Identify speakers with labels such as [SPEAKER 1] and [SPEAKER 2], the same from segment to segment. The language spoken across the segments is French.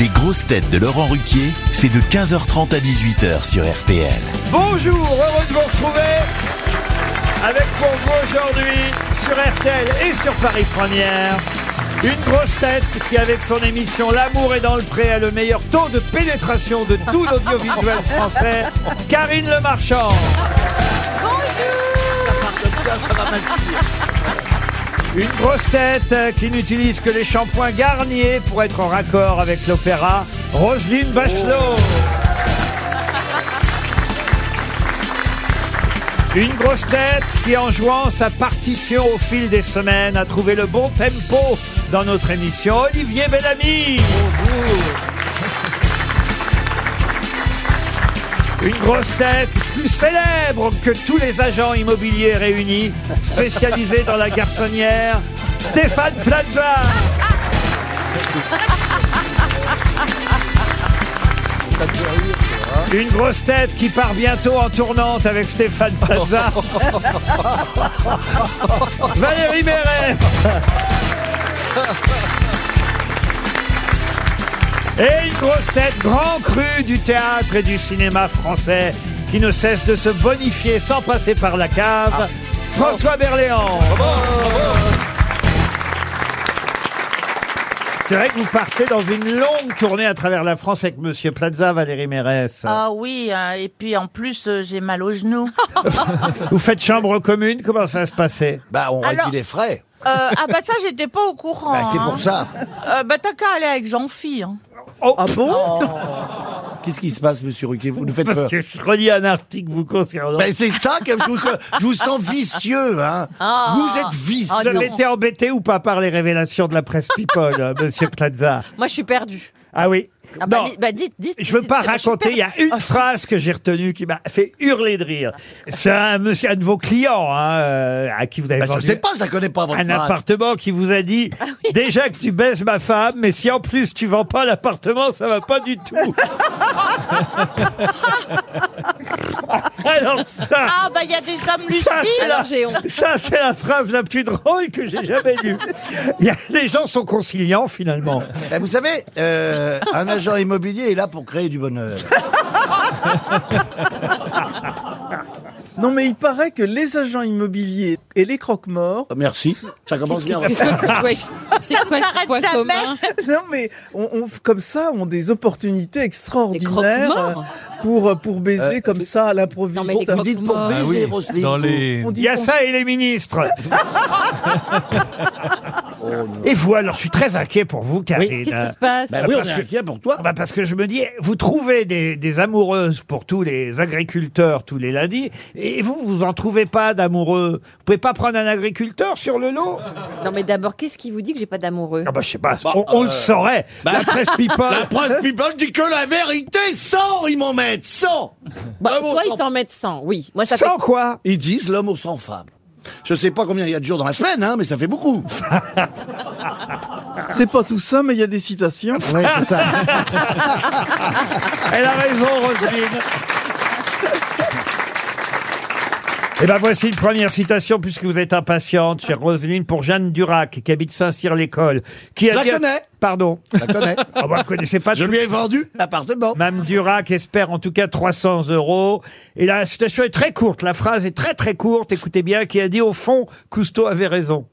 [SPEAKER 1] Les grosses têtes de Laurent Ruquier, c'est de 15h30 à 18h sur RTL.
[SPEAKER 2] Bonjour, heureux de vous retrouver avec pour vous aujourd'hui sur RTL et sur Paris Première. Une grosse tête qui, avec son émission L'amour est dans le pré, a le meilleur taux de pénétration de tout l'audiovisuel français, Karine Le Marchand. Une grosse tête euh, qui n'utilise que les shampoings Garnier pour être en raccord avec l'opéra, Roselyne Bachelot. Une grosse tête qui, en jouant sa partition au fil des semaines, a trouvé le bon tempo dans notre émission, Olivier Bellamy. Une grosse tête plus célèbre que tous les agents immobiliers réunis, spécialisés dans la garçonnière, Stéphane Plaza. Une grosse tête qui part bientôt en tournante avec Stéphane Plaza. Valérie Mérès. Et une grosse tête grand cru du théâtre et du cinéma français qui ne cesse de se bonifier sans passer par la cave, François Berléand. C'est vrai que vous partez dans une longue tournée à travers la France avec Monsieur Plaza, Valérie Mérès.
[SPEAKER 3] Ah oui, hein, et puis en plus euh, j'ai mal aux genoux.
[SPEAKER 2] Vous faites chambre commune, comment ça se passait
[SPEAKER 4] Bah, on
[SPEAKER 3] Alors-
[SPEAKER 4] réduit les frais.
[SPEAKER 3] Euh, ah bah ça j'étais pas au courant.
[SPEAKER 4] Bah, c'est
[SPEAKER 3] hein.
[SPEAKER 4] pour ça.
[SPEAKER 3] Euh, bah t'as qu'à aller avec Jean-Phi. hein.
[SPEAKER 2] Ah bon
[SPEAKER 4] Qu'est-ce qui se passe, monsieur Ruquier Vous nous faites
[SPEAKER 2] Parce
[SPEAKER 4] peur.
[SPEAKER 2] que je relis un article vous concernant.
[SPEAKER 4] Ben, c'est ça que je vous, je vous sens vicieux, hein.
[SPEAKER 5] Ah.
[SPEAKER 4] Vous êtes
[SPEAKER 5] Oh,
[SPEAKER 4] vicieux.
[SPEAKER 2] Vous avez été embêté ou pas par les révélations de la presse People, euh, Monsieur Plaza
[SPEAKER 5] Moi, je suis perdue.
[SPEAKER 2] Ah oui.
[SPEAKER 5] Ah bah,
[SPEAKER 2] Non.
[SPEAKER 5] di- bah, dites, dites.
[SPEAKER 2] Je veux
[SPEAKER 5] dites, Ah.
[SPEAKER 2] pas
[SPEAKER 5] bah, je suis
[SPEAKER 2] raconter, il y a une phrase que j'ai retenue qui m'a fait hurler de rire. C'est un monsieur, un de vos clients, hein, euh, à qui vous avez
[SPEAKER 4] Ben, je
[SPEAKER 2] vendu
[SPEAKER 4] sais pas, je la connais pas, votre
[SPEAKER 2] un
[SPEAKER 4] phrase.
[SPEAKER 2] appartement qui vous a dit déjà que tu baises ma femme, mais si en plus tu vends pas l'appartement, ça va pas du tout. Alors ça,
[SPEAKER 3] Ah bah il y a des hommes
[SPEAKER 2] ça, c'est
[SPEAKER 3] lucides.
[SPEAKER 2] la-
[SPEAKER 5] Alors, j'ai honte.
[SPEAKER 2] ça, c'est la phrase la plus drôle que j'ai jamais lue. Il y a- les gens sont conciliants finalement.
[SPEAKER 4] Ben, vous savez, euh, un agent immobilier est là pour créer du bonheur.
[SPEAKER 6] Non, mais il paraît que les agents immobiliers et les croque-morts.
[SPEAKER 4] Merci. Ça commence bien.
[SPEAKER 5] perdue. Qu'est-ce que- ouais, C'est
[SPEAKER 3] Ça ne
[SPEAKER 5] quoi
[SPEAKER 3] s'arrête
[SPEAKER 5] le point
[SPEAKER 3] jamais.
[SPEAKER 5] commun
[SPEAKER 6] Non, mais on, on- comme ça, ont des opportunités
[SPEAKER 5] Les
[SPEAKER 6] extraordinaires
[SPEAKER 5] croque-morts.
[SPEAKER 6] euh, pour, euh, pour baiser comme ça à
[SPEAKER 5] Non,
[SPEAKER 6] l'improviste.
[SPEAKER 5] mais les
[SPEAKER 4] Vous dites pour
[SPEAKER 5] Ah
[SPEAKER 4] baiser,
[SPEAKER 7] oui.
[SPEAKER 4] Roselyne.
[SPEAKER 7] Dans les...
[SPEAKER 6] On
[SPEAKER 2] Il
[SPEAKER 6] dit
[SPEAKER 2] y a
[SPEAKER 6] qu'on-
[SPEAKER 2] ça et les ministres.
[SPEAKER 4] Oh,
[SPEAKER 2] et vous, alors, je suis très inquiet pour vous, Karine.
[SPEAKER 5] Qu'est-ce qui se passe
[SPEAKER 4] Ben oui, on
[SPEAKER 2] Parce
[SPEAKER 4] est
[SPEAKER 2] que-
[SPEAKER 4] inquiet pour toi.
[SPEAKER 2] Ah bah, parce que je me dis, vous trouvez des, des amoureuses pour tous les agriculteurs tous les lundis, et vous, vous en trouvez pas d'amoureux. Vous pouvez pas prendre un agriculteur sur le lot
[SPEAKER 5] Non, mais d'abord, qu'est-ce qui vous dit que j'ai pas d'amoureux
[SPEAKER 2] Ah bah je sais pas, on, on le saurait. la presse
[SPEAKER 4] euh, bah, La
[SPEAKER 2] people.
[SPEAKER 4] presse people dit que la vérité, 100, ils m'en mettent, 100
[SPEAKER 5] Bah,
[SPEAKER 4] Ah bon,
[SPEAKER 5] Toi,
[SPEAKER 4] sans-
[SPEAKER 5] ils t'en mettent 100, oui. Moi, ça
[SPEAKER 2] Sans quoi
[SPEAKER 4] Ils disent l'homme aux 100 femmes. Je sais pas combien il y a de jours dans la semaine, hein, mais ça fait beaucoup.
[SPEAKER 6] C'est pas tout ça, mais il y a des citations.
[SPEAKER 4] Ouais, c'est ça.
[SPEAKER 2] Elle a raison, Roselyne. Et ben voici une première citation, puisque vous êtes impatiente, chère Roselyne, pour Jeanne Durac, qui habite Saint-Cyr-l'École. Qui a
[SPEAKER 4] Je la
[SPEAKER 2] dit-
[SPEAKER 4] connais.
[SPEAKER 2] Pardon.
[SPEAKER 4] Je la connais.
[SPEAKER 2] Ah, vous ne connaissez pas
[SPEAKER 4] Je
[SPEAKER 2] tout-
[SPEAKER 4] lui ai vendu l'appartement.
[SPEAKER 2] Mme Durac espère en tout cas 300 euros. Et la citation est très courte, la phrase est très très courte, écoutez bien, qui a dit au fond, Cousteau avait raison.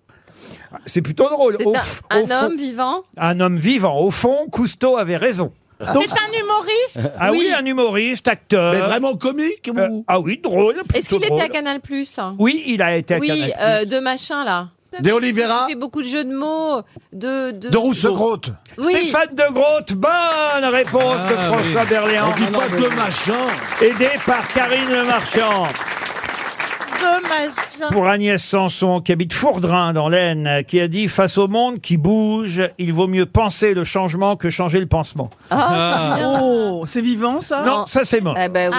[SPEAKER 2] C'est plutôt drôle.
[SPEAKER 5] C'est
[SPEAKER 2] Au
[SPEAKER 5] un,
[SPEAKER 2] f-
[SPEAKER 5] un
[SPEAKER 2] au fond-
[SPEAKER 5] homme vivant.
[SPEAKER 2] Un homme vivant. Au fond, Cousteau avait raison.
[SPEAKER 3] C'est un humoriste.
[SPEAKER 2] Ah oui,
[SPEAKER 5] Ah. Oui.
[SPEAKER 2] un humoriste, acteur.
[SPEAKER 4] Mais vraiment comique ou...
[SPEAKER 2] Euh, ah oui, drôle.
[SPEAKER 5] Est-ce
[SPEAKER 2] plutôt
[SPEAKER 5] qu'il était
[SPEAKER 2] drôle.
[SPEAKER 5] à Canal Plus hein
[SPEAKER 2] Oui, il a été à
[SPEAKER 5] Oui,
[SPEAKER 2] Canal+.
[SPEAKER 5] euh, de machin, là.
[SPEAKER 4] De Oliveira,
[SPEAKER 5] Il fait beaucoup de jeux de mots, de... De,
[SPEAKER 4] de Rousseau-Grotte.
[SPEAKER 5] Oui,
[SPEAKER 2] Stéphane de Grotte, bonne réponse de
[SPEAKER 7] Ah,
[SPEAKER 2] François Berléand,
[SPEAKER 4] Dis pas de machin.
[SPEAKER 2] aidé par Karine Le Marchand.
[SPEAKER 3] De machin.
[SPEAKER 2] Pour Agnès Sanson, qui habite Fourdrin dans l'Aisne, qui a dit Face au monde qui bouge, il vaut mieux penser le changement que changer le pansement.
[SPEAKER 5] Ah,
[SPEAKER 6] Oh, c'est vivant ça
[SPEAKER 2] Non, ça c'est mort.
[SPEAKER 5] Ah, bah oui.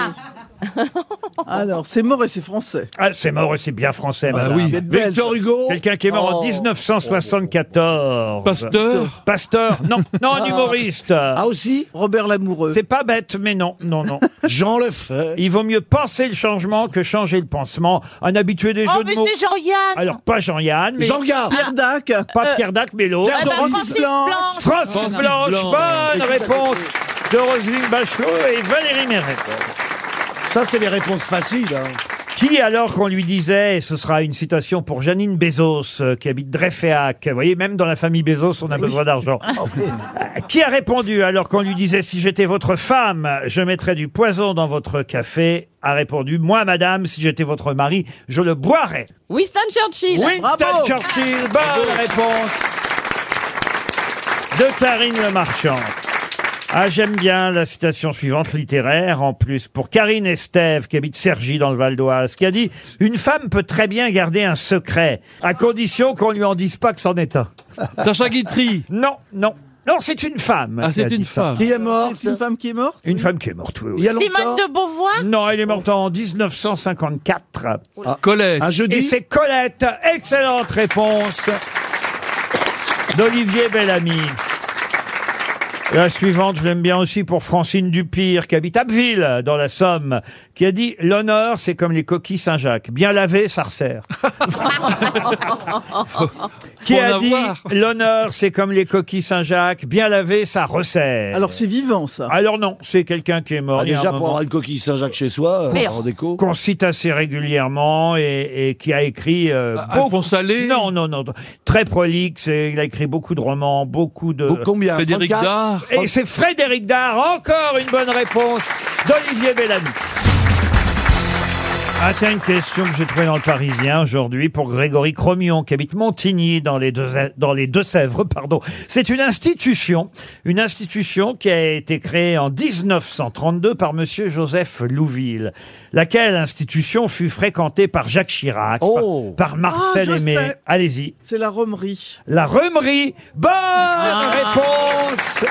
[SPEAKER 6] Alors, c'est mort et c'est français.
[SPEAKER 2] Ah, c'est mort, et c'est bien français, madame.
[SPEAKER 6] Vous êtes belle.
[SPEAKER 4] Victor Hugo
[SPEAKER 2] Quelqu'un qui est mort en
[SPEAKER 5] Oh.
[SPEAKER 2] 1974.
[SPEAKER 7] Pasteur
[SPEAKER 2] Pasteur, non, non, un humoriste.
[SPEAKER 4] Ah aussi
[SPEAKER 6] Robert Lamoureux.
[SPEAKER 2] C'est pas bête, mais non, non, non.
[SPEAKER 4] Jean Lefebvre.
[SPEAKER 2] Il vaut mieux penser le changement que changer le pansement. Un habitué des
[SPEAKER 3] Oh,
[SPEAKER 2] jeux de
[SPEAKER 3] mais
[SPEAKER 2] mots.
[SPEAKER 3] c'est Jean-Yann Ah.
[SPEAKER 2] Alors, pas Jean-Yann, mais
[SPEAKER 4] Jean Gard.
[SPEAKER 6] Pierre Dac.
[SPEAKER 2] pas Pierre Dac, mais l'autre.
[SPEAKER 3] Eh ben,
[SPEAKER 6] Doris
[SPEAKER 3] Francis
[SPEAKER 6] Blanc.
[SPEAKER 3] Blanche.
[SPEAKER 2] Francis Blanche,
[SPEAKER 7] Blanche.
[SPEAKER 2] bonne réponse de Roselyne Bachelot et Valérie Mérès.
[SPEAKER 4] Ça, c'est les réponses faciles. hein.
[SPEAKER 7] Ah,
[SPEAKER 2] Qui, alors qu'on lui disait, et ce sera une citation pour Janine Bezos, euh, qui habite Dreyféac, vous voyez, même dans la famille Bezos, on a besoin d'argent. Euh, Qui a répondu, alors qu'on lui disait, si j'étais votre femme, je mettrais du poison dans votre café, a répondu, moi, madame, si j'étais votre mari, je le boirais.
[SPEAKER 5] Winston Churchill.
[SPEAKER 2] Winston
[SPEAKER 6] Bravo.
[SPEAKER 2] Churchill, bonne réponse de Karine Le Marchand. Ah, j'aime bien la citation suivante littéraire, en plus, pour Karine Estève, qui habite Cergy dans le Val d'Oise, qui a dit « Une femme peut très bien garder un secret, à condition qu'on lui en dise pas que c'en est un.
[SPEAKER 7] Sacha Guitry »
[SPEAKER 2] Non, non. Non, c'est une femme
[SPEAKER 7] Ah,
[SPEAKER 2] qui a
[SPEAKER 7] c'est
[SPEAKER 2] dit
[SPEAKER 7] une
[SPEAKER 2] ça.
[SPEAKER 7] femme.
[SPEAKER 4] Qui est mort
[SPEAKER 6] C'est une femme qui est morte
[SPEAKER 2] Une femme qui est morte, oui, oui.
[SPEAKER 4] Il y a
[SPEAKER 3] Simone
[SPEAKER 4] longtemps.
[SPEAKER 3] de Beauvoir
[SPEAKER 2] Non, elle est morte en Ah. 1954.
[SPEAKER 4] Ah.
[SPEAKER 7] Colette.
[SPEAKER 4] Un
[SPEAKER 2] Et
[SPEAKER 4] jeudi.
[SPEAKER 2] c'est Colette. Excellente réponse d'Olivier Bellamy. La suivante, je l'aime bien aussi pour Francine Dupire, qui habite Abbeville, dans la Somme, qui a dit « L'honneur, c'est comme les coquilles Saint-Jacques. Bien lavé, ça resserre. » Qui
[SPEAKER 7] Faut en
[SPEAKER 2] a dit
[SPEAKER 7] avoir.
[SPEAKER 2] « L'honneur, c'est comme les coquilles Saint-Jacques. Bien lavé, ça resserre. »
[SPEAKER 6] Alors, c'est vivant, ça.
[SPEAKER 2] Alors non, c'est quelqu'un qui est mort.
[SPEAKER 4] Ah,
[SPEAKER 2] il y a un
[SPEAKER 4] déjà, pour
[SPEAKER 2] moment.
[SPEAKER 4] avoir une coquille Saint-Jacques chez soi, euh,
[SPEAKER 5] Merde.
[SPEAKER 4] en déco.
[SPEAKER 2] qu'on cite assez régulièrement et, et qui a écrit euh, beaucoup.
[SPEAKER 7] Bah, Alphonse Allais.
[SPEAKER 2] Non, non, non. Très prolixe. et Il a écrit beaucoup de romans, beaucoup de.
[SPEAKER 4] Pour Combien
[SPEAKER 7] Frédéric
[SPEAKER 4] 34?
[SPEAKER 7] Dard.
[SPEAKER 2] Et c'est Frédéric Dard, encore une bonne réponse d'Olivier Bellamy. Ah tiens, une question que j'ai trouvée dans le Parisien aujourd'hui pour Grégory Cromion qui habite Montigny dans les deux dans les Deux-Sèvres, pardon. C'est une institution, une institution qui a été créée en 1932 par monsieur Joseph Louville, laquelle institution fut fréquentée par Jacques Chirac,
[SPEAKER 4] Oh.
[SPEAKER 2] par, par Marcel
[SPEAKER 6] Ah, je
[SPEAKER 2] Aimé.
[SPEAKER 6] sais.
[SPEAKER 2] Allez-y.
[SPEAKER 6] C'est la romerie.
[SPEAKER 2] La Remerie. Bonne
[SPEAKER 6] Ah.
[SPEAKER 2] réponse.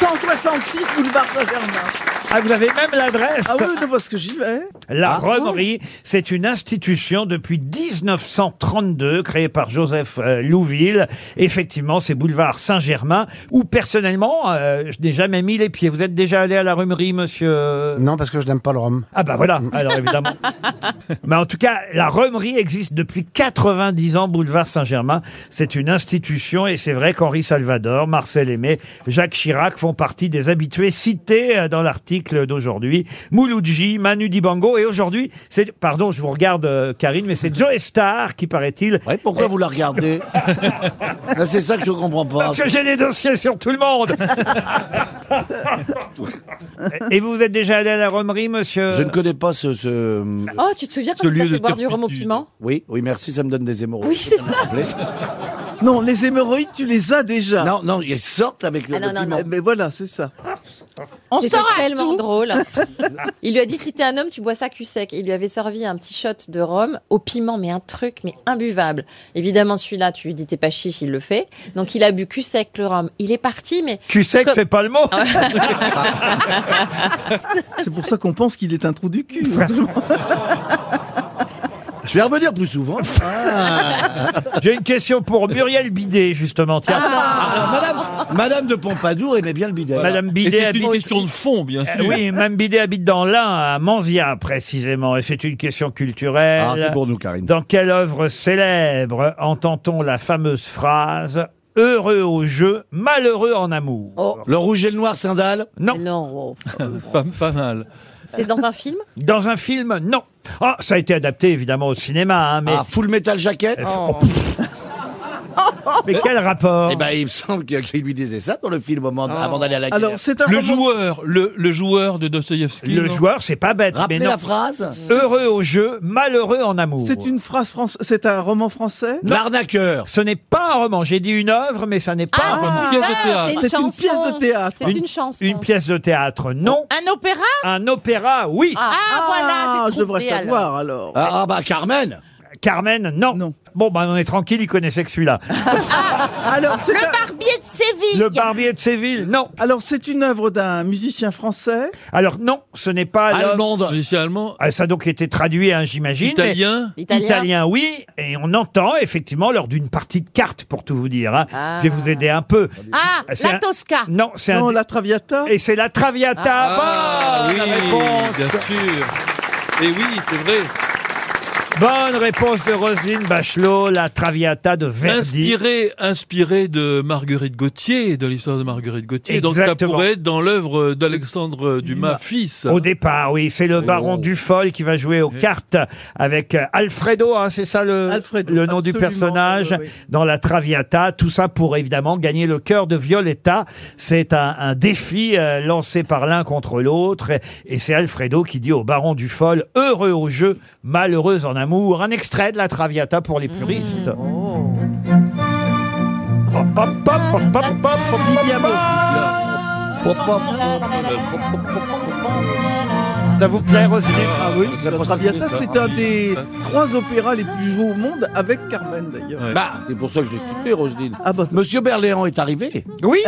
[SPEAKER 6] 166 boulevard Saint-Germain.
[SPEAKER 2] Ah, vous avez même l'adresse
[SPEAKER 6] Ah oui, Ah. non, parce que j'y vais.
[SPEAKER 2] La Romerie, c'est une institution depuis 1932 créée par Joseph euh, Louville. Effectivement, c'est boulevard Saint-Germain où personnellement, euh, je n'ai jamais mis les pieds. Vous êtes déjà allé à la Romerie, monsieur
[SPEAKER 8] Non, parce que je n'aime pas le rhum.
[SPEAKER 2] Ah bah voilà, alors évidemment. Mais en tout cas, la Romerie existe depuis 90 ans, boulevard Saint-Germain. C'est une institution et c'est vrai qu'Henri Salvador, Marcel Aimé, Jacques Chirac font partie des habitués cités euh, dans l'article d'aujourd'hui. Mouloudji, Manu Dibango et aujourd'hui, c'est pardon, je vous regarde euh, Karine, mais c'est Joe Star qui paraît-il.
[SPEAKER 4] Ouais, pourquoi vous la regardez Là, C'est ça que je comprends pas.
[SPEAKER 2] Parce que j'ai des dossiers sur tout le monde. et vous êtes déjà allé à la Romerie, monsieur
[SPEAKER 4] Je ne connais pas ce. ce-
[SPEAKER 5] Oh, tu te souviens quand
[SPEAKER 7] Ce
[SPEAKER 5] tu
[SPEAKER 7] lieu
[SPEAKER 5] t'as
[SPEAKER 7] de
[SPEAKER 5] fait boire du rhum au
[SPEAKER 7] turpitude.
[SPEAKER 5] piment
[SPEAKER 4] Oui, oui, merci, ça me donne des hémorroïdes.
[SPEAKER 5] Oui, c'est ça.
[SPEAKER 4] Rappelez.
[SPEAKER 6] Non, les hémorroïdes, tu les as déjà.
[SPEAKER 4] Non, non, ils sortent avec le.
[SPEAKER 5] Ah, non, non,
[SPEAKER 4] le piment.
[SPEAKER 6] Eh ben voilà, c'est ça.
[SPEAKER 3] On
[SPEAKER 5] C'était
[SPEAKER 3] sort à
[SPEAKER 5] tellement
[SPEAKER 3] tout.
[SPEAKER 5] drôle. Il lui a dit si t'es un homme, tu bois ça cul sec. Il lui avait servi un petit shot de rhum au piment, mais un truc, mais imbuvable. Évidemment, celui-là, tu lui dis t'es pas chiche, il le fait. Donc il a bu cul sec le rhum. Il est parti, mais
[SPEAKER 2] Tu sais que c'est pas le mot.
[SPEAKER 5] Ah
[SPEAKER 6] C'est pour ça qu'on pense qu'il est un trou du cul.
[SPEAKER 4] Je vais revenir plus souvent.
[SPEAKER 6] Ah.
[SPEAKER 2] J'ai une question pour Muriel Bidet, justement. Tiens,
[SPEAKER 4] Ah, Alors, madame, madame de Pompadour aimait bien le bidet.
[SPEAKER 2] Madame
[SPEAKER 7] Et
[SPEAKER 2] Bidet
[SPEAKER 7] c'est
[SPEAKER 2] habite.
[SPEAKER 7] une question de fond, bien
[SPEAKER 2] Euh,
[SPEAKER 7] sûr.
[SPEAKER 2] oui, Mme Bidet habite dans l'Ain, à Manzia précisément, et c'est une question
[SPEAKER 4] Ah,
[SPEAKER 2] culturelle.
[SPEAKER 4] c'est pour nous, Karine.
[SPEAKER 2] Dans quelle œuvre célèbre entend-on la fameuse phrase Heureux au jeu, malheureux en amour
[SPEAKER 5] Oh.
[SPEAKER 4] Le rouge et le noir, Stendhal.
[SPEAKER 2] Non.
[SPEAKER 5] non, wow.
[SPEAKER 7] Pas, pas mal.
[SPEAKER 5] c'est dans un film.
[SPEAKER 2] Dans un film Non. Ah, ça a été adapté évidemment au cinéma, hein, mais, Euh,
[SPEAKER 4] Ah, full metal jacket.
[SPEAKER 5] Oh.
[SPEAKER 2] mais quel rapport
[SPEAKER 4] Eh ben, il me semble qu'il qu'il lui disait ça dans le film au moment-
[SPEAKER 5] Oh.
[SPEAKER 4] avant d'aller à la guerre.
[SPEAKER 6] Ah. Alors, c'est un
[SPEAKER 7] Le
[SPEAKER 6] roman-
[SPEAKER 7] joueur, le, le joueur de Dostoïevski.
[SPEAKER 2] Le
[SPEAKER 7] non
[SPEAKER 2] joueur, c'est pas bête,
[SPEAKER 4] Rappelez
[SPEAKER 2] mais non.
[SPEAKER 4] la phrase.
[SPEAKER 2] Mmh. Heureux au jeu, malheureux en amour.
[SPEAKER 6] C'est une phrase française. C'est un roman français.
[SPEAKER 4] L'arnaqueur.
[SPEAKER 2] Ce n'est pas un roman. J'ai dit une œuvre, mais ça n'est pas un roman.
[SPEAKER 7] Pièce
[SPEAKER 3] Ah,
[SPEAKER 7] de
[SPEAKER 5] C'est
[SPEAKER 7] théâtre.
[SPEAKER 5] une
[SPEAKER 6] C'est Ah, une
[SPEAKER 5] chanson.
[SPEAKER 6] pièce de théâtre.
[SPEAKER 5] C'est une chanson.
[SPEAKER 2] Une pièce de théâtre, non.
[SPEAKER 3] Un opéra
[SPEAKER 2] Un opéra, oui.
[SPEAKER 5] Ah.
[SPEAKER 3] Ah, voilà, j'ai
[SPEAKER 6] je devrais
[SPEAKER 3] trouvé, alors.
[SPEAKER 6] savoir alors.
[SPEAKER 4] Ah, ah, bah, Carmen.
[SPEAKER 2] Carmen, non. bah,
[SPEAKER 6] Non.
[SPEAKER 2] Bon, ben on est tranquille, il connaissait que celui-là.
[SPEAKER 6] Alors, c'est un-
[SPEAKER 3] Le barbier de Séville
[SPEAKER 2] Le barbier de Séville, non.
[SPEAKER 6] Alors, c'est une œuvre d'un musicien français.
[SPEAKER 2] Alors non, ce n'est pas l'homme.
[SPEAKER 8] Allemande.
[SPEAKER 7] Musicien allemand,
[SPEAKER 2] Ah, ça a donc été traduit, hein, j'imagine. mais-
[SPEAKER 7] italien.
[SPEAKER 5] Italien.
[SPEAKER 2] Italien, oui. Et on entend effectivement lors d'une partie de cartes, pour tout vous dire. hein.
[SPEAKER 5] Ah.
[SPEAKER 2] Je vais vous aider un peu.
[SPEAKER 3] Ah,
[SPEAKER 2] C'est
[SPEAKER 3] la
[SPEAKER 2] un-
[SPEAKER 3] Tosca.
[SPEAKER 2] Non, c'est un...
[SPEAKER 6] Non, la Traviata.
[SPEAKER 2] Et c'est la Traviata.
[SPEAKER 7] Ah,
[SPEAKER 2] bonne
[SPEAKER 7] oui,
[SPEAKER 2] réponse.
[SPEAKER 7] bien sûr. Et oui, c'est vrai.
[SPEAKER 2] Bonne réponse de Rosine Bachelot, la Traviata de Verdi.
[SPEAKER 7] Inspiré, inspiré de Marguerite Gauthier, de l'histoire de Marguerite Gauthier. Donc ça
[SPEAKER 2] Exactement.
[SPEAKER 7] pourrait être dans l'œuvre d'Alexandre Dumas, fils. Oh.
[SPEAKER 2] Au départ, oui, c'est le baron Dufol qui va jouer aux
[SPEAKER 7] Oui.
[SPEAKER 2] cartes avec euh, Alfredo, hein, c'est ça le,
[SPEAKER 6] Alfredo,
[SPEAKER 2] le nom du
[SPEAKER 6] absolument,
[SPEAKER 2] personnage,
[SPEAKER 6] oui, oui.
[SPEAKER 2] dans la Traviata. Tout ça pour évidemment gagner le cœur de Violetta. C'est un, un défi euh, lancé par l'un contre l'autre. Et, et c'est Alfredo qui dit au baron Dufol, heureux au jeu, malheureux en amour. Un extrait de la Traviata pour les
[SPEAKER 7] Mmh.
[SPEAKER 2] puristes.
[SPEAKER 7] Oh.
[SPEAKER 2] Hop, hop, hop, hop, hop, hop, hop, hop,
[SPEAKER 6] Bibiabo.
[SPEAKER 2] hop. Ça vous plaît, Rosine
[SPEAKER 6] La Traviata, c'est un des trois opéras les plus joués au monde avec Carmen d'ailleurs.
[SPEAKER 7] Ouais.
[SPEAKER 8] Bah, c'est pour ça que je l'ai cité, Roselyne.
[SPEAKER 6] Ah bah,
[SPEAKER 8] Monsieur Berléand est arrivé. Ah bah,
[SPEAKER 2] Oui,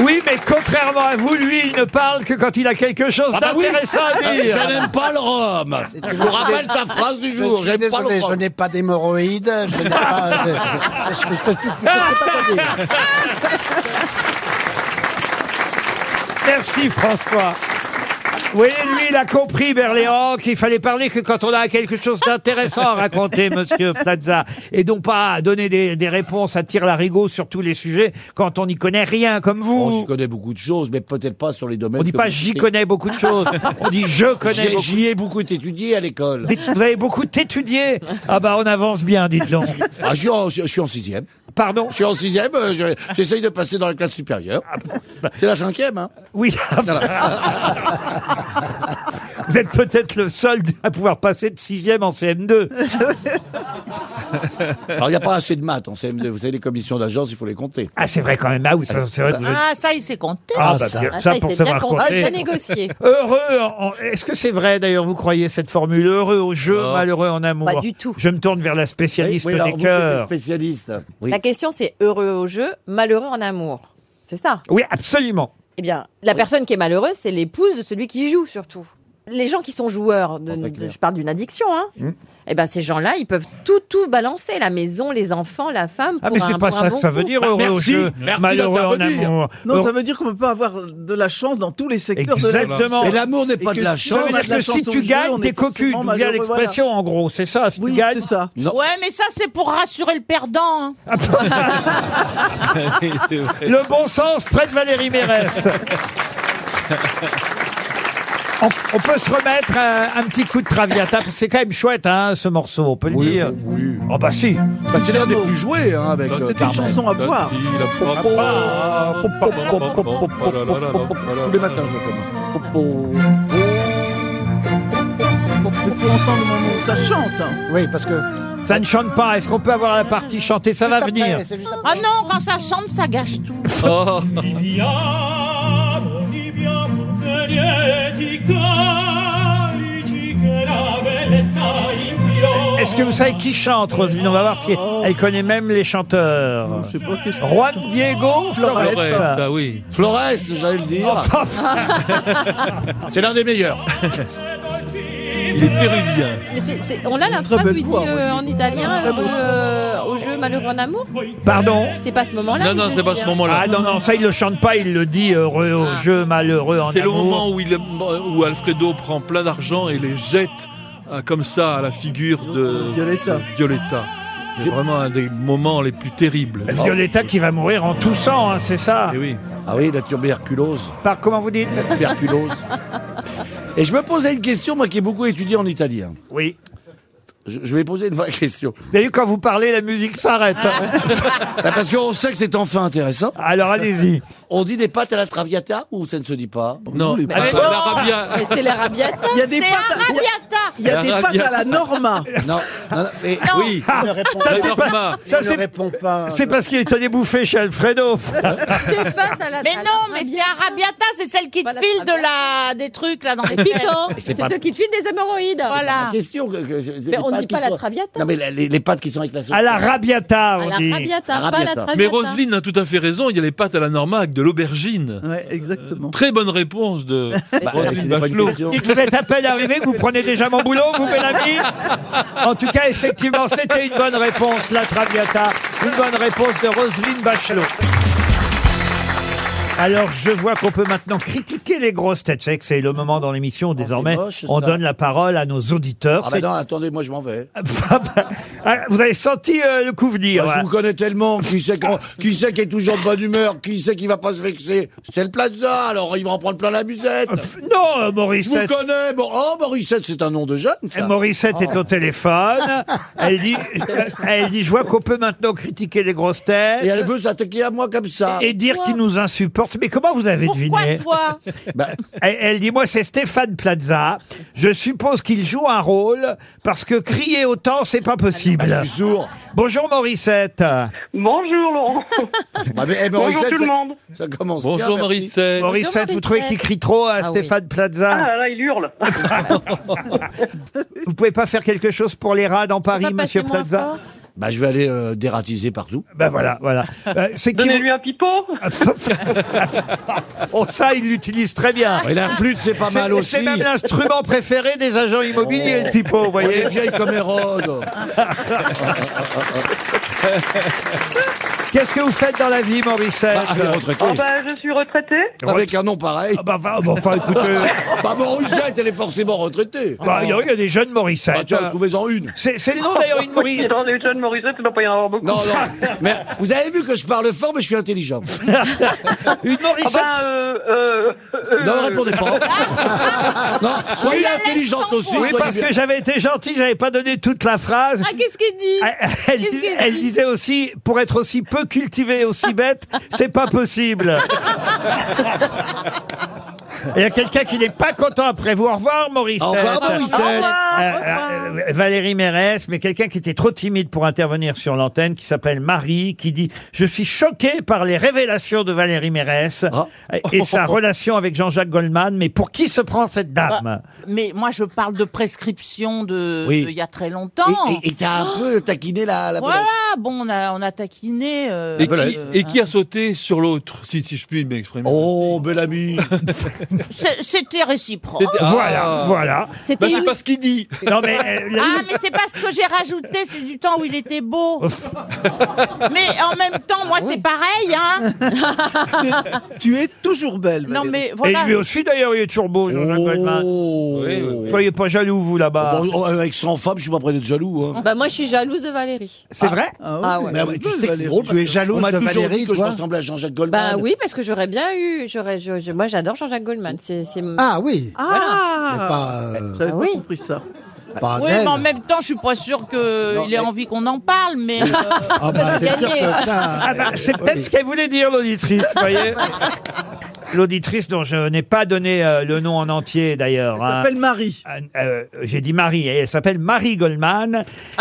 [SPEAKER 2] oui, mais contrairement à vous, lui, il ne parle que quand il a quelque chose
[SPEAKER 8] Ah bah oui.
[SPEAKER 2] d'intéressant à
[SPEAKER 8] Je
[SPEAKER 2] dire.
[SPEAKER 8] n'aime pas le rhum. Je vous rappelle sa phrase du
[SPEAKER 9] Je
[SPEAKER 8] jour.
[SPEAKER 9] suis
[SPEAKER 8] J'aime pas
[SPEAKER 9] désolé,
[SPEAKER 8] le
[SPEAKER 9] je
[SPEAKER 8] rhum.
[SPEAKER 9] n'ai pas d'hémorroïdes. Je n'ai pas. je- je- je- je- je- je- je- je- je- je- je-
[SPEAKER 2] Merci François. Oui, lui, il a compris, Berléand, qu'il fallait parler que quand on a quelque chose d'intéressant à raconter, monsieur Plaza. Et donc pas à donner des, des réponses à tire-larigot sur tous les sujets quand on n'y connaît rien, comme
[SPEAKER 8] Oh, j'y
[SPEAKER 2] vous.
[SPEAKER 8] connais beaucoup de choses, mais peut-être pas sur les domaines.
[SPEAKER 2] on dit
[SPEAKER 8] que
[SPEAKER 2] pas
[SPEAKER 8] vous
[SPEAKER 2] j'y
[SPEAKER 8] citez.
[SPEAKER 2] connais beaucoup de choses. On dit je connais
[SPEAKER 8] J'ai-
[SPEAKER 2] beaucoup.
[SPEAKER 8] J'y ai beaucoup étudié à l'école.
[SPEAKER 2] Dites, vous avez beaucoup étudié. Ah bah, on avance bien, dites donc.
[SPEAKER 8] Ah, je suis en- je suis en sixième.
[SPEAKER 2] Pardon Ah
[SPEAKER 8] Je suis en sixième, euh, je- j'essaye de passer dans la classe supérieure. C'est la cinquième, hein
[SPEAKER 2] Oui. Vous êtes peut-être le seul à pouvoir passer de sixième en CM2.
[SPEAKER 8] Alors, il n'y a pas assez de maths en CM2. Vous savez, les commissions d'agence, il faut les compter.
[SPEAKER 2] Ah, c'est vrai quand même. Ah oui, ça, c'est vrai que vous êtes-
[SPEAKER 3] Ah, ça, il s'est compté.
[SPEAKER 2] Ah, bah,
[SPEAKER 9] ça.
[SPEAKER 2] bien,
[SPEAKER 5] Ah,
[SPEAKER 2] ça,
[SPEAKER 5] il
[SPEAKER 2] pour
[SPEAKER 5] s'est bien
[SPEAKER 2] savoir
[SPEAKER 5] compris, bien
[SPEAKER 2] compter.
[SPEAKER 5] négocié.
[SPEAKER 2] Heureux, en- en- est-ce que c'est vrai d'ailleurs, vous croyez cette formule Heureux au jeu,
[SPEAKER 7] Non.
[SPEAKER 2] malheureux en amour
[SPEAKER 5] Pas du tout.
[SPEAKER 2] Je me tourne vers la spécialiste
[SPEAKER 8] alors,
[SPEAKER 2] des
[SPEAKER 8] vous êtes des
[SPEAKER 2] cœurs.
[SPEAKER 8] spécialistes. Oui.
[SPEAKER 5] La question, c'est heureux au jeu, malheureux en amour. C'est ça.
[SPEAKER 2] Oui, absolument.
[SPEAKER 5] Eh bien, la personne qui est malheureuse, c'est l'épouse de celui qui joue surtout. Les gens qui sont joueurs, de-
[SPEAKER 8] Ah, très
[SPEAKER 5] de-
[SPEAKER 8] clair.
[SPEAKER 5] je parle d'une addiction, hein.
[SPEAKER 2] Hum.
[SPEAKER 5] Eh ben, ces gens-là, ils peuvent tout, tout balancer, la maison, les enfants, la femme.
[SPEAKER 2] Ah,
[SPEAKER 5] pour
[SPEAKER 2] mais
[SPEAKER 5] un-
[SPEAKER 2] c'est pas
[SPEAKER 5] pour un
[SPEAKER 2] ça
[SPEAKER 5] bon
[SPEAKER 2] que ça veut
[SPEAKER 5] coup.
[SPEAKER 2] dire, heureux au
[SPEAKER 8] merci,
[SPEAKER 2] jeu,
[SPEAKER 8] merci
[SPEAKER 2] malheureux en
[SPEAKER 8] d'intervenir.
[SPEAKER 2] amour.
[SPEAKER 6] non,
[SPEAKER 2] Heureux-
[SPEAKER 6] ça veut dire qu'on peut pas avoir de la chance dans tous les secteurs de la
[SPEAKER 2] Exactement.
[SPEAKER 8] Mais l'amour n'est
[SPEAKER 6] Et
[SPEAKER 8] pas
[SPEAKER 6] que
[SPEAKER 8] de la
[SPEAKER 6] si
[SPEAKER 2] Ça
[SPEAKER 8] chance.
[SPEAKER 2] veut
[SPEAKER 6] on a
[SPEAKER 2] dire
[SPEAKER 6] de la
[SPEAKER 2] que
[SPEAKER 6] chance
[SPEAKER 2] si
[SPEAKER 6] au
[SPEAKER 2] tu
[SPEAKER 6] jeu,
[SPEAKER 2] gagnes,
[SPEAKER 6] on
[SPEAKER 2] t'es
[SPEAKER 6] est
[SPEAKER 2] cocu. D'où
[SPEAKER 6] forcément
[SPEAKER 2] vient
[SPEAKER 6] malheureux, voilà.
[SPEAKER 2] l'expression, en gros, c'est ça. Si tu
[SPEAKER 6] Oui,
[SPEAKER 2] gagnes,
[SPEAKER 6] c'est ça.
[SPEAKER 8] Non.
[SPEAKER 3] Ouais, mais ça, c'est pour rassurer le perdant. hein.
[SPEAKER 2] Ah,
[SPEAKER 7] C'est vrai.
[SPEAKER 2] Le bon sens près de Valérie Mérès. On, on peut se remettre un, un petit coup de Traviata. parce que C'est quand même chouette, hein, ce morceau, on peut le dire.
[SPEAKER 8] oui.
[SPEAKER 2] Oh bah si.
[SPEAKER 8] Bah, c'est l'un des plus joués, hein, avec euh,
[SPEAKER 6] Bah, C'est une
[SPEAKER 8] Carmen. Ah,
[SPEAKER 6] chanson
[SPEAKER 7] Bah,
[SPEAKER 6] à boire.
[SPEAKER 8] Tous les matins, je me fais.
[SPEAKER 6] Il faut entendre le moment où ça chante. hein.
[SPEAKER 9] je- Oui, parce que.
[SPEAKER 2] Ça ne chante pas. Est-ce qu'on peut avoir la partie chantée Ça va bah, venir.
[SPEAKER 9] Après, c'est juste après.
[SPEAKER 3] Ah non, quand ça chante, ça gâche tout.
[SPEAKER 7] Oh,
[SPEAKER 2] Est-ce que vous savez qui chante, Roselyne On va voir si elle connaît même les chanteurs.
[SPEAKER 6] Je sais pas qu'est-ce que-
[SPEAKER 2] Juan Diego
[SPEAKER 8] Ah
[SPEAKER 7] c'est vrai,
[SPEAKER 2] Flores.
[SPEAKER 7] bah oui.
[SPEAKER 8] Flores, j'allais le dire.
[SPEAKER 2] Oh,
[SPEAKER 8] C'est l'un des meilleurs.
[SPEAKER 7] Il est péruvien.
[SPEAKER 5] Mais c'est- c'est- on a la
[SPEAKER 6] Très
[SPEAKER 5] phrase
[SPEAKER 6] belle
[SPEAKER 5] où il dit
[SPEAKER 6] voix,
[SPEAKER 5] euh, en italien euh, au jeu malheureux en amour.
[SPEAKER 2] Pardon
[SPEAKER 5] C'est pas ce moment-là.
[SPEAKER 7] Non,
[SPEAKER 5] qu'il
[SPEAKER 7] non,
[SPEAKER 5] veut
[SPEAKER 7] c'est pas
[SPEAKER 5] dire.
[SPEAKER 7] ce moment-là.
[SPEAKER 2] Ah non, non, ça il le chante pas, il le dit heureux au
[SPEAKER 5] euh, Ah.
[SPEAKER 2] jeu, malheureux en
[SPEAKER 7] C'est le
[SPEAKER 2] amour.
[SPEAKER 7] moment où, il, où Alfredo prend plein d'argent et les jette euh, comme ça à la figure de
[SPEAKER 6] Violetta.
[SPEAKER 7] de Violetta. C'est vraiment un des moments les plus terribles.
[SPEAKER 2] Violetta qui va mourir en toussant, hein, c'est ça
[SPEAKER 7] Eh oui.
[SPEAKER 8] Ah oui, la tuberculose.
[SPEAKER 2] Par comment vous dites
[SPEAKER 8] Tuberculose. Et je me posais une question, moi qui ai beaucoup étudié en italien.
[SPEAKER 2] Oui.
[SPEAKER 8] Je, je vais poser une vraie question.
[SPEAKER 2] Vous avez vu, quand vous parlez, la musique s'arrête. hein.
[SPEAKER 8] Ah, Parce qu'on sait que c'est enfin intéressant.
[SPEAKER 2] Alors allez-y.
[SPEAKER 8] On dit des pâtes à la traviata ou ça ne se dit pas
[SPEAKER 7] Non,
[SPEAKER 5] Mais
[SPEAKER 7] Ah,
[SPEAKER 5] non.
[SPEAKER 7] l'Arabia.
[SPEAKER 5] Mais c'est l'arabiata.
[SPEAKER 6] Il y a des
[SPEAKER 3] C'est
[SPEAKER 6] pâtes à- il y a-
[SPEAKER 3] Arabiata.
[SPEAKER 6] Il y a des
[SPEAKER 7] Arabe,
[SPEAKER 6] pâtes
[SPEAKER 7] il y a-
[SPEAKER 6] à la Norma. Ah,
[SPEAKER 8] Non, non, non, mais
[SPEAKER 7] Oui,
[SPEAKER 9] Ah,
[SPEAKER 8] il ne répond
[SPEAKER 2] Ça,
[SPEAKER 8] pas.
[SPEAKER 2] c'est
[SPEAKER 7] la
[SPEAKER 2] pas-
[SPEAKER 7] Norma.
[SPEAKER 2] Ça,
[SPEAKER 8] Il ne
[SPEAKER 2] c'est
[SPEAKER 8] répond pas.
[SPEAKER 2] c'est parce qu'il est allé bouffer chez Alfredo.
[SPEAKER 5] Des pâtes à la
[SPEAKER 3] Mais
[SPEAKER 5] à la
[SPEAKER 3] non, mais
[SPEAKER 5] Arabiata.
[SPEAKER 3] c'est Arabiata, c'est celle qui te
[SPEAKER 5] Voilà,
[SPEAKER 3] file de
[SPEAKER 5] Arabiata.
[SPEAKER 3] la, des trucs là dans les
[SPEAKER 5] C'est piquant.
[SPEAKER 8] c'est
[SPEAKER 5] C'est
[SPEAKER 8] pas- Ah,
[SPEAKER 5] ceux qui te filent des hémorroïdes.
[SPEAKER 3] Voilà.
[SPEAKER 8] La question que, que je- les
[SPEAKER 5] Mais on ne
[SPEAKER 8] pâtes
[SPEAKER 5] dit
[SPEAKER 8] qui
[SPEAKER 5] pas la
[SPEAKER 8] sont-
[SPEAKER 5] traviata.
[SPEAKER 8] Non mais la- les, les pâtes qui sont avec la sauce.
[SPEAKER 2] À la rabiata,
[SPEAKER 5] À
[SPEAKER 2] on
[SPEAKER 5] la
[SPEAKER 2] dit.
[SPEAKER 5] rabiata, pas à la
[SPEAKER 8] Arabiata.
[SPEAKER 5] traviata.
[SPEAKER 7] Mais Roselyne a tout à fait raison, il y a les pâtes à la Norma avec de l'aubergine. Euh,
[SPEAKER 6] Ouais, exactement.
[SPEAKER 7] Très bonne réponse de
[SPEAKER 8] Bah,
[SPEAKER 7] Roselyne
[SPEAKER 8] c'est pas une
[SPEAKER 7] Bachelot.
[SPEAKER 8] question.
[SPEAKER 2] Si vous êtes à peine arrivé, que vous prenez déjà mon boulot, vous, Bellamy En tout cas, effectivement, c'était une bonne réponse, la Traviata. Une bonne réponse de Roselyne Bachelot. Alors, je vois qu'on peut maintenant critiquer les grosses têtes. C'est que c'est le moment dans l'émission, où désormais,
[SPEAKER 8] Ah, moche,
[SPEAKER 2] on
[SPEAKER 8] ça.
[SPEAKER 2] donne la parole à nos auditeurs.
[SPEAKER 8] Ah bah
[SPEAKER 2] C'est- bah,
[SPEAKER 8] non, attendez, moi je m'en vais.
[SPEAKER 2] Ah, vous avez senti euh, le coup
[SPEAKER 8] Moi,
[SPEAKER 2] venir. hein.
[SPEAKER 8] Bah, Je vous connais tellement, qui sait, qu'on- qui sait qui est toujours de bonne humeur, qui sait qui va pas se vexer. C'est le Plaza, alors il va en prendre plein la musette.
[SPEAKER 2] Non, euh, Maurice.
[SPEAKER 8] Je vous connais, bon, oh Morissette, c'est un nom de jeune, ça. Ah.
[SPEAKER 2] Morissette est au téléphone. Elle dit, elle dit, je vois qu'on peut maintenant critiquer les grosses têtes.
[SPEAKER 8] Et elle veut s'attaquer à moi comme ça.
[SPEAKER 2] et dire
[SPEAKER 5] Pourquoi
[SPEAKER 2] qu'il nous insupporte. Mais comment vous avez
[SPEAKER 3] Pourquoi
[SPEAKER 2] deviné
[SPEAKER 3] toi
[SPEAKER 8] Bah,
[SPEAKER 2] elle, elle dit moi c'est Stéphane Plaza. Je suppose qu'il joue un rôle parce que crier autant c'est pas
[SPEAKER 8] Ah bah, je
[SPEAKER 2] possible.
[SPEAKER 8] suis sourd.
[SPEAKER 2] Bonjour Morissette.
[SPEAKER 10] Bonjour Laurent.
[SPEAKER 8] Bah, mais, eh,
[SPEAKER 10] Bonjour
[SPEAKER 8] Morissette,
[SPEAKER 10] tout le
[SPEAKER 8] ça-
[SPEAKER 10] monde.
[SPEAKER 8] Ça commence bien,
[SPEAKER 7] Bonjour
[SPEAKER 8] merci.
[SPEAKER 7] Morissette.
[SPEAKER 2] Morissette, vous
[SPEAKER 5] Morissette.
[SPEAKER 2] trouvez qu'il crie trop à
[SPEAKER 5] Ah oui.
[SPEAKER 2] Stéphane
[SPEAKER 10] Ah
[SPEAKER 2] Plaza
[SPEAKER 10] là là, il hurle.
[SPEAKER 2] Vous pouvez pas faire quelque chose pour les rats dans Paris,
[SPEAKER 5] Pas passer
[SPEAKER 2] Monsieur
[SPEAKER 5] moins
[SPEAKER 2] Plaza
[SPEAKER 5] fort.
[SPEAKER 8] Bah, je vais aller euh, dératiser partout.
[SPEAKER 2] Ben voilà, voilà. Euh, c'est qui Ah,
[SPEAKER 10] Donnez-lui un pipeau.
[SPEAKER 2] Oh ça, il l'utilise très bien.
[SPEAKER 8] Et la flûte, c'est pas mal
[SPEAKER 2] C'est
[SPEAKER 8] aussi.
[SPEAKER 2] c'est même l'instrument préféré des agents immobiliers, le pipeau, vous
[SPEAKER 8] On est
[SPEAKER 2] voyez.
[SPEAKER 8] vieille Oh, comme Hérode.
[SPEAKER 2] Qu'est-ce que vous faites dans la vie, Morissette
[SPEAKER 8] Ah, les retraités.
[SPEAKER 10] Ah bah, je suis retraitée.
[SPEAKER 8] Avec un nom pareil.
[SPEAKER 2] Ah bah, bah, bah, enfin, écoutez,
[SPEAKER 8] Bah, Morissette, elle est forcément retraitée.
[SPEAKER 2] bah, il y a- il y a des jeunes
[SPEAKER 8] Bah,
[SPEAKER 2] Morissettes.
[SPEAKER 8] tu as trouvé en une.
[SPEAKER 2] c'est c'est le nom d'ailleurs, une
[SPEAKER 10] Oui,
[SPEAKER 2] Maurice.
[SPEAKER 10] dans les jeunes Morissette, il ne doit pas y en avoir beaucoup.
[SPEAKER 8] Non, non. Mais vous avez vu que je parle fort, mais je suis intelligent. ben,
[SPEAKER 2] Une
[SPEAKER 10] Ah
[SPEAKER 2] Morissette.
[SPEAKER 10] bah, euh, euh, euh,
[SPEAKER 8] Non,
[SPEAKER 10] euh,
[SPEAKER 8] répondez pas.
[SPEAKER 10] Ah, bah.
[SPEAKER 8] non, soyez intelligente aussi.
[SPEAKER 2] Oui,
[SPEAKER 8] soyez
[SPEAKER 2] parce
[SPEAKER 8] bien.
[SPEAKER 2] que j'avais été gentil, j'avais pas donné toute la phrase.
[SPEAKER 5] Ah, qu'est-ce qu'il dit
[SPEAKER 2] Elle,
[SPEAKER 5] qu'est-ce
[SPEAKER 2] dis-
[SPEAKER 5] qu'elle
[SPEAKER 2] elle
[SPEAKER 5] dit
[SPEAKER 2] disait aussi, pour être aussi peu cultivée et aussi bête, c'est pas possible. Il y a quelqu'un qui n'est pas content après vous. Au revoir, Maurice.
[SPEAKER 8] Au revoir, Morissette.
[SPEAKER 10] Au revoir.
[SPEAKER 2] Euh, euh, Valérie Mérès, mais quelqu'un qui était trop timide pour intervenir sur l'antenne, qui s'appelle Marie, qui dit « Je suis choquée par les révélations de Valérie Mérès
[SPEAKER 8] Ah.
[SPEAKER 2] et sa relation avec Jean-Jacques Goldman, mais pour qui se prend cette dame
[SPEAKER 3] Mais moi, je parle de prescription de
[SPEAKER 8] Oui.
[SPEAKER 3] de il y a très longtemps.
[SPEAKER 8] Et- Et et t'as un peu taquiné la, la
[SPEAKER 3] Voilà, bon, on a, on a taquiné. euh,
[SPEAKER 2] Ah,
[SPEAKER 7] Et
[SPEAKER 8] Voilà.
[SPEAKER 7] qui,
[SPEAKER 3] euh,
[SPEAKER 7] et qui a sauté sur l'autre, si, si je puis m'exprimer
[SPEAKER 8] Oh, bel ami.
[SPEAKER 3] c'est- C'était réciproque.
[SPEAKER 7] C'était- Ah.
[SPEAKER 2] Voilà, voilà.
[SPEAKER 7] Bah,
[SPEAKER 5] Oh. C'était
[SPEAKER 7] c'est
[SPEAKER 5] une...
[SPEAKER 7] pas ce qu'il dit.
[SPEAKER 2] Non mais, euh, la-
[SPEAKER 3] Ah, mais c'est pas ce que j'ai rajouté, c'est du temps où il était beau. mais en même temps,
[SPEAKER 8] Ah
[SPEAKER 3] moi, c'est pareil, hein.
[SPEAKER 6] Tu es toujours belle.
[SPEAKER 3] Non,
[SPEAKER 6] Valérie.
[SPEAKER 3] mais voilà.
[SPEAKER 2] Et lui aussi d'ailleurs, il est toujours beau, Jean-Jacques Goldman.
[SPEAKER 8] Oh.
[SPEAKER 7] Oui, oui, oui.
[SPEAKER 2] Soyez pas jaloux, vous, là-bas.
[SPEAKER 8] Bon, oh, avec 100 femmes, je suis pas prêt d'être jaloux. Hein.
[SPEAKER 5] Bah, moi, je suis jalouse de Valérie.
[SPEAKER 2] C'est vrai
[SPEAKER 6] Ah,
[SPEAKER 5] Ah
[SPEAKER 6] ouais.
[SPEAKER 5] ouais.
[SPEAKER 8] Mais, ah, mais tu
[SPEAKER 6] Valérie.
[SPEAKER 8] sais que c'est drôle.
[SPEAKER 6] Tu es jalouse
[SPEAKER 8] On m'a
[SPEAKER 6] de
[SPEAKER 8] toujours
[SPEAKER 6] Valérie,
[SPEAKER 8] dit que
[SPEAKER 6] toi
[SPEAKER 8] je ressemblais à Jean-Jacques Goldman.
[SPEAKER 5] Bah oui, parce que j'aurais bien eu. J'aurais, je, je- moi, j'adore Jean-Jacques Goldman. C'est, c'est...
[SPEAKER 8] Ah oui. Mais
[SPEAKER 6] Ah,
[SPEAKER 8] pas, euh,
[SPEAKER 6] j'avais
[SPEAKER 5] Ah
[SPEAKER 6] pas
[SPEAKER 5] oui.
[SPEAKER 6] compris ça.
[SPEAKER 8] pas
[SPEAKER 3] Oui,
[SPEAKER 8] d'elle.
[SPEAKER 3] mais en même temps, je suis pas sûre
[SPEAKER 8] Non,
[SPEAKER 3] qu'il ait
[SPEAKER 8] mais-
[SPEAKER 3] envie qu'on en parle, mais euh,
[SPEAKER 8] Ah bah, c'est sûr
[SPEAKER 5] Gagné.
[SPEAKER 8] que ça. euh,
[SPEAKER 2] Ah bah, c'est peut-être ce qu'elle voulait dire, l'auditrice, vous voyez L'auditrice dont je n'ai pas donné euh, le nom en entier, d'ailleurs.
[SPEAKER 6] Elle
[SPEAKER 2] hein.
[SPEAKER 6] s'appelle Marie.
[SPEAKER 2] Ah, euh, J'ai dit Marie, et elle s'appelle Marie Goldman.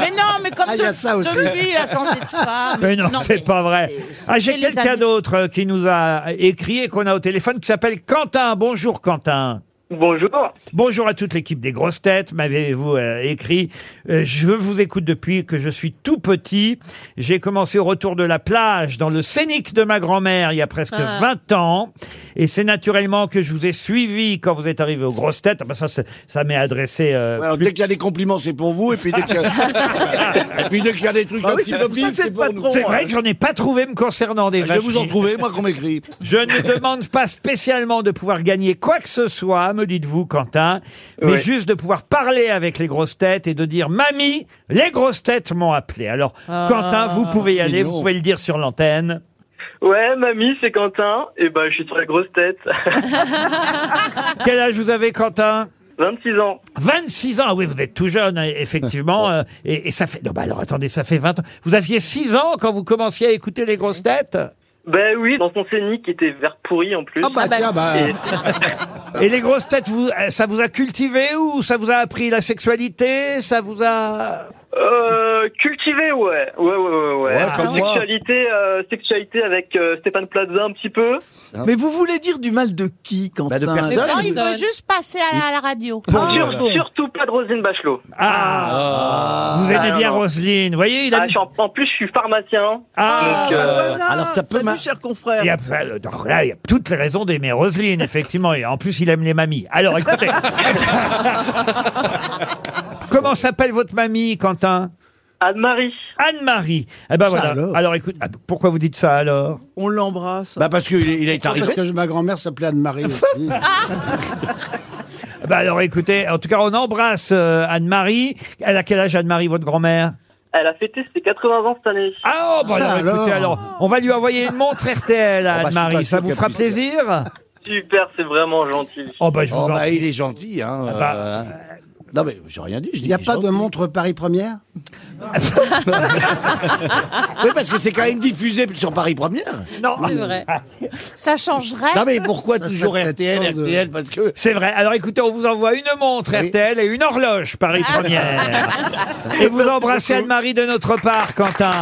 [SPEAKER 3] mais non, mais comme
[SPEAKER 8] Ah, il y a
[SPEAKER 3] de,
[SPEAKER 8] ça aussi.
[SPEAKER 3] de lui, il a changé de femme.
[SPEAKER 2] Mais non, c'est
[SPEAKER 3] Ah, mais-
[SPEAKER 2] pas vrai. Ah, J'ai
[SPEAKER 3] c'est les
[SPEAKER 2] quelqu'un
[SPEAKER 3] amis.
[SPEAKER 2] d'autre euh, qui nous a écrit et qu'on a au téléphone qui s'appelle Quentin. Bonjour, Quentin.
[SPEAKER 10] Bonjour.
[SPEAKER 2] Bonjour à toute l'équipe des grosses têtes. M'avez-vous euh, écrit Euh, Je vous écoute depuis que je suis tout petit. J'ai commencé au retour de la plage dans le scénic de ma grand-mère il y a presque
[SPEAKER 3] Ah.
[SPEAKER 2] 20 ans. Et c'est naturellement que je vous ai suivi quand vous êtes arrivé aux grosses têtes. Ah ben ça, c'est- ça m'est adressé. euh,
[SPEAKER 8] Ouais, alors, dès qu'il y a des compliments, c'est pour vous. Et puis dès qu'il y a, et puis, dès qu'il y a des trucs
[SPEAKER 6] Ah
[SPEAKER 8] un
[SPEAKER 6] oui,
[SPEAKER 8] petit
[SPEAKER 6] c'est
[SPEAKER 8] peu
[SPEAKER 6] pour ça que
[SPEAKER 8] pires,
[SPEAKER 6] c'est
[SPEAKER 8] c'est
[SPEAKER 6] le
[SPEAKER 8] pour
[SPEAKER 6] patron. hein.
[SPEAKER 8] nous. Ah,
[SPEAKER 2] C'est vrai que j'en ai pas trouvé me concernant des
[SPEAKER 8] Je vais
[SPEAKER 2] vaches.
[SPEAKER 8] vous en trouver, moi, qu'on m'écrit.
[SPEAKER 2] Je ne demande pas spécialement de pouvoir gagner quoi que ce soit, me dites-vous, Quentin, mais
[SPEAKER 10] Ouais.
[SPEAKER 2] juste de pouvoir parler avec les grosses têtes et de dire Mamie, les grosses têtes m'ont appelé. Alors, Quentin, vous pouvez y aller, vous pouvez le dire sur l'antenne.
[SPEAKER 10] Ouais, mamie, c'est Quentin. Et bah, je suis sur la grosse tête.
[SPEAKER 2] Quel âge vous avez, Quentin
[SPEAKER 10] 26 ans.
[SPEAKER 2] 26 ans. Ah oui, vous êtes tout jeune, hein, effectivement. euh, et, et ça fait. Non, bah alors attendez, ça fait 20 ans. Vous aviez 6 ans quand vous commenciez à écouter les grosses têtes
[SPEAKER 10] Ben oui, dans son scénic qui était vert pourri en plus.
[SPEAKER 8] Ah bah, Ah bah tiens, bah.
[SPEAKER 10] Et-
[SPEAKER 2] bah. Et les grosses têtes, vous, euh, ça vous a cultivé ou ça vous a appris la sexualité Ça vous a...
[SPEAKER 10] Euh, cultivé, ouais. Ouais, ouais, ouais, ouais.
[SPEAKER 8] Ouais, comme moi.
[SPEAKER 10] sexualité, euh, sexualité avec euh, Stéphane Plaza un petit peu.
[SPEAKER 6] Mais vous voulez dire du mal de qui, Quentin
[SPEAKER 4] Bah, de
[SPEAKER 3] Mais
[SPEAKER 4] personne.
[SPEAKER 3] non, il
[SPEAKER 5] Personne.
[SPEAKER 3] veut juste passer à la, à la radio.
[SPEAKER 6] Ah,
[SPEAKER 10] Sur-
[SPEAKER 6] bon.
[SPEAKER 10] Surtout pas de Rosine Bachelot.
[SPEAKER 2] Ah, Vous aimez
[SPEAKER 10] Ah,
[SPEAKER 2] bien
[SPEAKER 10] non.
[SPEAKER 2] Roselyne, vous voyez il a...
[SPEAKER 10] Ah, je suis en, en plus, je suis pharmacien.
[SPEAKER 2] Ah,
[SPEAKER 6] Ah, bah
[SPEAKER 10] euh,
[SPEAKER 6] voilà,
[SPEAKER 4] alors ça peut
[SPEAKER 6] Salut,
[SPEAKER 4] mar-
[SPEAKER 6] cher
[SPEAKER 2] il y a,
[SPEAKER 6] confrère.
[SPEAKER 2] euh, alors là, il y a toutes les raisons d'aimer Roselyne, effectivement. Et en plus, il aime les mamies. Alors, écoutez. Comment s'appelle votre mamie, Quentin
[SPEAKER 10] Anne-Marie.
[SPEAKER 2] Anne-Marie. Eh ben voilà. Alors,
[SPEAKER 4] alors
[SPEAKER 2] écoute, ah, pourquoi vous dites ça alors
[SPEAKER 6] On l'embrasse.
[SPEAKER 8] Bah parce qu'il est- il est
[SPEAKER 9] Parce
[SPEAKER 8] arrivé. Ah.
[SPEAKER 9] que je- ma grand-mère s'appelait Anne-Marie. aussi.
[SPEAKER 2] Eh ben alors écoutez, en tout cas, on embrasse euh, Anne-Marie. Elle a quel âge Anne-Marie, votre grand-mère
[SPEAKER 4] Oh,
[SPEAKER 10] Elle a fêté ses 80 ans cette année.
[SPEAKER 2] Ah oh, bah alors,
[SPEAKER 4] Ça,
[SPEAKER 2] écoutez,
[SPEAKER 4] alors.
[SPEAKER 2] alors, on va lui envoyer une montre RTL à
[SPEAKER 4] Oh, bah, je suis pas
[SPEAKER 2] Anne-Marie. Ça
[SPEAKER 4] sûr
[SPEAKER 2] vous
[SPEAKER 4] qu'elle
[SPEAKER 2] fera
[SPEAKER 4] puisse-
[SPEAKER 2] plaisir
[SPEAKER 10] Super, c'est vraiment gentil.
[SPEAKER 2] Oh bah je vous
[SPEAKER 8] Oh
[SPEAKER 2] en
[SPEAKER 8] bah il est gentil, hein.
[SPEAKER 2] Ah bah.
[SPEAKER 8] euh, hein. Non mais j'ai rien dit, je dis.
[SPEAKER 9] Il n'y a
[SPEAKER 8] il est
[SPEAKER 9] pas de
[SPEAKER 8] gentil.
[SPEAKER 9] montre Paris Première
[SPEAKER 8] Oui parce que c'est quand même diffusé sur Paris Première.
[SPEAKER 2] Non,
[SPEAKER 5] C'est vrai.
[SPEAKER 3] Ça changerait.
[SPEAKER 8] Non mais pourquoi
[SPEAKER 9] Ça, ça
[SPEAKER 8] toujours
[SPEAKER 9] peut être
[SPEAKER 8] RTL,
[SPEAKER 9] temps de-
[SPEAKER 8] RTL parce que.
[SPEAKER 2] c'est vrai. Alors écoutez, on vous envoie une montre
[SPEAKER 8] Oui.
[SPEAKER 2] RTL et une horloge Paris Première. et vous embrassez Anne-Marie de notre part, Quentin.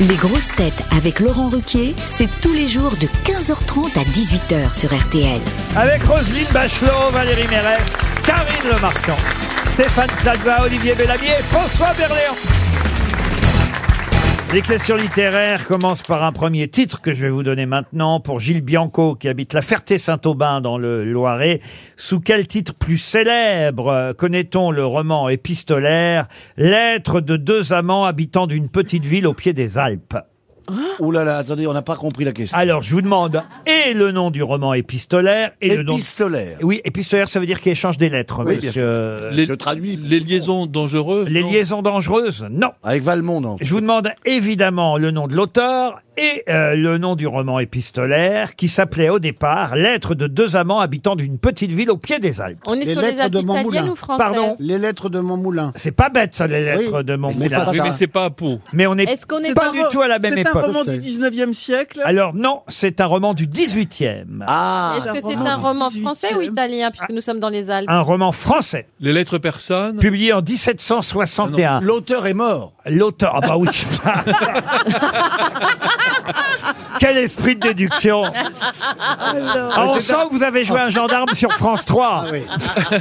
[SPEAKER 11] Les grosses têtes avec Laurent Ruquier, c'est tous les jours de 15h30 à 18h sur RTL.
[SPEAKER 2] Avec Roselyne Bachelot, Valérie Mérès, Karine Le Marchand, Stéphane Plaza, Olivier Bellamy et François Berléand. Les questions littéraires commencent par un premier titre que je vais vous donner maintenant pour Gilles Bianco qui habite la Ferté-Saint-Aubin dans le Loiret. Sous quel titre plus célèbre euh, connaît-on le roman épistolaire Lettre de deux amants habitants d'une petite ville au pied des Alpes
[SPEAKER 7] Hein
[SPEAKER 8] Ouh là là, attendez, on n'a pas compris la question.
[SPEAKER 2] Alors je vous demande et le nom du roman épistolaire et le nom
[SPEAKER 8] Épistolaire.
[SPEAKER 2] oui, épistolaire, ça veut dire qu'il échange des lettres,
[SPEAKER 8] Oui, bien
[SPEAKER 2] monsieur.
[SPEAKER 8] sûr.
[SPEAKER 2] Euh,
[SPEAKER 7] Les,
[SPEAKER 8] Je traduis.
[SPEAKER 7] les liaisons dangereuses.
[SPEAKER 2] Les
[SPEAKER 7] non
[SPEAKER 2] liaisons dangereuses Non.
[SPEAKER 8] Avec Valmont, non.
[SPEAKER 2] Je vous demande évidemment le nom de l'auteur et euh, le nom du roman épistolaire qui s'appelait au départ Lettres de deux amants habitant d'une petite ville au pied des Alpes.
[SPEAKER 5] On est
[SPEAKER 9] Les
[SPEAKER 5] sur les
[SPEAKER 9] lettres de
[SPEAKER 5] apps italiennes
[SPEAKER 9] Mamboulin.
[SPEAKER 5] ou françaises
[SPEAKER 2] Pardon
[SPEAKER 9] Les lettres de mon moulin.
[SPEAKER 2] C'est pas bête ça, les lettres
[SPEAKER 9] Oui,
[SPEAKER 2] de mon
[SPEAKER 9] mais
[SPEAKER 2] Moulin.
[SPEAKER 9] ça,
[SPEAKER 7] Oui,
[SPEAKER 9] ça-
[SPEAKER 7] mais c'est pas à peau.
[SPEAKER 2] Mais on n'est
[SPEAKER 5] Est-ce qu'on est,
[SPEAKER 2] pas
[SPEAKER 5] en-
[SPEAKER 2] du tout à la même
[SPEAKER 6] C'est un
[SPEAKER 2] époque.
[SPEAKER 6] roman du 19e siècle.
[SPEAKER 2] Alors non, c'est un roman du 18e.
[SPEAKER 8] Ah.
[SPEAKER 5] Est-ce que
[SPEAKER 2] bah,
[SPEAKER 5] c'est
[SPEAKER 6] roman
[SPEAKER 5] un
[SPEAKER 6] du
[SPEAKER 5] roman
[SPEAKER 6] 18e.
[SPEAKER 5] français
[SPEAKER 2] euh,
[SPEAKER 5] ou italien puisque nous sommes dans les Alpes
[SPEAKER 2] Un roman français,
[SPEAKER 7] Les lettres persanes.
[SPEAKER 2] publié en 1761.
[SPEAKER 8] Ah L'auteur est mort.
[SPEAKER 2] L'auteur, ah bah oui. Quel esprit de déduction Ah, On sent que vous avez joué un gendarme sur France 3.
[SPEAKER 8] Ah oui.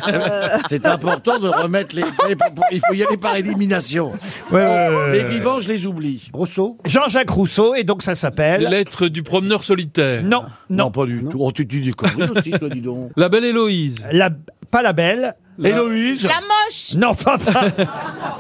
[SPEAKER 9] Euh.
[SPEAKER 8] c'est important de remettre les, les- Il faut y aller par élimination.
[SPEAKER 2] Ouais, ouais, ouais,
[SPEAKER 8] Les
[SPEAKER 2] ouais.
[SPEAKER 8] vivants, je les oublie.
[SPEAKER 9] Rousseau
[SPEAKER 2] Jean-Jacques Rousseau, et donc ça
[SPEAKER 7] Les
[SPEAKER 2] s'appelle...
[SPEAKER 7] lettres du promeneur solitaire.
[SPEAKER 2] Non, non.
[SPEAKER 8] pas du tout. Oh, tu, tu dis quoi aussi, toi, dis donc.
[SPEAKER 7] La belle Héloïse.
[SPEAKER 2] La... Pas la belle.
[SPEAKER 8] Héloïse.
[SPEAKER 3] La moche
[SPEAKER 2] Non, pas, pas-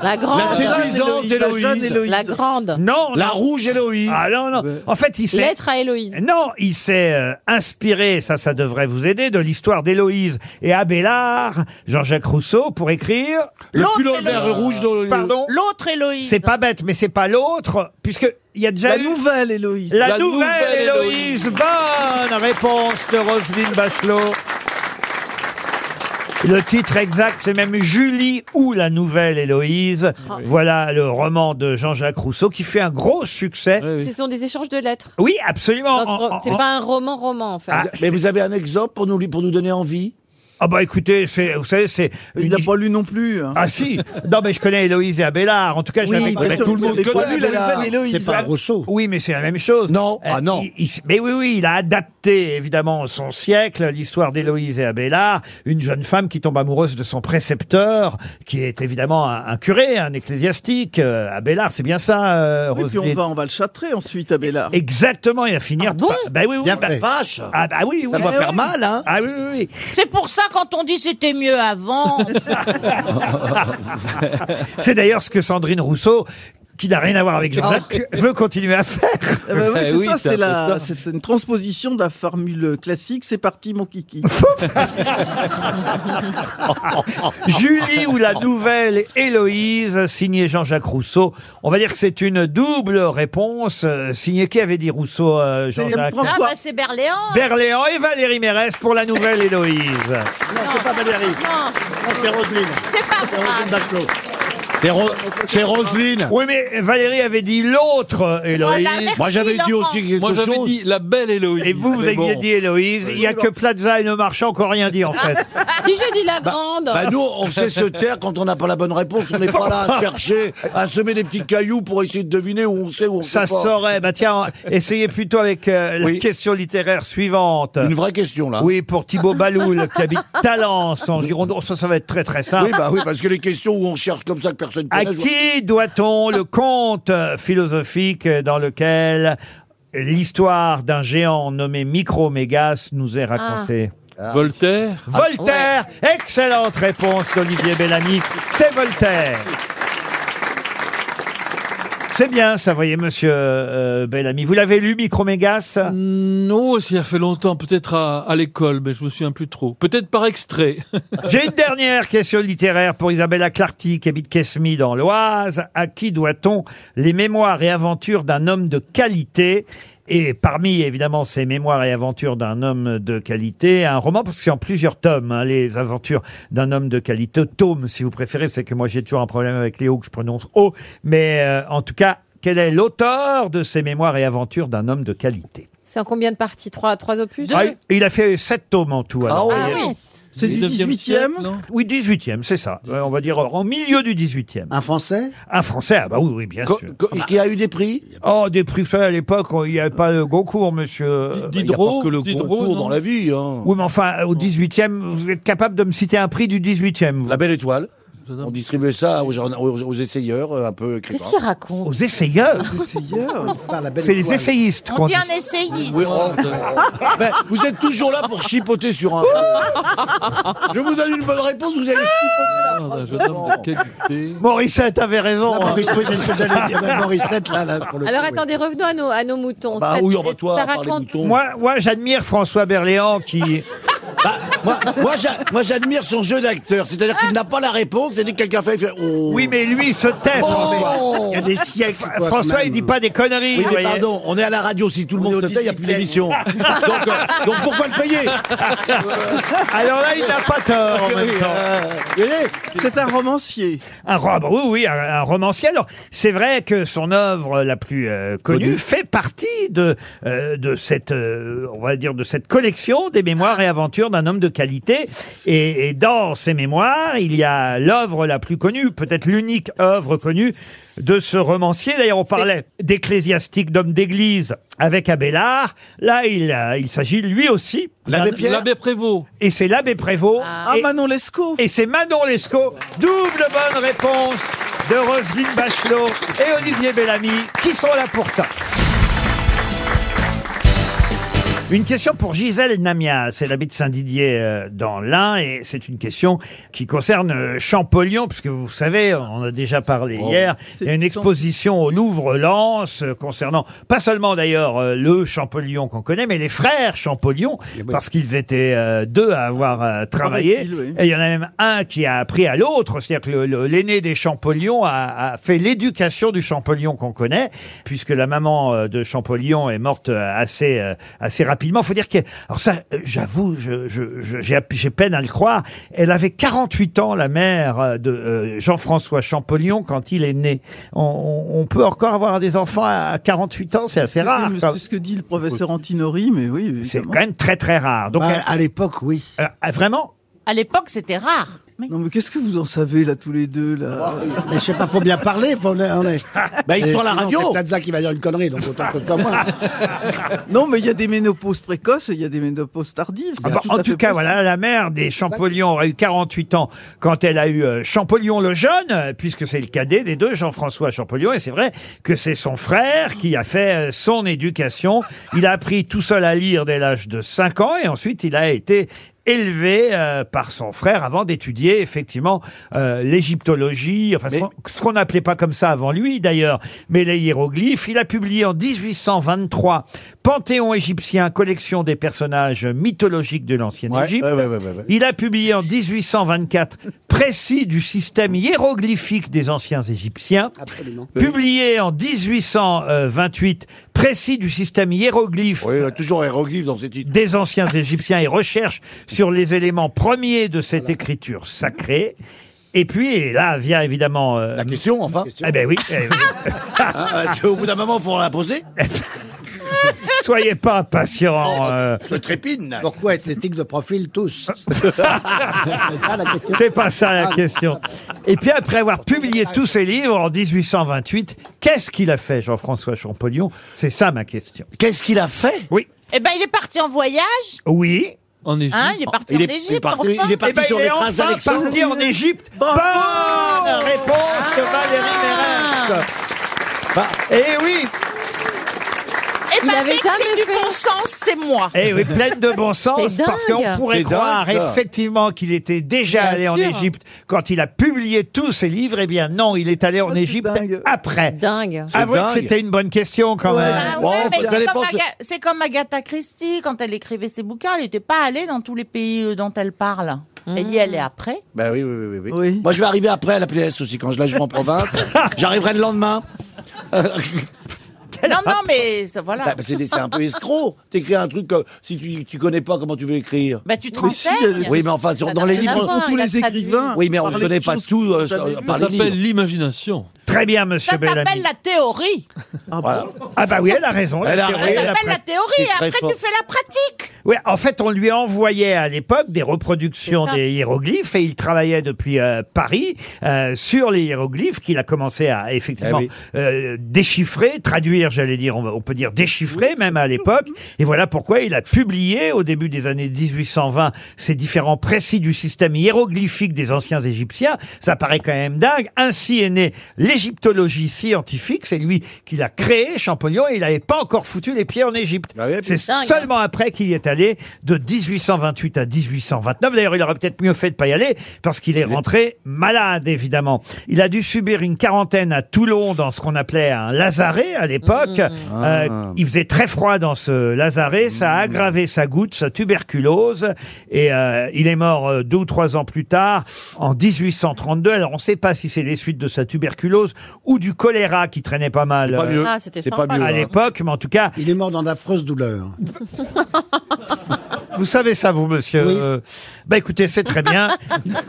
[SPEAKER 5] La
[SPEAKER 8] La
[SPEAKER 5] grande,
[SPEAKER 6] Jeanne
[SPEAKER 8] séduisante
[SPEAKER 6] Héloïse, la
[SPEAKER 8] Héloïse.
[SPEAKER 6] Jeanne Héloïse.
[SPEAKER 5] la grande.
[SPEAKER 2] Non,
[SPEAKER 8] La
[SPEAKER 2] non.
[SPEAKER 8] rouge Héloïse.
[SPEAKER 2] Ah non, non. En fait, il s'est...
[SPEAKER 5] Lettre à Héloïse.
[SPEAKER 2] Non, il s'est euh, inspiré, ça, ça devrait vous aider, de l'histoire d'Héloïse et Abélard, Jean-Jacques Rousseau, pour écrire...
[SPEAKER 8] Le
[SPEAKER 3] L'autre
[SPEAKER 8] pull vert
[SPEAKER 3] Héloïse.
[SPEAKER 8] rouge d'Héloïse.
[SPEAKER 2] Pardon
[SPEAKER 3] L'autre Héloïse.
[SPEAKER 2] C'est pas bête, mais c'est pas l'autre, puisque il y a déjà
[SPEAKER 6] La
[SPEAKER 2] eu...
[SPEAKER 6] nouvelle Héloïse.
[SPEAKER 2] La,
[SPEAKER 7] La
[SPEAKER 2] nouvelle,
[SPEAKER 7] nouvelle
[SPEAKER 2] Héloïse. Bonne réponse de Roselyne Bachelot. Le titre exact, c'est même Julie ou la nouvelle Héloïse.
[SPEAKER 5] Ah.
[SPEAKER 2] Voilà le roman de Jean-Jacques Rousseau qui fait un gros succès.
[SPEAKER 7] Ouais,
[SPEAKER 5] Ce
[SPEAKER 7] oui.
[SPEAKER 5] sont des échanges de lettres.
[SPEAKER 2] Oui, absolument.
[SPEAKER 5] Dans ce
[SPEAKER 2] En-
[SPEAKER 5] ro-
[SPEAKER 2] en-
[SPEAKER 5] C'est pas un roman roman en fait.
[SPEAKER 2] oh, Ah,
[SPEAKER 8] Mais vous avez un exemple pour nous, pour nous donner envie
[SPEAKER 2] Ah bah écoutez, c'est- vous savez, c'est...
[SPEAKER 6] Il
[SPEAKER 2] une-
[SPEAKER 6] l'a pas lu non plus. hein.
[SPEAKER 2] Ah si Non mais je connais Héloïse et Abélard. En tout cas, je l'avais-
[SPEAKER 6] oui, bien
[SPEAKER 8] mais
[SPEAKER 6] sûr,
[SPEAKER 8] tout le
[SPEAKER 6] vous
[SPEAKER 8] monde
[SPEAKER 6] avez pas
[SPEAKER 8] connaît
[SPEAKER 6] lu la
[SPEAKER 8] Abélard.
[SPEAKER 6] nouvelle Héloïse.
[SPEAKER 9] C'est pas Rousseau.
[SPEAKER 2] Oui, mais c'est la même chose. Euh,
[SPEAKER 8] Non. Ah, non.
[SPEAKER 2] il- il- mais oui, oui, il a adapté évidemment son siècle l'histoire d'Héloïse et Abélard, une jeune femme qui tombe amoureuse de son précepteur, qui est évidemment un, un curé, un ecclésiastique. Euh, Abélard, c'est bien ça, euh,
[SPEAKER 6] Oui, puis on
[SPEAKER 2] Roselyne
[SPEAKER 6] va, on va le châtrer ensuite, Abélard.
[SPEAKER 2] Exactement, il va finir.
[SPEAKER 5] Ah bon
[SPEAKER 2] par- bah oui, oui,
[SPEAKER 9] Bien
[SPEAKER 2] bah-
[SPEAKER 9] fait.
[SPEAKER 8] Vache
[SPEAKER 2] ah bah oui, oui.
[SPEAKER 8] Ça va
[SPEAKER 2] Ah
[SPEAKER 8] faire
[SPEAKER 2] oui.
[SPEAKER 8] mal, hein
[SPEAKER 2] Ah oui, oui, oui.
[SPEAKER 3] C'est pour ça quand on dit c'était mieux avant.
[SPEAKER 2] C'est d'ailleurs ce que Sandrine Rousseau qui n'a rien à voir avec Jean-Jacques, veut continuer à faire.
[SPEAKER 6] Eh
[SPEAKER 2] bah
[SPEAKER 6] ben oui, c'est ça, c'est la- c'est une transposition de la formule classique. C'est parti, mon kiki.
[SPEAKER 2] Julie ou la nouvelle Héloïse, signée Jean-Jacques Rousseau. On va dire que c'est une double réponse. euh, signée qui avait dit Rousseau, euh, Jean-Jacques
[SPEAKER 3] Ah, bah, c'est Berléand.
[SPEAKER 2] Berléand et Valérie Mérès pour la nouvelle Héloïse.
[SPEAKER 3] Non, c'est pas Valérie. Non.
[SPEAKER 8] C'est Roselyne.
[SPEAKER 3] C'est pas grave.
[SPEAKER 2] C'est Roselyne. Oui, mais Valérie avait dit l'autre Héloïse.
[SPEAKER 3] Voilà, merci, Moi, j'avais dit Laurent. aussi quelque
[SPEAKER 7] Moi, j'avais
[SPEAKER 2] chose.
[SPEAKER 7] dit la belle Héloïse.
[SPEAKER 2] Et vous, vous
[SPEAKER 7] Mais
[SPEAKER 2] aviez
[SPEAKER 7] bon.
[SPEAKER 2] dit Héloïse. Il n'y a que Plaza et le marchand qui n'ont rien dit, en
[SPEAKER 7] Ah.
[SPEAKER 2] fait.
[SPEAKER 5] Si j'ai dit la grande.
[SPEAKER 8] Bah nous, on sait se taire quand on n'a pas la bonne réponse. On n'est pas là à chercher, à semer des petits cailloux pour essayer de deviner où on sait où on
[SPEAKER 2] Ça
[SPEAKER 8] sait pas.
[SPEAKER 2] saurait. Bah tiens, essayez plutôt avec euh, la
[SPEAKER 8] Oui.
[SPEAKER 2] question littéraire suivante.
[SPEAKER 8] Une vraie question, là.
[SPEAKER 2] Oui, pour Thibaut Baloul qui habite Talence en Gironde. Oh, Ça, ça va être très très simple.
[SPEAKER 8] Oui, bah oui, parce que les questions où on cherche comme ça que personne
[SPEAKER 2] À
[SPEAKER 8] connaît. je vois-
[SPEAKER 2] qui doit-on le conte philosophique dans lequel l'histoire d'un géant nommé Micromégas nous est racontée
[SPEAKER 8] Ah,
[SPEAKER 7] Ah. Voltaire
[SPEAKER 2] Ah, Voltaire Excellente réponse d'Olivier Bellamy. C'est Voltaire. C'est bien ça, voyez, monsieur euh, Bellamy. Vous l'avez lu, Micromégas
[SPEAKER 7] Non, s'il y a oh, fait longtemps, peut-être à, à l'école, mais je me souviens plus trop. Peut-être par extrait.
[SPEAKER 2] J'ai une dernière question littéraire pour Isabella Clarty, qui habite Kesmi dans l'Oise. À qui doit-on les mémoires et aventures d'un homme de qualité et parmi, évidemment, ces mémoires et aventures d'un homme de qualité, un roman, parce que c'est en plusieurs tomes, hein, les aventures d'un homme de qualité, tome, si vous préférez, c'est que moi j'ai toujours un problème avec les O que je prononce O, mais euh, en tout cas, quel est l'auteur de ces mémoires et aventures d'un homme de qualité
[SPEAKER 5] C'est en combien de parties Trois, trois opus
[SPEAKER 2] Ah, il a fait sept tomes en tout. alors.
[SPEAKER 5] Ah ouais.
[SPEAKER 2] C'est du
[SPEAKER 7] 19e
[SPEAKER 2] 18e Oui, 18e, c'est ça. Ouais, on va dire en milieu du 18e. Un Français Un Français, ah bah oui, oui bien sûr.
[SPEAKER 8] Qui a eu des prix
[SPEAKER 2] Oh, des prix faits à l'époque, il n'y avait pas le Goncourt, monsieur.
[SPEAKER 8] Diderot, Il n'y a pas que le Diderot, Goncourt non dans la vie. hein.
[SPEAKER 2] Oui, mais enfin, au 18e, vous êtes capable de me citer un prix du 18e La
[SPEAKER 8] belle étoile. On distribuait ça aux, journa- aux- aux essayeurs, euh, un peu écrivains.
[SPEAKER 2] Qu'est-ce qu'il
[SPEAKER 5] raconte
[SPEAKER 2] Aux essayeurs C'est les essayistes
[SPEAKER 3] On
[SPEAKER 8] qu'on
[SPEAKER 3] dit un essayiste.
[SPEAKER 8] Oui, oh, ben, vous êtes toujours là pour chipoter sur un. Je vous donne une bonne réponse, vous allez chipoter. là.
[SPEAKER 2] Morissette avait raison. hein.
[SPEAKER 8] Non, Maurice, oui, c'est ce que j'allais dire, même
[SPEAKER 2] Morissette, là,
[SPEAKER 5] Alors attendez, revenons à nos, à nos moutons.
[SPEAKER 2] Bah
[SPEAKER 5] C'est-
[SPEAKER 2] oui, on va toi,
[SPEAKER 5] ça
[SPEAKER 2] parler
[SPEAKER 5] raconte-
[SPEAKER 2] Moi, moi j'admire François Berléand qui.
[SPEAKER 8] Bah, moi, moi, j'a- moi, j'admire son jeu d'acteur, c'est-à-dire qu'il n'a pas la réponse et dès que quelqu'un fait, oh. il fait
[SPEAKER 2] Oui, mais lui, il se tait. François.
[SPEAKER 8] Il y a des siècles.
[SPEAKER 2] Fra- François, il dit pas des
[SPEAKER 8] Oui,
[SPEAKER 2] conneries. vous
[SPEAKER 8] mais
[SPEAKER 2] voyez.
[SPEAKER 8] pardon, on est à la radio, si tout le monde se tait, il n'y a plus d'émission. donc, euh, donc pourquoi le payer
[SPEAKER 2] Alors là, il n'a pas tort en même temps. euh, C'est un romancier. Un ro- ah bah oui, oui, un, un romancier. Alors, c'est vrai que son œuvre la plus euh, connue fait partie de, euh, de cette, euh, on va dire, de cette collection des mémoires et aventures d'un homme de qualité. Et, et dans ces mémoires, il y a l'œuvre la plus connue, peut-être l'unique œuvre connue de ce romancier. D'ailleurs, on parlait d'ecclésiastique, d'homme d'église avec Abélard. Là, il, euh, il s'agit lui aussi.
[SPEAKER 7] L'abbé
[SPEAKER 2] d'un-
[SPEAKER 7] Pierre L'abbé Prévost.
[SPEAKER 2] et c'est l'abbé Prévost. et, Ah, Manon Lescaut. Et c'est Manon Lescaut. Double bonne réponse de Roselyne Bachelot et Olivier Bellamy qui sont là pour ça. Une question pour Gisèle Namias. Elle habite Saint-Didier euh, dans l'Ain et c'est une question qui concerne euh, Champollion puisque vous savez, on en a déjà parlé hier, il y a une exposition au Louvre-Lens euh, concernant pas seulement d'ailleurs euh, le Champollion qu'on connaît mais les frères Champollion parce qu'ils étaient euh, deux à avoir euh, travaillé.
[SPEAKER 6] Paraît-il, Ah, oui.
[SPEAKER 2] Et il y en a même un qui a appris à l'autre, c'est-à-dire que le- le- l'aîné des Champollion a, a fait l'éducation du Champollion qu'on connaît, puisque la maman euh, de Champollion est morte euh, assez euh, assez rapidement. Faut dire que, alors ça, euh, j'avoue, je- je- je- j'ai j'ai peine à le croire. Elle avait 48 ans, la mère euh, de euh, Jean-François Champollion, quand il est né. On, on- on peut encore avoir des enfants à 48 ans, c'est assez rare.
[SPEAKER 6] Mais
[SPEAKER 2] quand-
[SPEAKER 6] C'est ce que dit le professeur Antinori, mais oui.
[SPEAKER 2] C'est quand même très très rare. Donc
[SPEAKER 6] Bah, à
[SPEAKER 2] l'époque, oui. Ah vraiment
[SPEAKER 3] À l'époque, c'était rare.
[SPEAKER 6] Non, mais qu'est-ce que vous en savez, là, tous les deux, là
[SPEAKER 9] Bah, euh, Mais je sais pas, faut bien parler. Faut, on est, on est-
[SPEAKER 6] Bah, ils
[SPEAKER 9] Et
[SPEAKER 6] sont à la
[SPEAKER 9] sinon,
[SPEAKER 6] radio.
[SPEAKER 9] C'est Plaza qui va dire une connerie, donc autant que pas moi.
[SPEAKER 6] Non, mais il y a des ménopauses précoces et il y a des ménopauses tardives.
[SPEAKER 2] Ah bah, en tout cas, voilà, la mère des Champollion aurait eu 48 ans quand elle a eu euh, Champollion le jeune, euh, puisque c'est le cadet des deux, Jean-François Champollion. Et c'est vrai que c'est son frère qui a fait euh, son éducation. Il a appris tout seul à lire dès l'âge de 5 ans et ensuite il a été élevé euh, par son frère avant d'étudier effectivement euh, l'égyptologie, enfin ce qu'on- ce qu'on n'appelait pas comme ça avant lui d'ailleurs, mais les hiéroglyphes. Il a publié en 1823 Panthéon égyptien, collection des personnages mythologiques de l'ancienne Égypte. Il a publié en 1824 Précis du système hiéroglyphique des anciens Égyptiens.
[SPEAKER 9] Absolument.
[SPEAKER 2] Publié en 1828, précis du système hiéroglyphe. toujours hiéroglyphe dans Des anciens Égyptiens et recherche sur les éléments premiers de cette écriture sacrée. Et puis, et là vient évidemment. La question, enfin. Eh ben oui. eh oui.
[SPEAKER 8] Au bout d'un moment, il faut la poser.
[SPEAKER 2] Soyez pas impatients. euh,
[SPEAKER 9] Je trépine. Pourquoi esthétique de profil tous
[SPEAKER 2] C'est
[SPEAKER 9] ça, la question.
[SPEAKER 2] C'est pas ça la
[SPEAKER 9] Ah.
[SPEAKER 2] question. Et puis après avoir publié tous ses livres en 1828, qu'est-ce qu'il a fait Jean-François Champollion C'est ça ma question. Qu'est-ce qu'il a fait Oui.
[SPEAKER 3] Eh ben, il est parti en voyage.
[SPEAKER 2] Oui. En
[SPEAKER 3] Égypte. Hein, il est parti en Égypte, enfin.
[SPEAKER 8] il est parti
[SPEAKER 2] Eh ben,
[SPEAKER 8] sur
[SPEAKER 2] il
[SPEAKER 8] les
[SPEAKER 2] est
[SPEAKER 8] traces
[SPEAKER 2] enfin
[SPEAKER 8] d'Alexandre.
[SPEAKER 2] parti en Égypte. Bonne réponse de Valérie Mérès. Eh oui.
[SPEAKER 3] Eh ben, dès que c'est du bon sens, c'est moi.
[SPEAKER 2] Eh oui, pleine de bon sens,
[SPEAKER 3] C'est
[SPEAKER 2] parce
[SPEAKER 3] dingue.
[SPEAKER 2] qu'on pourrait
[SPEAKER 3] C'est dingue,
[SPEAKER 2] croire
[SPEAKER 3] ça.
[SPEAKER 2] effectivement qu'il était déjà
[SPEAKER 3] Bien
[SPEAKER 2] allé en
[SPEAKER 3] sûr.
[SPEAKER 2] Égypte quand il a publié tous ses livres. Eh bien non, il est allé
[SPEAKER 3] Oh,
[SPEAKER 2] en Égypte après.
[SPEAKER 5] Dingue.
[SPEAKER 2] Avouez que c'était une bonne question quand même.
[SPEAKER 3] Ah ouais,
[SPEAKER 8] bah,
[SPEAKER 3] mais c'est comme Aga- c'est comme, Agatha Christie, quand elle écrivait ses bouquins, elle n'était pas allée dans tous les pays euh, dont elle parle. Elle y allait après.
[SPEAKER 8] Ben oui, oui, oui, oui, oui. Moi, je vais arriver après à la PS aussi, quand je la joue en province. J'arriverai le lendemain.
[SPEAKER 3] non, non, mais ça, voilà.
[SPEAKER 8] Bah, bah, c'est des- c'est un peu escroc. T'écris un truc que si tu, tu connais pas comment tu veux écrire.
[SPEAKER 3] Bah, tu te Mais si, renseignes. il y a des-
[SPEAKER 8] Oui, mais enfin, sur-
[SPEAKER 3] Ça
[SPEAKER 8] dans
[SPEAKER 3] n'a
[SPEAKER 8] les
[SPEAKER 3] rien
[SPEAKER 8] livres,
[SPEAKER 3] à voir, Surtout il a les traduit. écrivains
[SPEAKER 8] Oui, mais on ne
[SPEAKER 3] parlaient
[SPEAKER 8] connaît
[SPEAKER 3] de
[SPEAKER 8] pas
[SPEAKER 3] choses
[SPEAKER 8] tout euh,
[SPEAKER 3] que j'avais
[SPEAKER 8] euh,
[SPEAKER 3] vues.
[SPEAKER 8] par
[SPEAKER 7] Ça
[SPEAKER 8] les
[SPEAKER 7] s'appelle
[SPEAKER 8] livres.
[SPEAKER 7] l'imagination.
[SPEAKER 2] Très bien,
[SPEAKER 3] Ça
[SPEAKER 2] monsieur
[SPEAKER 3] s'appelle
[SPEAKER 2] Bellamy.
[SPEAKER 3] la théorie.
[SPEAKER 2] Voilà. Ah bah oui, elle a raison. la
[SPEAKER 8] Elle a-
[SPEAKER 2] théorie,
[SPEAKER 3] Ça
[SPEAKER 2] elle a
[SPEAKER 3] s'appelle
[SPEAKER 2] pla-
[SPEAKER 3] la théorie, et après tu fais la pratique.
[SPEAKER 2] Ouais, en fait, on lui envoyait à l'époque des reproductions
[SPEAKER 3] C'est ça.
[SPEAKER 2] des hiéroglyphes et il travaillait depuis euh, Paris euh, sur les hiéroglyphes qu'il a commencé à effectivement
[SPEAKER 8] Eh oui.
[SPEAKER 2] euh, déchiffrer, traduire, j'allais dire, on, va- on peut dire déchiffrer même à l'époque. Et voilà pourquoi il a publié au début des années 1820 ces différents précis du système hiéroglyphique des anciens Égyptiens. Ça paraît quand même dingue. Ainsi est née l'égyptologie scientifique. C'est lui qui l'a créé, Champollion, et il n'avait pas encore foutu les pieds en Égypte. C'est
[SPEAKER 8] dingue.
[SPEAKER 2] seulement seulement après qu'il y est allé de 1828 à 1829. D'ailleurs, il aurait peut-être mieux fait de pas y aller parce qu'il est rentré malade, évidemment. Il a dû subir une quarantaine à Toulon dans ce qu'on appelait un lazaret à l'époque. Euh, il faisait très froid dans ce lazaret. Ça a aggravé sa goutte, sa tuberculose. Et euh, il est mort euh, deux ou trois ans plus tard, en 1832. Alors, on ne sait pas si c'est les suites de sa tuberculose ou du choléra qui traînait pas mal
[SPEAKER 9] C'est pas
[SPEAKER 2] euh,
[SPEAKER 9] mieux. Ah, c'était C'est sympa, pas mieux,
[SPEAKER 2] à
[SPEAKER 9] hein.
[SPEAKER 2] l'époque, mais en tout cas,
[SPEAKER 9] Il est mort dans d'affreuses douleurs.
[SPEAKER 2] Vous savez ça, vous, monsieur Euh, Bah écoutez, c'est très bien.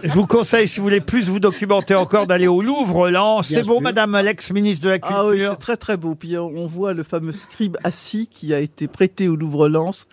[SPEAKER 2] Je vous conseille, si vous voulez plus vous documenter encore, d'aller au Louvre. Là, c'est bon, madame l'ex-ministre de la Culture.
[SPEAKER 6] Ah oui, c'est très très beau. Puis euh, on on voit le fameux scribe assis qui a été prêté au Louvre-Lens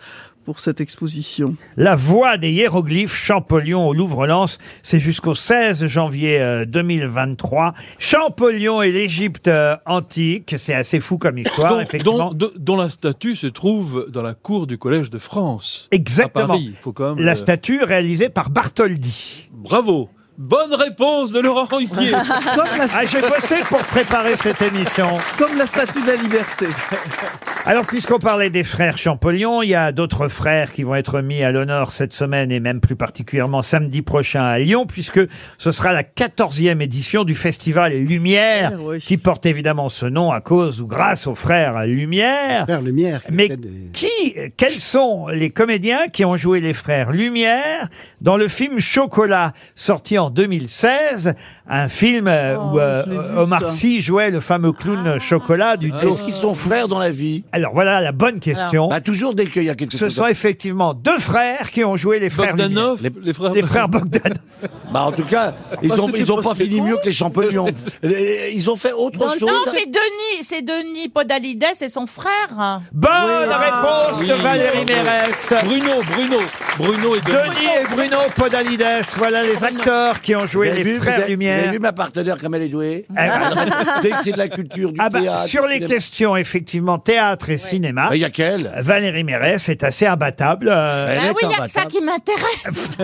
[SPEAKER 6] pour cette exposition.
[SPEAKER 2] La voix des hiéroglyphes Champollion au Louvre-Lens, c'est jusqu'au 16 janvier euh, 2023. Champollion et l'Égypte euh, antique, c'est assez fou comme histoire,
[SPEAKER 7] dont,
[SPEAKER 2] effectivement.
[SPEAKER 7] dont- de- dont la statue se trouve dans la cour du Collège de France.
[SPEAKER 2] Exactement.
[SPEAKER 7] À Paris, il faut quand même.
[SPEAKER 2] La
[SPEAKER 7] le-
[SPEAKER 2] statue réalisée par Bartholdi.
[SPEAKER 7] Bravo. Bonne réponse de Laurent Ruquier.
[SPEAKER 2] Ah, j'ai bossé pour préparer cette émission.
[SPEAKER 6] Comme la statue de la liberté.
[SPEAKER 2] Alors, puisqu'on parlait des frères Champollion, il y a d'autres frères qui vont être mis à l'honneur cette semaine et même plus particulièrement samedi prochain à Lyon, puisque ce sera la 14e édition du festival Lumière,
[SPEAKER 6] Eh
[SPEAKER 2] qui porte évidemment ce nom à cause ou grâce aux frères Lumière.
[SPEAKER 9] Lumière.
[SPEAKER 2] Mais qui, quels sont les comédiens qui ont joué les frères Lumière dans le film Chocolat, sorti en 2016, un film euh,
[SPEAKER 6] Oh,
[SPEAKER 2] où euh, Omar Sy jouait le fameux clown Chocolat du
[SPEAKER 8] Est-ce qu'ils sont frères dans la vie
[SPEAKER 2] alors voilà la bonne question.
[SPEAKER 8] Bah, toujours dès qu'il y a quelque
[SPEAKER 2] Ce
[SPEAKER 8] chose.
[SPEAKER 2] sont effectivement deux frères qui ont joué les frères Lumière.
[SPEAKER 8] les,
[SPEAKER 7] frères,
[SPEAKER 2] Les frères Bogdanov.
[SPEAKER 8] Bah, en tout cas, ils
[SPEAKER 2] Bah,
[SPEAKER 8] ont,
[SPEAKER 2] c'était
[SPEAKER 8] ils ont
[SPEAKER 2] pas-
[SPEAKER 8] pas fini mieux que les champignons. Et- et Ils ont fait autre
[SPEAKER 3] Dans le
[SPEAKER 8] chose.
[SPEAKER 3] temps, c'est Denis, c'est Denis Podalides et son frère.
[SPEAKER 2] Bonne réponse de
[SPEAKER 7] Ah. Oui.
[SPEAKER 2] Valérie Mérès.
[SPEAKER 7] Bruno, Bruno, Bruno et Denis.
[SPEAKER 2] Denis et Bruno Podalides, voilà les acteurs qui ont joué
[SPEAKER 8] Vous avez
[SPEAKER 2] les
[SPEAKER 8] vu, vous
[SPEAKER 2] frères
[SPEAKER 8] avez- Vous avez
[SPEAKER 2] Lumière.
[SPEAKER 8] vu ma partenaire comme elle est douée
[SPEAKER 2] ben.
[SPEAKER 8] Dès que c'est de la culture, du
[SPEAKER 2] Ah bah,
[SPEAKER 8] théâtre.
[SPEAKER 2] sur
[SPEAKER 8] du
[SPEAKER 2] les
[SPEAKER 8] cinéma.
[SPEAKER 2] questions, effectivement, théâtre et cinéma.
[SPEAKER 8] Il y a qu'elle.
[SPEAKER 2] Valérie Mérès est assez imbattable. euh,
[SPEAKER 3] Ben oui, il n'y a que ça qui m'intéresse.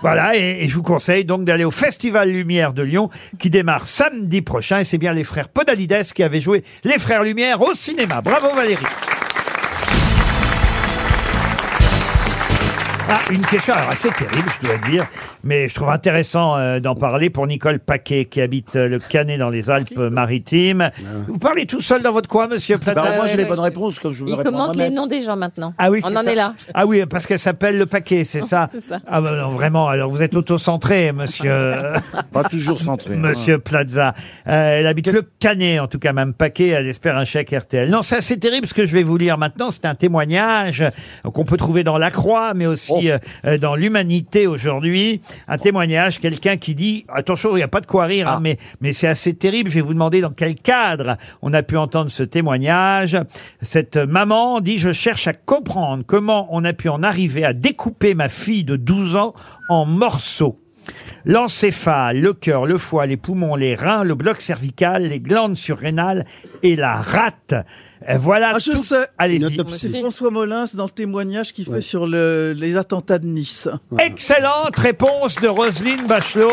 [SPEAKER 2] Voilà, et, et je vous conseille donc d'aller au Festival Lumière de Lyon qui démarre samedi prochain. Et c'est bien les frères Podalides qui avaient joué les frères Lumière au cinéma. Bravo Valérie. Ah, une question alors assez terrible, je dois dire, mais je trouve intéressant euh, d'en parler pour Nicole Paquet qui habite euh, le Canet dans les Alpes-Maritimes. Vous parlez tout seul dans votre coin, monsieur Platin
[SPEAKER 5] Bah, moi, j'ai les bonnes
[SPEAKER 2] réponses comme je
[SPEAKER 5] Il commente les noms des gens maintenant.
[SPEAKER 2] Ah oui,
[SPEAKER 5] Hein. On
[SPEAKER 2] c'est
[SPEAKER 5] en
[SPEAKER 2] ça.
[SPEAKER 5] est là.
[SPEAKER 2] Ah oui, parce qu'elle s'appelle le paquet, c'est ça.
[SPEAKER 5] c'est ça.
[SPEAKER 2] Ah bah non, vraiment. Alors vous êtes autocentré, monsieur. Pas toujours centré. Monsieur Plaza. Euh, elle habite le Canet, en tout cas, même paquet. Elle espère un chèque RTL. Non, ça c'est terrible ce que je vais vous lire maintenant. C'est un témoignage euh, qu'on peut trouver dans La Croix, mais aussi euh, euh, dans l'Humanité aujourd'hui. Un témoignage, quelqu'un qui dit attention, il n'y a pas de quoi rire, hein, mais mais c'est assez terrible. Je vais vous demander dans quel cadre on a pu entendre ce témoignage. Cette maman dit je cherche à comprendre comment on a pu en arriver à découper ma fille de 12 ans en morceaux. L'encéphale, le cœur, le foie, les poumons, les reins, le bloc cervical, les glandes surrénales et la rate. Euh, Voilà
[SPEAKER 6] Ah, je
[SPEAKER 2] tout.
[SPEAKER 6] sais.
[SPEAKER 2] Allez-y.
[SPEAKER 6] François Molins dans le témoignage qu'il fait sur le- les attentats de Nice.
[SPEAKER 2] Excellente réponse de Roselyne Bachelot.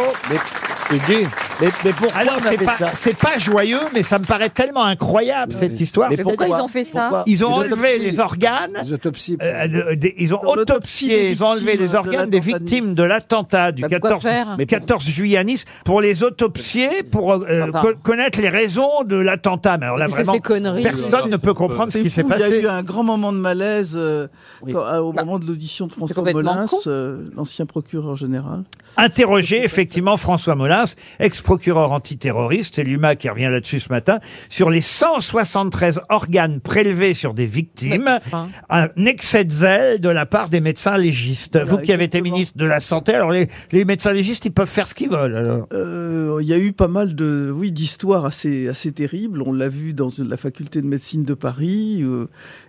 [SPEAKER 2] c'est gay. Mais, pourquoi Alors,
[SPEAKER 6] on a
[SPEAKER 2] c'est
[SPEAKER 6] fait
[SPEAKER 2] pas,
[SPEAKER 6] ça
[SPEAKER 2] c'est pas joyeux, mais ça me paraît tellement incroyable, cette histoire.
[SPEAKER 5] Mais pourquoi ils ont fait ça Pourquoi
[SPEAKER 2] Ils ont
[SPEAKER 5] Les
[SPEAKER 2] enlevé
[SPEAKER 5] autopsies.
[SPEAKER 2] les organes. euh, de- des- ils ont
[SPEAKER 5] Dans
[SPEAKER 2] autopsié,
[SPEAKER 5] l'autopsie des
[SPEAKER 2] ils ont enlevé les
[SPEAKER 5] victimes de
[SPEAKER 2] organes des
[SPEAKER 5] l'attentat de
[SPEAKER 2] victimes de l'attentat du
[SPEAKER 5] Bah, pourquoi
[SPEAKER 2] 14,
[SPEAKER 5] faire
[SPEAKER 2] mais 14 juillet à Nice pour les autopsier, pour euh,
[SPEAKER 6] Enfin.
[SPEAKER 2] co- connaître les raisons de l'attentat. Mais alors là,
[SPEAKER 6] Mais c'est
[SPEAKER 2] vraiment,
[SPEAKER 6] des conneries.
[SPEAKER 2] personne ne peut comprendre ce
[SPEAKER 6] C'est
[SPEAKER 2] qui s'est
[SPEAKER 6] fou,
[SPEAKER 2] passé.
[SPEAKER 6] Il y a eu un grand moment de malaise euh, quand- euh, au moment de l'audition de François
[SPEAKER 2] Bah, complètement
[SPEAKER 6] Molins,
[SPEAKER 2] con.
[SPEAKER 6] euh, l'ancien procureur général.
[SPEAKER 2] interroger effectivement François Molins, ex-procureur antiterroriste, et l'UMA qui revient là-dessus ce matin, sur les 173 organes prélevés sur des victimes, un excès de zèle de la part des médecins légistes. Vous qui avez été ministre de la Santé, alors les, les médecins légistes, ils peuvent faire ce qu'ils veulent. Alors.
[SPEAKER 6] Euh, Il y a eu pas mal de, oui, d'histoires assez, assez terribles. On l'a vu dans la faculté de médecine de Paris, euh,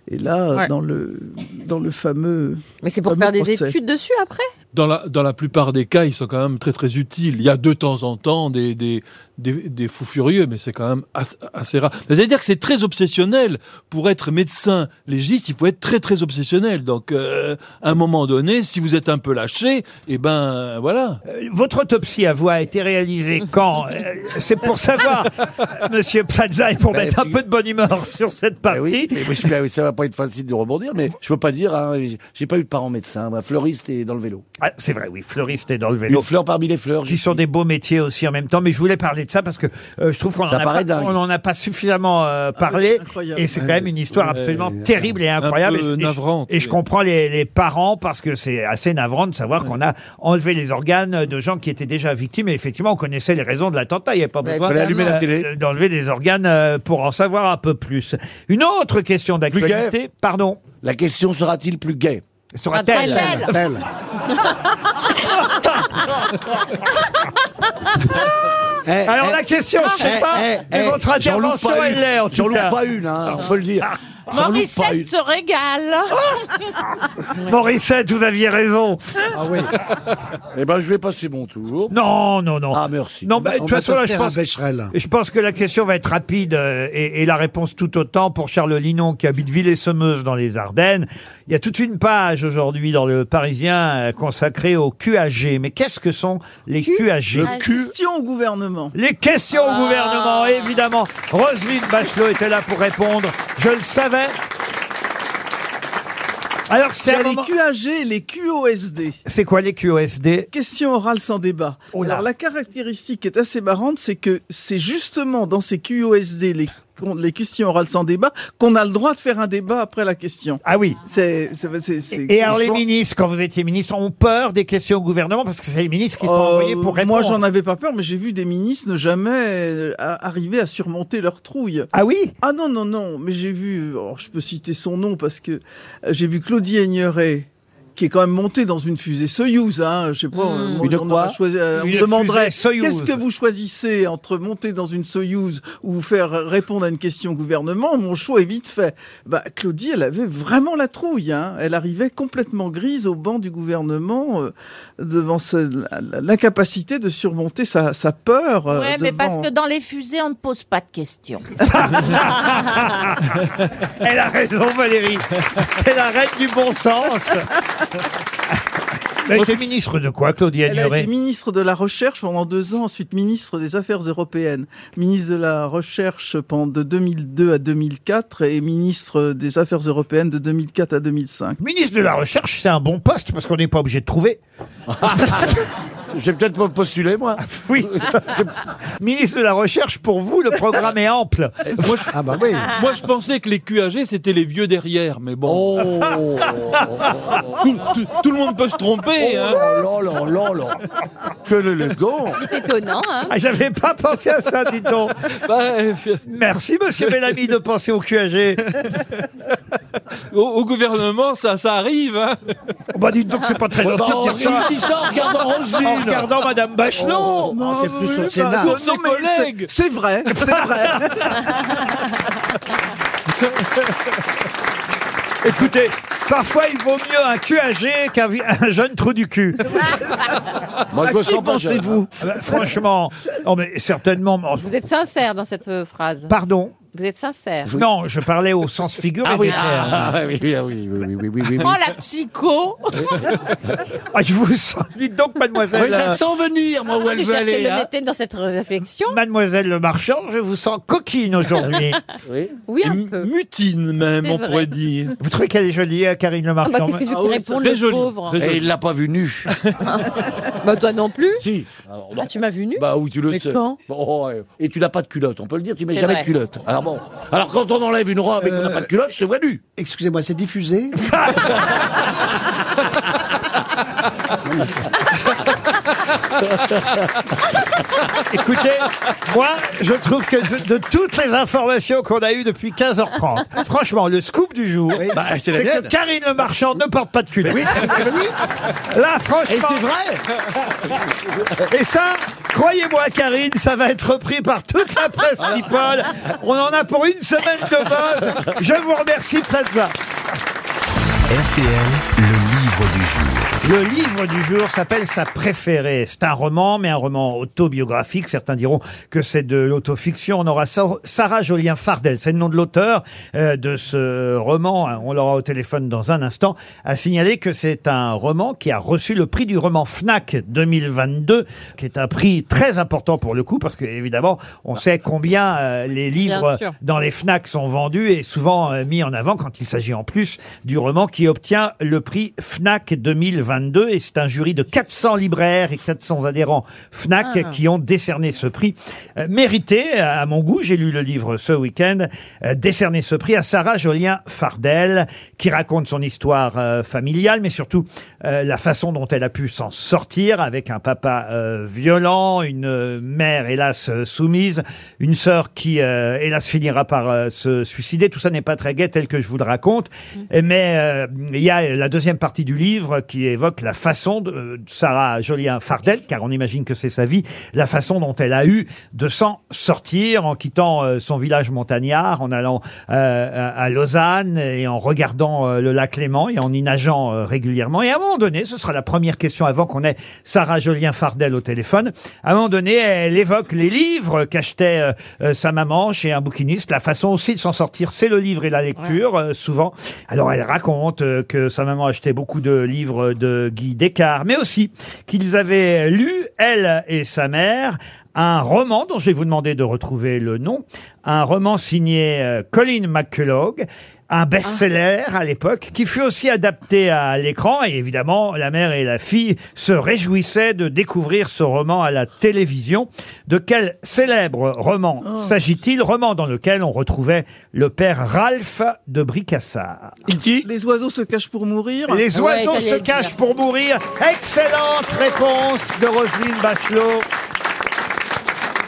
[SPEAKER 6] et là,
[SPEAKER 5] Ouais.
[SPEAKER 6] dans le, dans le fameux.
[SPEAKER 5] Mais c'est pour
[SPEAKER 6] fameux
[SPEAKER 5] faire des
[SPEAKER 6] procès.
[SPEAKER 5] études dessus après
[SPEAKER 7] Dans la, dans la plupart des cas, ils sont quand même très très utiles. Il y a de temps en temps des, des, des, des fous furieux, mais c'est quand même as- assez rare. C'est-à-dire que c'est très obsessionnel. Pour être médecin légiste, il faut être très très obsessionnel. Donc, euh, à un moment donné, si vous êtes un peu lâché, eh ben voilà.
[SPEAKER 2] Euh, Votre autopsie à vous a été réalisée quand Euh, C'est pour savoir, euh, Monsieur Plaza, et pour
[SPEAKER 8] Ben,
[SPEAKER 2] mettre un
[SPEAKER 8] oui.
[SPEAKER 2] peu de bonne humeur sur cette partie.
[SPEAKER 8] Mais oui, je- ça va pas être facile de rebondir, mais je peux pas dire. hein, j'ai pas eu de parents médecins. Ma fleuriste est dans le vélo.
[SPEAKER 2] Ah, c'est vrai, oui, fleuriste est dans le vélo.
[SPEAKER 8] Une fleur parmi les fleurs.
[SPEAKER 2] Qui sont des beaux métiers aussi en même temps, mais je voulais parler de ça parce que euh, je trouve qu'on
[SPEAKER 8] Ça
[SPEAKER 2] n'en a,
[SPEAKER 8] paraît
[SPEAKER 2] pas-
[SPEAKER 8] dingue.
[SPEAKER 2] on en a pas suffisamment euh,
[SPEAKER 7] Ah
[SPEAKER 2] parlé.
[SPEAKER 8] incroyable.
[SPEAKER 2] Et c'est quand
[SPEAKER 8] Ouais.
[SPEAKER 2] même une histoire
[SPEAKER 8] Ouais.
[SPEAKER 2] absolument terrible et incroyable.
[SPEAKER 7] peu
[SPEAKER 2] Et je- et je-
[SPEAKER 7] navrante.
[SPEAKER 2] Et, je comprends les, les parents parce que c'est assez navrant de savoir qu'on a enlevé les organes de gens qui étaient déjà victimes. Et effectivement, on connaissait les raisons de l'attentat. Il n'y a pas
[SPEAKER 8] Ouais,
[SPEAKER 2] besoin
[SPEAKER 8] fallait allumer la
[SPEAKER 2] euh,
[SPEAKER 8] télé.
[SPEAKER 2] d'enlever des organes euh, pour en savoir un peu plus. Une autre question d'actualité. Pardon.
[SPEAKER 8] La question sera-t-il plus gay
[SPEAKER 2] Sera-t-elle
[SPEAKER 8] Sera-t-elle Eh,
[SPEAKER 2] Alors, la question, je sais pas, mais votre intervention, elle l'est, en tout
[SPEAKER 8] J'en loupe
[SPEAKER 2] cas.
[SPEAKER 8] Eh, pas une, hein, Ah on peut le dire. J'en loupe pas une.
[SPEAKER 3] Morissette se régale.
[SPEAKER 2] Morissette, vous aviez raison.
[SPEAKER 8] Ah oui. Eh ben, je vais passer mon tour.
[SPEAKER 2] Non, non, non.
[SPEAKER 8] Ah, merci.
[SPEAKER 2] Non, bah, de toute façon, là, je pense,
[SPEAKER 9] Becherel.
[SPEAKER 2] je pense que la question va être rapide euh, et, et la réponse tout autant pour Charles Linon qui habite Villers-Semeuse dans les Ardennes. Il y a toute une page aujourd'hui dans le Parisien euh, consacrée aux QAG. Mais qu'est-ce que sont les QAG
[SPEAKER 6] Le Ah, Question au gouvernement.
[SPEAKER 2] Les questions au gouvernement, évidemment. Roselyne Bachelot était là pour répondre. Je le savais. Alors,
[SPEAKER 6] Il y
[SPEAKER 2] c'est
[SPEAKER 6] a
[SPEAKER 2] un
[SPEAKER 6] les
[SPEAKER 2] moment...
[SPEAKER 6] QAG et les QOSD.
[SPEAKER 2] C'est quoi les QOSD
[SPEAKER 6] Question orale sans débat.
[SPEAKER 2] Oh là.
[SPEAKER 6] Alors la caractéristique qui est assez marrante, c'est que c'est justement dans ces QOSD, les, qu'on- les questions orales sans débat, qu'on a le droit de faire un débat après la question.
[SPEAKER 2] Ah oui.
[SPEAKER 6] C'est, c'est, c'est- c'est-
[SPEAKER 2] Et alors les
[SPEAKER 6] Bonsoir.
[SPEAKER 2] ministres, quand vous étiez ministre, ont peur des questions au gouvernement parce que c'est les ministres qui sont
[SPEAKER 6] Euh,
[SPEAKER 2] envoyés pour répondre.
[SPEAKER 6] Moi, j'en avais pas peur, mais j'ai vu des ministres ne jamais euh, a- arriver à surmonter leur trouille.
[SPEAKER 2] Ah oui
[SPEAKER 6] Ah non, non, non. Mais j'ai vu, alors, je peux citer son nom parce que euh, j'ai vu Claudie Aigneret qui est quand même montée dans une fusée Soyouz, hein, je sais pas, euh, on,
[SPEAKER 2] Une
[SPEAKER 6] on aurait
[SPEAKER 2] quoi
[SPEAKER 6] choisi- euh, on
[SPEAKER 2] Hmm. Une
[SPEAKER 6] demanderait
[SPEAKER 2] fusée Soyouz.
[SPEAKER 6] qu'est-ce que vous choisissez entre monter dans une Soyouz ou faire répondre à une question au gouvernement, mon choix est vite fait. Bah, Claudie, elle avait vraiment la trouille, hein. elle arrivait complètement grise au banc du gouvernement euh, devant ce- la- la- l'incapacité de surmonter sa, sa peur. euh,
[SPEAKER 8] Ah,
[SPEAKER 3] Ouais, mais
[SPEAKER 6] devant-
[SPEAKER 3] parce que dans les fusées, on ne pose pas de questions.
[SPEAKER 2] Elle a raison, Valérie. C'est la reine du bon sens. Elle était ministre de quoi, Claudia
[SPEAKER 6] Elle a
[SPEAKER 2] Duré
[SPEAKER 6] été ministre de la Recherche pendant deux ans, ensuite ministre des Affaires européennes, ministre de la Recherche pendant de 2002 à 2004 et ministre des Affaires européennes de 2004 à 2005.
[SPEAKER 2] Ministre de la Recherche, c'est un bon poste parce qu'on n'est pas obligé de trouver.
[SPEAKER 8] J'ai peut-être pas postulé, moi.
[SPEAKER 2] Oui. ministre de la Recherche, pour vous, le programme est ample.
[SPEAKER 8] Eh,
[SPEAKER 7] Moi, je... Moi, je pensais que les QAG, c'était les vieux derrière, mais bon. tout, tout- tout le monde peut se
[SPEAKER 8] Oh
[SPEAKER 7] tromper. hein.
[SPEAKER 8] Que l'élégant
[SPEAKER 5] C'est étonnant, hein
[SPEAKER 2] Ah, J'avais pas pensé à ça, dis donc. Merci, monsieur Bellamy, de penser au QAG.
[SPEAKER 7] Au, au gouvernement, ça, ça arrive. Hein.
[SPEAKER 2] Bah, dites donc, c'est pas très
[SPEAKER 7] Bah,
[SPEAKER 2] gentil
[SPEAKER 7] on
[SPEAKER 2] de dire ça.
[SPEAKER 7] dit- dit ça en regardant Roselyne.
[SPEAKER 2] Oh, En Bah, regardant Madame Bachelot.
[SPEAKER 7] Oh, non, c'est plus au
[SPEAKER 6] Bah,
[SPEAKER 7] Sénat.
[SPEAKER 6] non,
[SPEAKER 7] Ses
[SPEAKER 6] mais c'est-
[SPEAKER 7] collègues.
[SPEAKER 6] C'est vrai, c'est vrai.
[SPEAKER 2] Écoutez, parfois, il vaut mieux un QAG qu'un vi- un jeune trou du cul.
[SPEAKER 8] Moi, je me sens pas jeune. hein.
[SPEAKER 2] Ah bah, Franchement, non, mais certainement.
[SPEAKER 5] Vous êtes sincère dans cette euh, phrase.
[SPEAKER 2] Pardon
[SPEAKER 5] Vous êtes sincère.
[SPEAKER 2] Non, je parlais au sens figuré.
[SPEAKER 5] Ah oui,
[SPEAKER 2] des termes.
[SPEAKER 8] Ah, ah, oui, oui, ah, oui, oui, oui, oui, oui, oui, oui.
[SPEAKER 3] Oh la psycho
[SPEAKER 2] Ah, je vous sens. Dites donc, mademoiselle.
[SPEAKER 8] Oui, je la sens venir, moi, où
[SPEAKER 5] Je
[SPEAKER 8] elle veut
[SPEAKER 5] cherchais
[SPEAKER 8] aller. hein.
[SPEAKER 5] l'honnêteté dans cette réflexion.
[SPEAKER 2] Mademoiselle Le Marchand, je vous sens coquine aujourd'hui.
[SPEAKER 5] Oui, un
[SPEAKER 7] Et
[SPEAKER 5] peu.
[SPEAKER 7] Mutine, même,
[SPEAKER 5] C'est
[SPEAKER 7] on
[SPEAKER 5] vrai.
[SPEAKER 7] pourrait dire.
[SPEAKER 2] Vous trouvez qu'elle est jolie, hein, Karine Le
[SPEAKER 5] Ah bah,
[SPEAKER 2] Marchand
[SPEAKER 5] qu'est-ce que tu veux qu'il réponde,
[SPEAKER 7] Très
[SPEAKER 5] le
[SPEAKER 7] joli,
[SPEAKER 5] pauvre
[SPEAKER 7] très joli.
[SPEAKER 8] Et il l'a pas vu nu.
[SPEAKER 5] Bah, toi non plus
[SPEAKER 8] si.
[SPEAKER 5] Ah, tu m'as vu nu
[SPEAKER 8] Bah oui, tu le
[SPEAKER 5] Mais
[SPEAKER 8] sais.
[SPEAKER 5] quand
[SPEAKER 8] Bon, oh, ouais. Et tu n'as pas de culotte, on peut le dire, tu mets
[SPEAKER 5] C'est
[SPEAKER 8] jamais
[SPEAKER 5] vrai.
[SPEAKER 8] de culotte. Alors bon. Alors quand on enlève une robe et qu'on n'a pas de culotte, je te vois nu.
[SPEAKER 9] Excusez-moi, c'est diffusé
[SPEAKER 2] Écoutez, moi, je trouve que de, de toutes les informations qu'on a eues depuis 15h30, franchement, le scoop du jour,
[SPEAKER 8] Bah, c'est la
[SPEAKER 2] c'est que
[SPEAKER 8] mienne.
[SPEAKER 2] Karine Le Marchand ne porte pas de culotte. Là, franchement. Et Et ça, croyez-moi, Karine, ça va être repris par toute la presse people. On en a pour une semaine de buzz. Je vous remercie, Plaza.
[SPEAKER 1] RTL, le livre du jour.
[SPEAKER 2] Le livre du jour s'appelle Sa préférée. C'est un roman, mais un roman autobiographique. Certains diront que c'est de l'autofiction. On aura Sa- Sarah Jolien Fardel, c'est le nom de l'auteur euh, de ce roman. hein, On l'aura au téléphone dans un instant. À signaler que c'est un roman qui a reçu le prix du roman Fnac 2022, qui est un prix très important pour le coup, parce que évidemment, on sait combien euh, les livres
[SPEAKER 5] Bien sûr.
[SPEAKER 2] dans les FNAC sont vendus et souvent euh, mis en avant quand il s'agit en plus du roman qui obtient le prix FNAC 2022 et c'est un jury de 400 libraires et 400 adhérents FNAC qui ont décerné ce prix Euh, mérité à mon goût j'ai lu le livre ce week-end euh, décerné ce prix à Sarah Jolien Fardel qui raconte son histoire euh, familiale mais surtout euh, la façon dont elle a pu s'en sortir avec un papa euh, violent une euh, mère hélas euh, soumise une sœur qui, euh, hélas, finira par euh, se suicider. Tout ça n'est pas très gai tel que je vous le raconte. Mais euh, il y a la deuxième partie du livre qui évoque la façon de euh, de Sarah Jolien-Fardel, car on imagine que c'est sa vie, la façon dont elle a eu de s'en sortir en quittant euh, son village montagnard, en allant euh, à- à Lausanne et en regardant euh, le lac Léman et en y nageant euh, régulièrement. Et à un moment donné, ce sera la première question avant qu'on ait Sarah Jolien-Fardel au téléphone, à un moment donné, elle évoque les livres qu'achetait euh, euh, sa maman chez un bouquiniste. La façon aussi de s'en sortir, c'est le livre et la lecture, euh, souvent. Alors, elle raconte euh, que sa maman achetait beaucoup de livres de Guy Descartes, mais aussi qu'ils avaient lu, elle et sa mère, un roman dont je vais vous demander de retrouver le nom, un roman signé euh, Colin McCullough, un best-seller à l'époque, qui fut aussi adapté à l'écran. Et évidemment, la mère et la fille se réjouissaient de découvrir ce roman à la télévision. De quel célèbre roman s'agit-il Roman dans lequel on retrouvait le père Ralph de Bricassard.
[SPEAKER 6] Les oiseaux se cachent pour mourir. Ah,
[SPEAKER 2] Les
[SPEAKER 5] Ouais,
[SPEAKER 2] oiseaux
[SPEAKER 5] j'allais
[SPEAKER 2] se
[SPEAKER 5] le dire.
[SPEAKER 2] cachent pour mourir. Excellente réponse de Roselyne Bachelot.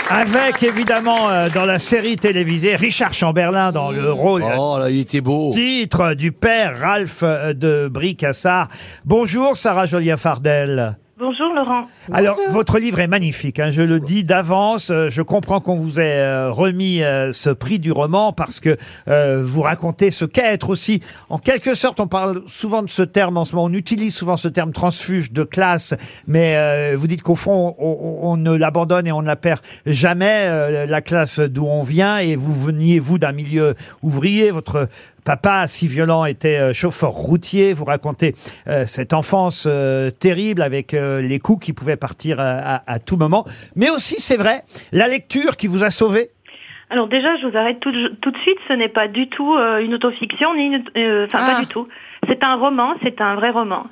[SPEAKER 2] Avec évidemment euh, dans la série télévisée Richard Chamberlain dans le rôle
[SPEAKER 8] Oh là, il était beau.
[SPEAKER 2] titre du père Ralph euh, de Bricassard. Bonjour Sarah Jolia Fardel.
[SPEAKER 12] Bonjour Laurent.
[SPEAKER 2] Alors, votre livre est magnifique, hein, je le dis d'avance. Euh, Je comprends qu'on vous ait euh, remis euh, ce prix du roman parce que euh, vous racontez ce qu'est être aussi, en quelque sorte, on parle souvent de ce terme en ce moment, on utilise souvent ce terme transfuge de classe, mais euh, vous dites qu'au fond, on, on- on ne l'abandonne et on ne la perd jamais, euh, la classe d'où on vient, et vous veniez, vous, d'un milieu ouvrier, votre Papa, si violent, était euh, chauffeur routier. Vous racontez euh, cette enfance euh, terrible avec euh, les coups qui pouvaient partir euh, à, à tout moment. Mais aussi, c'est vrai, la lecture qui vous a sauvé.
[SPEAKER 12] Alors déjà, je vous arrête tout, tout de suite, ce n'est pas du tout euh, une autofiction, ni une, euh, enfin
[SPEAKER 2] Ah.
[SPEAKER 12] pas du tout. C'est un roman, c'est un vrai roman.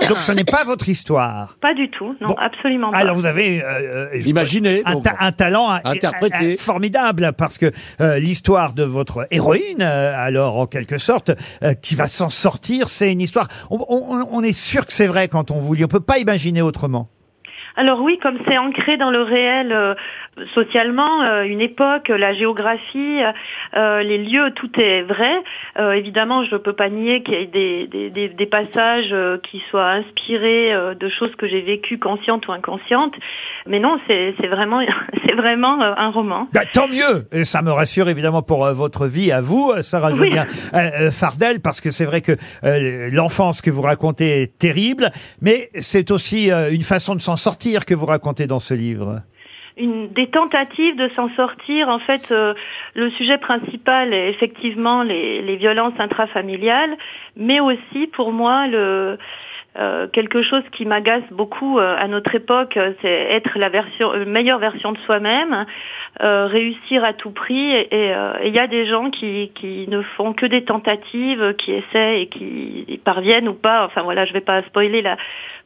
[SPEAKER 2] Donc, ce n'est pas votre histoire.
[SPEAKER 12] Pas du tout, non, absolument pas.
[SPEAKER 2] Alors vous avez euh, imaginé un, ta- un talent euh, euh, formidable parce que euh, l'histoire de votre héroïne, euh, alors en quelque sorte, euh, qui va s'en sortir, c'est une histoire. On, on- on est sûr que c'est vrai quand on vous lit. On peut pas imaginer autrement.
[SPEAKER 12] Alors oui, comme c'est ancré dans le réel euh, socialement, euh, une époque, la géographie, euh, les lieux, tout est vrai. Euh, évidemment, je ne peux pas nier qu'il y ait des, des, des- des passages euh, qui soient inspirés euh, de choses que j'ai vécues, conscientes ou inconscientes. Mais non, c'est c'est vraiment, c'est vraiment euh, un roman.
[SPEAKER 2] Bah, tant mieux. Et ça me rassure évidemment pour euh, votre vie à vous, euh, Sarah
[SPEAKER 12] Oui.
[SPEAKER 2] Julien euh, euh, Fardel, parce que c'est vrai que euh, l'enfance que vous racontez est terrible, mais c'est aussi euh, une façon de s'en sortir que vous racontez dans ce livre.
[SPEAKER 12] une, des tentatives de s'en sortir. En fait, euh, le sujet principal est effectivement les, les violences intrafamiliales, mais aussi pour moi le euh, quelque chose qui m'agace beaucoup euh, à notre époque, euh, c'est être la version, euh, meilleure version de soi-même, euh, réussir à tout prix. Et et, euh, et il y a des gens qui, qui ne font que des tentatives, euh, qui essaient et qui y parviennent ou pas. Enfin voilà, je vais pas spoiler la,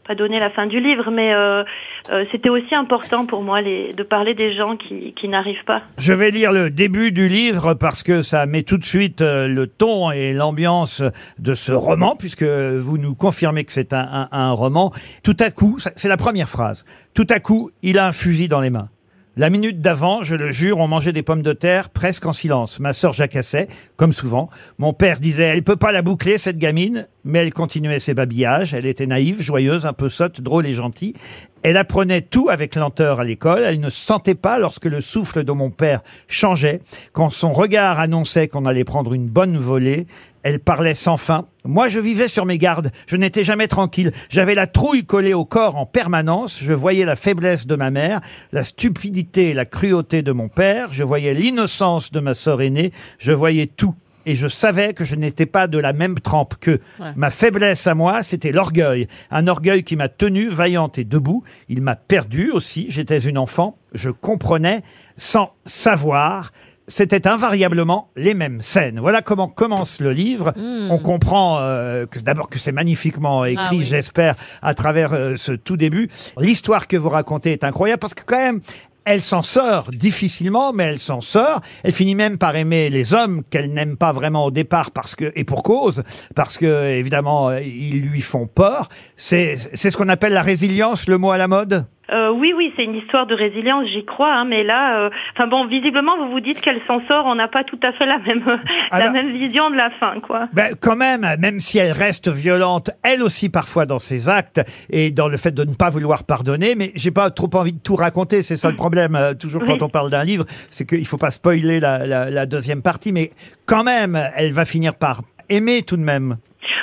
[SPEAKER 12] pas donner la fin du livre, mais euh, euh, c'était aussi important pour moi les, de parler des gens qui, qui n'arrivent pas.
[SPEAKER 2] Je vais lire le début du livre parce que ça met tout de suite euh, le ton et l'ambiance de ce roman, puisque vous nous confirmez que c'est un, un- un roman. Tout à coup, ça- c'est la première phrase, tout à coup, il a un fusil dans les mains. La minute d'avant, je le jure, on mangeait des pommes de terre presque en silence. Ma sœur jacassait, comme souvent. Mon père disait, elle peut pas la boucler, cette gamine. Mais elle continuait ses babillages. Elle était naïve, joyeuse, un peu sotte, drôle et gentille. Elle apprenait tout avec lenteur à l'école. Elle ne sentait pas lorsque le souffle de mon père changeait. Quand son regard annonçait qu'on allait prendre une bonne volée, elle parlait sans fin. Moi, je vivais sur mes gardes. Je n'étais jamais tranquille. J'avais la trouille collée au corps en permanence. Je voyais la faiblesse de ma mère, la stupidité et la cruauté de mon père. Je voyais l'innocence de ma sœur aînée. Je voyais tout. Et je savais que je n'étais pas de la même trempe qu'eux.
[SPEAKER 13] Ouais.
[SPEAKER 2] Ma faiblesse à moi, c'était l'orgueil. Un orgueil qui m'a tenue vaillante et debout. Il m'a perdue aussi. J'étais une enfant. Je comprenais sans savoir. C'était invariablement les mêmes scènes. Voilà comment commence le livre. On comprend euh, que- d'abord que c'est magnifiquement écrit,
[SPEAKER 13] oui.
[SPEAKER 2] j'espère, à travers euh, ce tout début. L'histoire que vous racontez est incroyable parce que quand même, elle s'en sort difficilement, mais elle s'en sort. Elle finit même par aimer les hommes qu'elle n'aime pas vraiment au départ parce que et pour cause, parce que évidemment euh, ils lui font peur. C'est c'est ce qu'on appelle la résilience, le mot à la mode.
[SPEAKER 12] Euh, oui, oui, c'est une histoire de résilience, j'y crois, hein, mais là, euh, enfin bon, visiblement, vous vous dites qu'elle s'en sort, on n'a pas tout à fait la même, la
[SPEAKER 2] Alors-
[SPEAKER 12] même vision de la fin, quoi.
[SPEAKER 2] Ben, quand même, même si elle reste violente, elle aussi parfois dans ses actes et dans le fait de ne pas vouloir pardonner, mais j'ai pas trop envie de tout raconter, c'est ça le problème, euh, toujours
[SPEAKER 13] Oui.
[SPEAKER 2] quand on parle d'un livre, c'est qu'il faut pas spoiler la, la- la deuxième partie, mais quand même, elle va finir par aimer tout de même.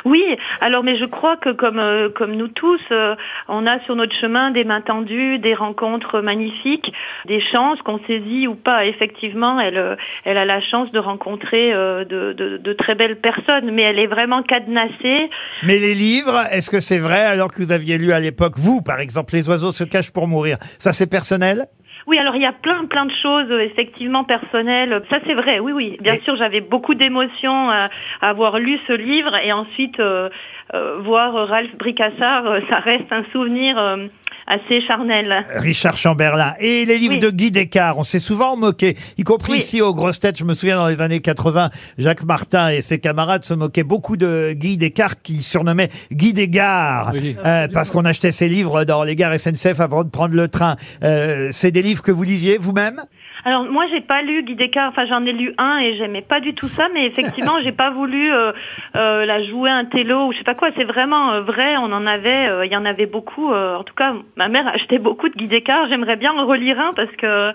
[SPEAKER 12] Oui, alors mais je crois que comme euh, comme nous tous, euh, on a sur notre chemin des mains tendues, des rencontres magnifiques, des chances qu'on saisit ou pas. Effectivement, elle euh, elle a la chance de rencontrer euh, de, de, de très belles personnes, mais elle est vraiment cadenassée.
[SPEAKER 2] Mais les livres, est-ce que c'est vrai alors que vous aviez lu à l'époque, vous par exemple, Les oiseaux se cachent pour mourir, ça c'est personnel
[SPEAKER 12] Oui, alors il y a plein plein de choses euh, effectivement personnelles. Ça c'est vrai. Oui, oui. Bien sûr, j'avais beaucoup d'émotions à, à avoir lu ce livre et ensuite euh, euh, voir euh, Ralph Bricassard, euh, ça reste un souvenir euh, assez charnel.
[SPEAKER 2] Richard Chamberlain. Et les livres de Guy Descartes, on s'est souvent moqué, y compris ici aux grosses têtes. Je me souviens dans les années 80, Jacques Martin et ses camarades se moquaient beaucoup de Guy Descartes, qui surnommait Guy Descartes,
[SPEAKER 13] Oui.
[SPEAKER 2] euh, parce qu'on achetait ses livres dans les gares SNCF avant de prendre le train. Euh, C'est des livres que vous lisiez vous-même
[SPEAKER 12] Alors moi j'ai pas lu Guy Descartes, enfin j'en ai lu un et j'aimais pas du tout ça, mais effectivement j'ai pas voulu euh, euh, la jouer un télo ou je sais pas quoi. C'est vraiment euh, vrai, on en avait, euh, il y en avait beaucoup. euh, en tout cas, ma mère achetait beaucoup de Guy Descartes. J'aimerais bien en relire un parce que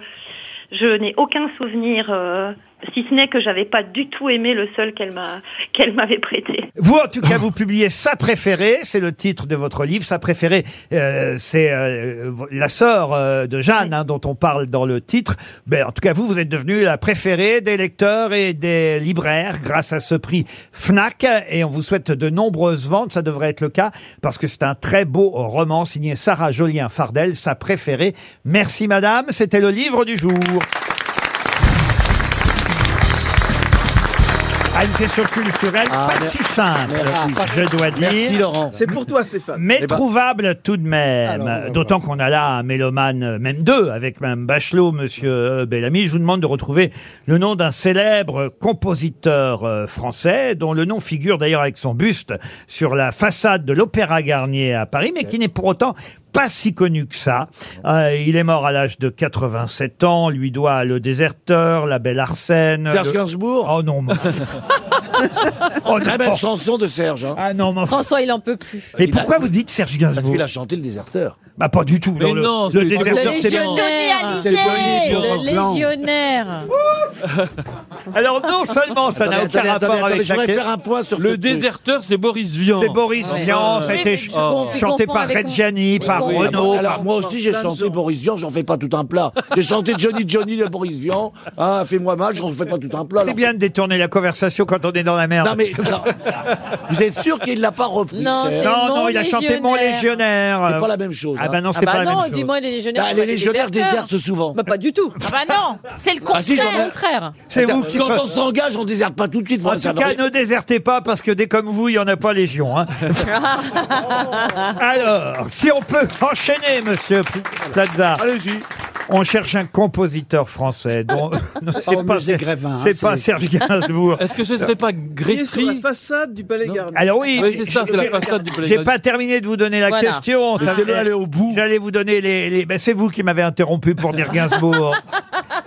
[SPEAKER 12] je n'ai aucun souvenir euh, si ce n'est que j'avais pas du tout aimé le seul qu'elle m'a qu'elle m'avait prêté.
[SPEAKER 2] Vous, en tout cas, vous publiez Sa préférée, c'est le titre de votre livre. Sa préférée, euh, c'est euh, vo- la sœur euh, de Jeanne, hein, dont on parle dans le titre. Mais en tout cas, vous, vous êtes devenue la préférée des lecteurs et des libraires grâce à ce prix FNAC. Et on vous souhaite de nombreuses ventes, ça devrait être le cas, parce que c'est un très beau roman signé Sarah Jolien-Fardel, Sa préférée. Merci, madame, c'était le livre du jour. à Ah, une question culturelle pas
[SPEAKER 4] Ah, mer-
[SPEAKER 2] si simple, Ah, je dois dire.
[SPEAKER 4] Merci, Laurent.
[SPEAKER 2] C'est pour toi, Stéphane. Mais
[SPEAKER 4] Eh ben-
[SPEAKER 2] trouvable tout de même.
[SPEAKER 4] Alors, on va
[SPEAKER 2] D'autant qu'on a là un mélomane, euh, même deux, avec même Bachelot, Monsieur euh, Bellamy. Je vous demande de retrouver le nom d'un célèbre compositeur euh, français, dont le nom figure d'ailleurs avec son buste sur la façade de l'Opéra Garnier à Paris, mais qui n'est pour autant pas si connu que ça. Euh, il est mort à l'âge de 87 ans. Lui doit Le Déserteur, La Belle Arsène.
[SPEAKER 8] Serge
[SPEAKER 2] le-
[SPEAKER 8] Gainsbourg
[SPEAKER 2] Oh non. mais- Oh,
[SPEAKER 8] Très belle
[SPEAKER 2] non.
[SPEAKER 8] chanson de Serge. hein.
[SPEAKER 2] Ah non, mais enfin-
[SPEAKER 5] François, il en peut plus.
[SPEAKER 2] Mais pourquoi vous dites Serge Gainsbourg
[SPEAKER 8] Parce qu'il a chanté le déserteur.
[SPEAKER 2] Bah pas du tout.
[SPEAKER 8] Mais
[SPEAKER 2] dans le-
[SPEAKER 8] non,
[SPEAKER 2] le,
[SPEAKER 8] c'est-
[SPEAKER 2] déserteur,
[SPEAKER 8] Le
[SPEAKER 2] c'est
[SPEAKER 5] Légionnaire
[SPEAKER 2] C'est Olivier
[SPEAKER 5] Le
[SPEAKER 2] Blanc.
[SPEAKER 5] légionnaire
[SPEAKER 2] Alors non seulement ça n'a
[SPEAKER 7] Attendez,
[SPEAKER 2] aucun
[SPEAKER 7] attendez,
[SPEAKER 2] rapport
[SPEAKER 7] attendez,
[SPEAKER 2] avec
[SPEAKER 7] je voudrais
[SPEAKER 2] la-
[SPEAKER 7] faire un point sur Le ce truc. déserteur, c'est Boris Vian.
[SPEAKER 2] C'est Boris
[SPEAKER 7] Ouais.
[SPEAKER 2] Vian, ça a
[SPEAKER 7] Oui,
[SPEAKER 2] été
[SPEAKER 7] mais
[SPEAKER 2] ch-
[SPEAKER 7] tu confonds- tu
[SPEAKER 2] chanté
[SPEAKER 7] confonds
[SPEAKER 2] par
[SPEAKER 7] avec-
[SPEAKER 2] Reggiani,
[SPEAKER 7] Mais
[SPEAKER 2] par
[SPEAKER 8] Oui,
[SPEAKER 2] Renaud.
[SPEAKER 8] alors, moi aussi j'ai chanté Boris Vian, j'en fais pas tout un plat. J'ai chanté Johnny Johnny de Boris Vian, hein, fais-moi mal, j'en fais pas tout un plat.
[SPEAKER 2] C'est
[SPEAKER 8] alors.
[SPEAKER 2] bien de détourner la conversation quand on est dans la merde.
[SPEAKER 8] Non mais non. vous êtes sûr qu'il l'a pas repris
[SPEAKER 5] Non,
[SPEAKER 8] Serge
[SPEAKER 5] c'est
[SPEAKER 2] non,
[SPEAKER 5] Mon
[SPEAKER 2] non, il a chanté Mon Légionnaire.
[SPEAKER 8] C'est pas la même chose. hein.
[SPEAKER 2] Ah bah non,
[SPEAKER 5] Ah
[SPEAKER 2] c'est
[SPEAKER 5] bah
[SPEAKER 2] pas la
[SPEAKER 5] non,
[SPEAKER 2] même chose.
[SPEAKER 5] dis-moi, les légionnaires.
[SPEAKER 8] Bah,
[SPEAKER 5] sont
[SPEAKER 8] les
[SPEAKER 5] pas des
[SPEAKER 8] légionnaires
[SPEAKER 5] déserteurs.
[SPEAKER 8] désertent souvent.
[SPEAKER 5] Bah, pas du tout.
[SPEAKER 3] Ah bah non, c'est le
[SPEAKER 8] Ah, si,
[SPEAKER 3] contraire.
[SPEAKER 8] j'en ai-
[SPEAKER 5] Au contraire.
[SPEAKER 2] C'est vous
[SPEAKER 8] Attends,
[SPEAKER 2] qui
[SPEAKER 8] Quand
[SPEAKER 2] fa-
[SPEAKER 8] on s'engage, on déserte pas tout de suite.
[SPEAKER 2] En
[SPEAKER 8] voilà, ça
[SPEAKER 2] tout
[SPEAKER 8] va
[SPEAKER 2] cas,
[SPEAKER 8] rien.
[SPEAKER 2] ne désertez pas parce que des comme vous, il n'y en a pas légion. hein. Alors, si on peut enchaîner, monsieur P- Plaza.
[SPEAKER 8] Allez-y.
[SPEAKER 2] On cherche un compositeur français. dont- Non,
[SPEAKER 9] au musée Grévin, hein,
[SPEAKER 2] c'est pas
[SPEAKER 9] c'est-
[SPEAKER 2] Serge Gainsbourg.
[SPEAKER 7] Est-ce que ce serait pas
[SPEAKER 6] Qui est sur la
[SPEAKER 7] Grétry
[SPEAKER 6] façade du Palais Garnier.
[SPEAKER 2] Alors oui,
[SPEAKER 7] Oui, c'est ça, c'est la
[SPEAKER 2] j'ai-
[SPEAKER 7] façade du Palais
[SPEAKER 2] J'ai
[SPEAKER 7] Garnier.
[SPEAKER 2] pas terminé de vous donner la
[SPEAKER 5] Voilà.
[SPEAKER 2] question. ça-
[SPEAKER 8] Laissez-le aller au bout.
[SPEAKER 2] J'allais vous donner les. les- ben, c'est vous qui m'avez interrompu pour dire Gainsbourg.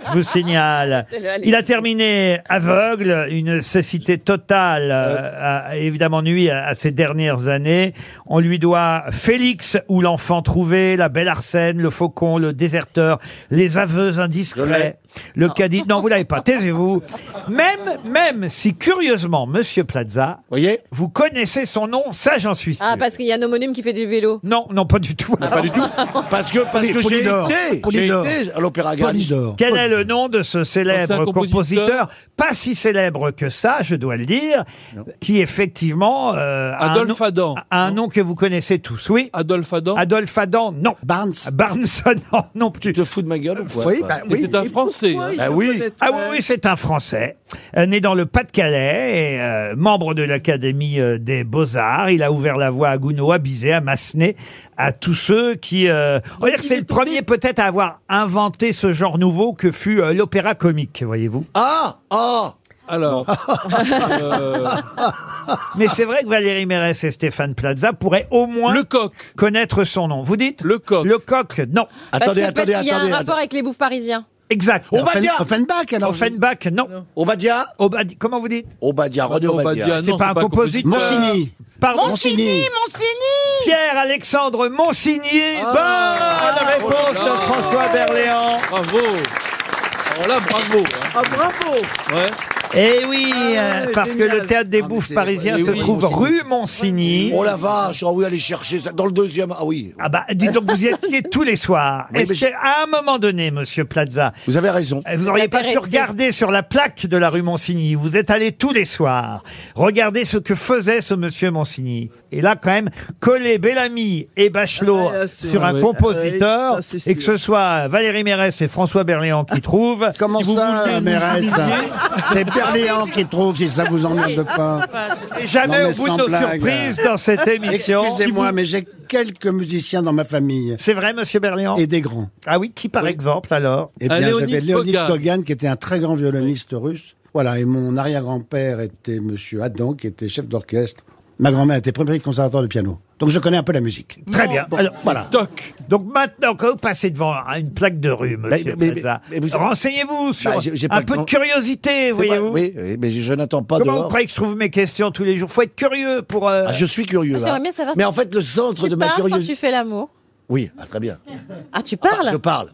[SPEAKER 2] Je vous signale.
[SPEAKER 5] Laissez-le aller
[SPEAKER 2] Il a
[SPEAKER 5] au bout.
[SPEAKER 2] terminé aveugle, une cécité totale, euh, a- évidemment nuit à, à ses dernières années. On lui doit Félix ou l'enfant trouvé, la belle Arsène, le faucon, le déserteur, les aveux indiscrets, le caddie. Non, vous l'avez pas. Taisez-vous. Même, même si curieusement, Monsieur Plaza,
[SPEAKER 8] Vous voyez
[SPEAKER 2] vous connaissez son nom, ça j'en suis sûr.
[SPEAKER 5] Ah, parce qu'il y a un homonyme qui fait du vélo. Ah,
[SPEAKER 2] Non, non, pas du tout.
[SPEAKER 8] Pas du tout. Parce que, parce
[SPEAKER 9] Allez,
[SPEAKER 8] que j'ai
[SPEAKER 9] Polydor.
[SPEAKER 8] été, j'ai
[SPEAKER 9] Polydor.
[SPEAKER 8] été à l'Opéra Garnier.
[SPEAKER 9] Polydor.
[SPEAKER 2] Quel est le nom de ce
[SPEAKER 7] C'est
[SPEAKER 2] célèbre
[SPEAKER 7] un compositeur.
[SPEAKER 2] compositeur, pas si célèbre que ça, je dois le dire, qui effectivement euh, a, un nom,
[SPEAKER 7] Adolphe Adam.
[SPEAKER 2] a un nom que vous connaissez tous, oui
[SPEAKER 7] Adolphe Adam.
[SPEAKER 2] Adolphe Adam, non.
[SPEAKER 9] Barnes.
[SPEAKER 2] Barnes, non, non plus.
[SPEAKER 8] Tu te fous de ma gueule ou quoi
[SPEAKER 9] Oui,
[SPEAKER 8] toi
[SPEAKER 9] bah,
[SPEAKER 7] Et
[SPEAKER 9] oui.
[SPEAKER 7] c'est un Français.
[SPEAKER 6] Pourquoi
[SPEAKER 7] hein.
[SPEAKER 6] il
[SPEAKER 8] Bah
[SPEAKER 6] le
[SPEAKER 8] oui.
[SPEAKER 6] connaît,
[SPEAKER 2] Ah oui,
[SPEAKER 6] euh,
[SPEAKER 2] oui, c'est un Français, euh, né dans le Pas-de-Calais, et, euh, membre de l'Académie euh, des Beaux-Arts. Il a ouvert la voie à Gounod, à Bizet, à Massenet, à tous ceux qui... euh, on va dire que c'est le premier peut-être à avoir inventé ce genre nouveau que fut euh, l'opéra comique, voyez-vous.
[SPEAKER 8] Ah Ah
[SPEAKER 7] Alors, euh,
[SPEAKER 2] Mais c'est vrai que Valérie Mérès et Stéphane Plaza pourraient au moins
[SPEAKER 7] le coq.
[SPEAKER 2] connaître son nom. Vous dites
[SPEAKER 7] Le coq.
[SPEAKER 2] Le coq, non.
[SPEAKER 5] Parce
[SPEAKER 8] Attendez,
[SPEAKER 5] que-
[SPEAKER 8] attendez,
[SPEAKER 5] Parce qu'il y a un
[SPEAKER 8] attendez.
[SPEAKER 5] rapport avec les bouffes parisiens.
[SPEAKER 2] Exact.
[SPEAKER 8] Obadia
[SPEAKER 9] Offenbach, alors.
[SPEAKER 2] Offenbach, non.
[SPEAKER 8] Obadia
[SPEAKER 2] Obadi- comment vous dites
[SPEAKER 8] Obadia, René Obadia.
[SPEAKER 7] Obadia.
[SPEAKER 2] C'est
[SPEAKER 7] non,
[SPEAKER 2] pas un
[SPEAKER 7] c'est pas euh, un
[SPEAKER 2] compositeur.
[SPEAKER 9] Monsigny.
[SPEAKER 2] Pardon.
[SPEAKER 9] Monsigny.
[SPEAKER 2] Pierre-Alexandre Monsigny.
[SPEAKER 8] Ah.
[SPEAKER 2] Bonne Ah, réponse de François Berléand.
[SPEAKER 7] Bravo. Alors là, bravo. hein.
[SPEAKER 6] Ah bravo
[SPEAKER 7] Ouais.
[SPEAKER 2] Eh oui, euh,
[SPEAKER 6] ouais,
[SPEAKER 2] parce que
[SPEAKER 6] génial.
[SPEAKER 2] le théâtre des
[SPEAKER 9] mais
[SPEAKER 2] Bouffes
[SPEAKER 9] c'est-
[SPEAKER 2] parisiens
[SPEAKER 9] eh
[SPEAKER 2] se
[SPEAKER 9] oui,
[SPEAKER 2] trouve
[SPEAKER 9] Monsigny.
[SPEAKER 2] rue Monsigny.
[SPEAKER 8] Oh la vache, ah oui, allez chercher ça. Dans le deuxième, ah oui.
[SPEAKER 2] Ah bah, dites donc, vous y étiez tous les soirs.
[SPEAKER 8] Oui,
[SPEAKER 2] Est-ce
[SPEAKER 8] mais je-
[SPEAKER 2] qu'à un moment donné, monsieur Plaza,
[SPEAKER 8] Vous avez raison.
[SPEAKER 2] Vous n'auriez pas pu
[SPEAKER 5] Intéressé.
[SPEAKER 2] regarder sur la plaque de la rue Monsigny. Vous êtes allé tous les soirs. Regardez ce que faisait ce monsieur Monsigny. Et là, quand même, coller Bellamy et Bachelot
[SPEAKER 6] Ah ouais, là, c'est-
[SPEAKER 2] sur
[SPEAKER 7] Ah
[SPEAKER 2] un
[SPEAKER 7] ouais.
[SPEAKER 2] compositeur,
[SPEAKER 6] Ouais, ça, c'est
[SPEAKER 2] et que ce soit Valérie Mérès et François Berléand qui trouvent.
[SPEAKER 9] Comment
[SPEAKER 2] Si vous
[SPEAKER 9] ça,
[SPEAKER 2] voulez nous
[SPEAKER 9] Mérès
[SPEAKER 2] humilier,
[SPEAKER 9] C'est Berléand qui trouve, si ça vous emmerde pas.
[SPEAKER 2] et Jamais
[SPEAKER 9] Non, mais
[SPEAKER 2] au bout de nos
[SPEAKER 9] sans blague.
[SPEAKER 2] surprises dans cette émission.
[SPEAKER 9] Excusez-moi, mais j'ai quelques musiciens dans ma famille.
[SPEAKER 2] C'est vrai, monsieur Berléand
[SPEAKER 9] Et des grands.
[SPEAKER 2] Ah oui, qui par exemple alors
[SPEAKER 9] Eh
[SPEAKER 7] Un
[SPEAKER 9] bien,
[SPEAKER 7] Léonid
[SPEAKER 9] j'avais Léonid
[SPEAKER 7] Kogan.
[SPEAKER 9] Kogan, qui était un très grand violoniste russe. Voilà, et mon arrière-grand-père était Monsieur Adam, qui était chef d'orchestre. Ma grand-mère était première conservatoire de piano. Donc je connais un peu la musique.
[SPEAKER 2] Très bien. Alors, voilà.
[SPEAKER 7] Toc.
[SPEAKER 2] Donc maintenant, quand vous passez devant à une plaque de rue, monsieur
[SPEAKER 8] mais- mais-
[SPEAKER 2] Plaza,
[SPEAKER 8] mais vous-
[SPEAKER 2] renseignez-vous sur
[SPEAKER 8] Bah, j'ai- j'ai pas
[SPEAKER 2] un
[SPEAKER 8] le
[SPEAKER 2] peu de
[SPEAKER 8] temps.
[SPEAKER 2] curiosité,
[SPEAKER 8] C'est vrai,
[SPEAKER 2] voyez-vous.
[SPEAKER 8] oui, oui, mais je n'attends pas
[SPEAKER 2] Comment vous
[SPEAKER 8] dehors.
[SPEAKER 2] croyez que je trouve mes questions tous les jours Faut être curieux pour. euh,
[SPEAKER 8] Ah, je suis curieux.
[SPEAKER 5] Ah, j'aimerais
[SPEAKER 8] hein.
[SPEAKER 5] bien savoir
[SPEAKER 8] mais
[SPEAKER 5] si
[SPEAKER 8] en fait, le centre
[SPEAKER 5] Tu
[SPEAKER 8] de ma
[SPEAKER 5] parles quand
[SPEAKER 8] curiosité.
[SPEAKER 5] tu fais l'amour.
[SPEAKER 8] Oui, ah, très bien.
[SPEAKER 5] Ah, tu
[SPEAKER 8] Je
[SPEAKER 5] parles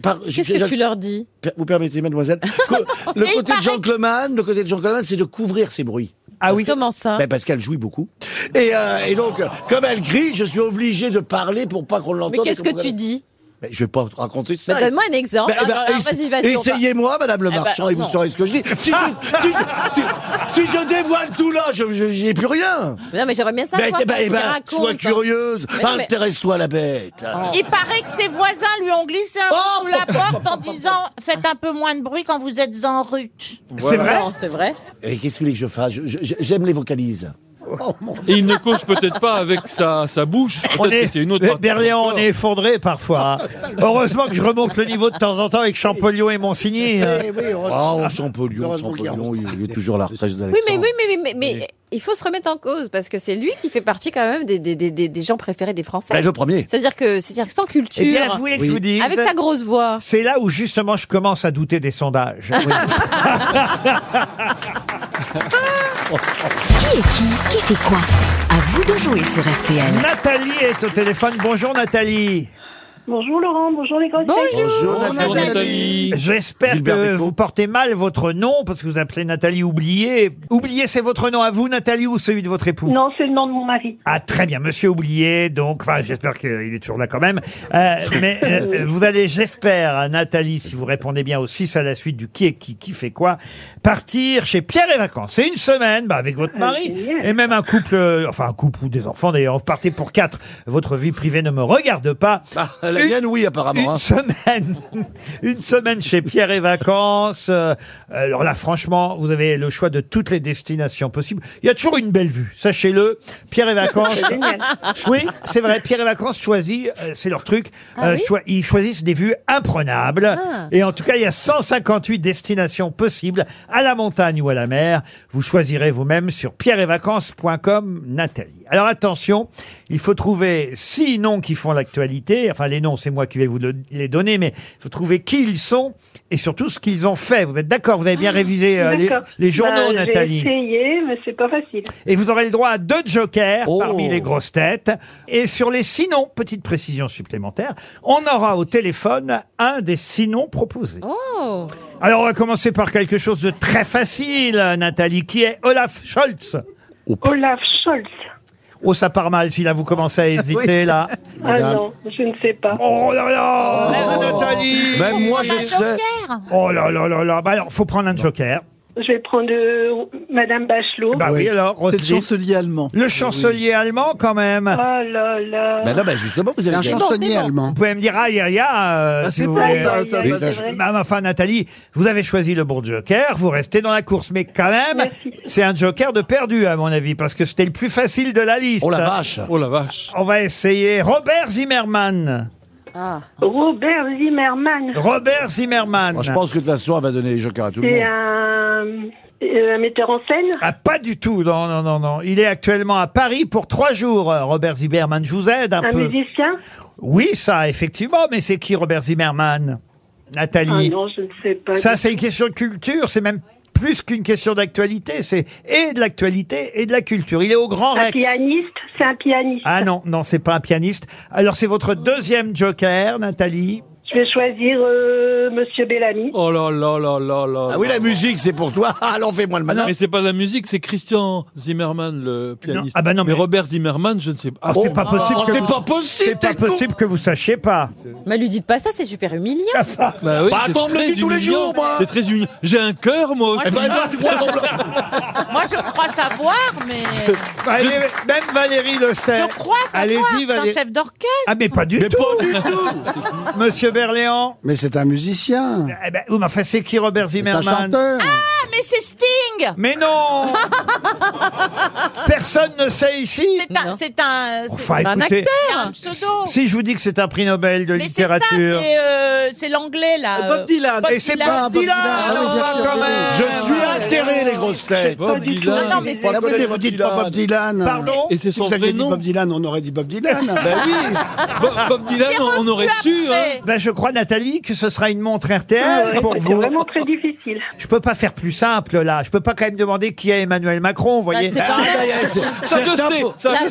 [SPEAKER 8] parle.
[SPEAKER 5] Qu'est-ce que tu leur dis
[SPEAKER 8] Vous permettez, mademoiselle Co- Le
[SPEAKER 5] Et il
[SPEAKER 8] côté de
[SPEAKER 5] paraît-
[SPEAKER 8] gentleman, le côté de gentleman, c'est de couvrir ses bruits.
[SPEAKER 2] Ah oui.
[SPEAKER 5] Comment ça
[SPEAKER 8] ben Parce qu'elle jouit beaucoup. Et, euh, et donc, euh, comme elle crie, je suis obligé de parler pour pas qu'on l'entende.
[SPEAKER 5] Mais qu'est-ce
[SPEAKER 8] et qu'on
[SPEAKER 5] que tu
[SPEAKER 8] comprenne.
[SPEAKER 5] dis
[SPEAKER 8] Ben, Je vais pas te raconter tout
[SPEAKER 5] Bah,
[SPEAKER 8] ça.
[SPEAKER 5] donne-moi un exemple.
[SPEAKER 8] Ben, eh ben,
[SPEAKER 5] Alors, alors,
[SPEAKER 8] essa-
[SPEAKER 5] vas-y, vas-y, on va-
[SPEAKER 8] Essayez-moi, madame le
[SPEAKER 5] Eh ben,
[SPEAKER 8] marchand, et vous
[SPEAKER 5] non. Ah
[SPEAKER 8] saurez ce que je dis. Si, je- si je- si- si je dévoile tout là, je je- j'y ai plus rien.
[SPEAKER 5] Non, mais j'aimerais bien
[SPEAKER 8] Ben,
[SPEAKER 5] savoir.
[SPEAKER 8] eh ben,
[SPEAKER 5] parce
[SPEAKER 8] eh
[SPEAKER 5] que
[SPEAKER 8] ben,
[SPEAKER 5] tu racontes.
[SPEAKER 8] sois curieuse,
[SPEAKER 5] Mais Oh. non, mais-
[SPEAKER 8] intéresse-toi à la bête.
[SPEAKER 3] Il paraît que ses voisins lui ont glissé un
[SPEAKER 2] Oh,
[SPEAKER 3] mot sous la porte en disant Faites un peu moins de bruit quand vous êtes en rue.
[SPEAKER 8] Voilà. vrai
[SPEAKER 5] Non, c'est vrai.
[SPEAKER 8] Et qu'est-ce que vous voulez que je fasse Je- je- J'aime les vocalises.
[SPEAKER 2] Oh,
[SPEAKER 7] Et il ne cause peut-être pas avec sa, sa bouche.
[SPEAKER 2] On
[SPEAKER 7] Peut-être
[SPEAKER 2] est,
[SPEAKER 7] que c'est une autre.
[SPEAKER 2] Berléand, on est effondré parfois. hein. Heureusement que je remonte le niveau de temps en temps avec Champollion et Monsigny. hein.
[SPEAKER 9] Eh oui, heureusement.
[SPEAKER 8] Oh, Champollion, Champollion, il il est toujours à la retraite de
[SPEAKER 5] Oui, mais oui, mais, mais, mais, mais il faut se remettre en cause parce que c'est lui qui fait partie quand même des, des, des, des- des gens préférés des Français.
[SPEAKER 8] Ben, le premier.
[SPEAKER 5] C'est-à-dire que, c'est-à-dire que sans culture,
[SPEAKER 2] Eh bien, avouez que je vous dise-
[SPEAKER 5] avec ta grosse voix.
[SPEAKER 2] C'est là où justement je commence à douter des sondages.
[SPEAKER 11] Qui est qui Qui fait quoi À vous de jouer sur RTL.
[SPEAKER 2] Nathalie est au téléphone. Bonjour Nathalie.
[SPEAKER 12] Bonjour Laurent, bonjour les grosses têtes.
[SPEAKER 2] J'espère
[SPEAKER 8] Gilbert
[SPEAKER 2] que
[SPEAKER 8] Bécaud.
[SPEAKER 2] vous portez mal votre nom parce que vous appelez Nathalie Oublié. Oublié, c'est votre nom à vous, Nathalie, ou celui de votre époux
[SPEAKER 12] Non, c'est le nom de mon mari.
[SPEAKER 2] Ah très bien, Monsieur Oublié, donc, enfin j'espère qu'il est toujours là quand même. Euh, mais euh, vous allez, j'espère, Nathalie, si vous répondez bien au 6 à la suite du qui est qui, qui fait quoi, partir chez Pierre et Vacances. C'est une semaine bah, avec votre mari
[SPEAKER 12] Ah, génial.
[SPEAKER 2] et même un couple, euh, enfin un couple ou des enfants d'ailleurs, vous partez pour quatre. Votre vie privée ne me regarde pas.
[SPEAKER 8] Ah, la
[SPEAKER 2] Une-
[SPEAKER 8] mienne, oui, apparemment. hein.
[SPEAKER 2] une semaine, une semaine chez Pierre et Vacances. Euh, alors là, franchement, vous avez le choix de toutes les destinations possibles. Il y a toujours une belle vue, sachez-le. Pierre et Vacances.
[SPEAKER 12] C'est génial.
[SPEAKER 2] oui, c'est vrai. Pierre et Vacances choisit, euh, c'est leur truc.
[SPEAKER 5] Ah oui
[SPEAKER 2] choi- ils choisissent des vues imprenables.
[SPEAKER 5] Ah.
[SPEAKER 2] Et en tout cas, il y a 158 destinations possibles à la montagne ou à la mer. Vous choisirez vous-même sur pierreetvacances.com, Nathalie. Alors attention, il faut trouver six noms qui font l'actualité. Enfin, les noms, c'est moi qui vais vous le- les donner, mais il faut trouver qui ils sont et surtout ce qu'ils ont fait. Vous êtes d'accord Vous avez bien révisé euh, les,
[SPEAKER 12] D'accord.
[SPEAKER 2] les journaux,
[SPEAKER 12] Bah,
[SPEAKER 2] Nathalie Eh,
[SPEAKER 12] J'ai essayé, mais c'est pas facile.
[SPEAKER 2] et vous aurez le droit à deux jokers
[SPEAKER 8] Oh.
[SPEAKER 2] parmi les grosses têtes. Et sur les six noms, petite précision supplémentaire, on aura au téléphone un des six noms proposés.
[SPEAKER 5] Oh
[SPEAKER 2] Alors on va commencer par quelque chose de très facile, Nathalie, qui est Olaf Scholz.
[SPEAKER 12] Olaf Scholz.
[SPEAKER 2] Oh, ça part mal si là vous commencez à hésiter, là.
[SPEAKER 12] Ah
[SPEAKER 9] Madame.
[SPEAKER 12] non, je ne sais pas.
[SPEAKER 2] Oh là là Oh. Nathalie
[SPEAKER 8] Même moi, je sais.
[SPEAKER 2] Oh là là là là Bah alors, faut prendre un joker.
[SPEAKER 12] Je vais prendre euh, Madame Bachelot.
[SPEAKER 14] Oh.
[SPEAKER 2] Bah oui,
[SPEAKER 9] Oui.
[SPEAKER 2] alors,
[SPEAKER 6] C'est le
[SPEAKER 2] Roselyne.
[SPEAKER 6] chancelier allemand.
[SPEAKER 2] Le chancelier allemand, quand même.
[SPEAKER 12] Oh là là.
[SPEAKER 8] Ben non, ben justement, vous
[SPEAKER 9] C'est
[SPEAKER 8] avez
[SPEAKER 9] un
[SPEAKER 8] gagné.
[SPEAKER 9] chansonnier
[SPEAKER 5] bon.
[SPEAKER 9] allemand.
[SPEAKER 2] Vous pouvez me dire, aïe, aïe, aïe. euh,
[SPEAKER 6] Ah,
[SPEAKER 2] si
[SPEAKER 6] c'est
[SPEAKER 2] vous
[SPEAKER 6] bon,
[SPEAKER 2] voulez.
[SPEAKER 6] ça, ça,
[SPEAKER 12] Aïe, aïe,
[SPEAKER 6] ça,
[SPEAKER 12] aïe,
[SPEAKER 6] ça.
[SPEAKER 12] c'est vrai.
[SPEAKER 2] Bah, enfin, Nathalie, vous avez choisi le bon joker, vous restez dans la course, mais quand même,
[SPEAKER 12] Merci.
[SPEAKER 2] c'est un joker de perdu, à mon avis, parce que c'était le plus facile de la liste.
[SPEAKER 8] Oh la vache
[SPEAKER 7] Oh la vache.
[SPEAKER 2] On va essayer Robert Zimmerman.
[SPEAKER 5] Ah.
[SPEAKER 12] Robert Zimmerman.
[SPEAKER 2] Robert Zimmerman.
[SPEAKER 8] Moi, je pense que de toute façon, elle va donner les jokers à tout le
[SPEAKER 12] C'est
[SPEAKER 8] monde.
[SPEAKER 12] un, euh, un metteur en scène.
[SPEAKER 2] Ah, pas du tout, non, non, non, non. Il est actuellement à Paris pour trois jours, euh, Robert Zimmerman. Je vous aide un,
[SPEAKER 12] Un
[SPEAKER 2] peu.
[SPEAKER 12] musicien
[SPEAKER 2] Oui, ça, effectivement, mais c'est qui Robert Zimmerman
[SPEAKER 12] Ah
[SPEAKER 2] Nathalie.
[SPEAKER 12] non, je ne sais pas.
[SPEAKER 2] Ça, c'est une question de culture, c'est même plus qu'une question d'actualité, c'est et de l'actualité et de la culture. Il est au Grand
[SPEAKER 12] un
[SPEAKER 2] Rex.
[SPEAKER 12] pianiste C'est un pianiste.
[SPEAKER 2] Ah non, non, c'est pas un pianiste. Alors, c'est votre deuxième joker, Nathalie.
[SPEAKER 12] Je vais choisir euh, Monsieur Bellamy.
[SPEAKER 7] Oh là là là là là.
[SPEAKER 8] Ah oui, la musique, c'est pour toi. Alors fais-moi le
[SPEAKER 2] Ah,
[SPEAKER 8] malin.
[SPEAKER 7] Mais c'est pas la musique, c'est Christian Zimmerman, le pianiste.
[SPEAKER 2] Ah bah non,
[SPEAKER 7] mais...
[SPEAKER 2] mais-
[SPEAKER 7] Robert Zimmerman, je ne sais pas. Oh.
[SPEAKER 2] Ah, c'est pas possible que vous...
[SPEAKER 8] Oh, pas possible,
[SPEAKER 2] C'est pas possible que vous sachiez pas.
[SPEAKER 5] Mais lui dites pas ça, c'est super humiliant.
[SPEAKER 7] Bah oui,
[SPEAKER 8] Bah
[SPEAKER 7] c'est
[SPEAKER 8] attends, me le
[SPEAKER 7] très
[SPEAKER 8] dis tous les
[SPEAKER 7] humiliant.
[SPEAKER 8] jours, moi.
[SPEAKER 7] C'est très humiliant. J'ai un cœur, moi aussi.
[SPEAKER 8] Eh ben, non, tu crois qu'on me l'a-
[SPEAKER 3] Moi, je crois savoir, mais
[SPEAKER 2] Allez, même Valérie le sait.
[SPEAKER 3] je crois savoir.
[SPEAKER 2] Euh, Allez-y,
[SPEAKER 3] C'est un
[SPEAKER 2] Valérie.
[SPEAKER 3] chef d'orchestre.
[SPEAKER 2] Ah, mais pas du tout. Monsieur Berléand.
[SPEAKER 9] Mais c'est un musicien.
[SPEAKER 2] Eh ben, oui, mais enfin, c'est qui Robert
[SPEAKER 9] C'est un
[SPEAKER 2] Zimmerman
[SPEAKER 9] chanteur.
[SPEAKER 3] Ah, mais c'est Sting.
[SPEAKER 2] Mais non Personne ne sait ici.
[SPEAKER 3] C'est un,
[SPEAKER 5] Non.
[SPEAKER 3] c'est un, c'est-
[SPEAKER 2] Enfin,
[SPEAKER 5] un
[SPEAKER 2] écoutez,
[SPEAKER 3] il y a un pseudo.
[SPEAKER 2] si je vous dis que c'est un prix Nobel de
[SPEAKER 3] Mais c'est ça, c'est
[SPEAKER 2] littérature...
[SPEAKER 3] euh, c'est l'anglais là. euh,
[SPEAKER 6] Bob Dylan.
[SPEAKER 3] Bob
[SPEAKER 2] Et c'est
[SPEAKER 3] Dylan.
[SPEAKER 2] Bob
[SPEAKER 9] Bob Dylan,
[SPEAKER 2] Dylan,
[SPEAKER 9] ah oui, bien
[SPEAKER 2] enfin,
[SPEAKER 9] sûr,
[SPEAKER 2] quand
[SPEAKER 9] oui.
[SPEAKER 2] même.
[SPEAKER 8] Je suis
[SPEAKER 3] Ah,
[SPEAKER 8] atterré, les grosses têtes.
[SPEAKER 7] Bob
[SPEAKER 12] du tout.
[SPEAKER 7] Dylan.
[SPEAKER 3] Non, non, mais c'est
[SPEAKER 9] Ah oui, mais vous dites pas Bob Dylan.
[SPEAKER 2] Pardon
[SPEAKER 7] Et c'est
[SPEAKER 9] Si
[SPEAKER 7] son
[SPEAKER 9] vous aviez
[SPEAKER 7] vrai
[SPEAKER 9] dit
[SPEAKER 7] nom.
[SPEAKER 9] Bob Dylan, on aurait dit Bob Dylan.
[SPEAKER 7] Bah oui, Bob, Bob Dylan,
[SPEAKER 3] c'est
[SPEAKER 7] on, on
[SPEAKER 3] revenu
[SPEAKER 7] aurait
[SPEAKER 3] après.
[SPEAKER 7] su. hein.
[SPEAKER 2] Ben, je crois, Nathalie, que ce sera une montre
[SPEAKER 12] Ah
[SPEAKER 2] RTL
[SPEAKER 12] ouais,
[SPEAKER 2] pour
[SPEAKER 12] C'était
[SPEAKER 2] vous.
[SPEAKER 12] vraiment très difficile.
[SPEAKER 2] Je peux pas faire plus simple, là. Je peux pas quand même demander qui est Emmanuel Macron, vous
[SPEAKER 3] Bah,
[SPEAKER 2] voyez Ah, bah,
[SPEAKER 5] c'est pas
[SPEAKER 8] Eh,
[SPEAKER 5] mal. Ça, je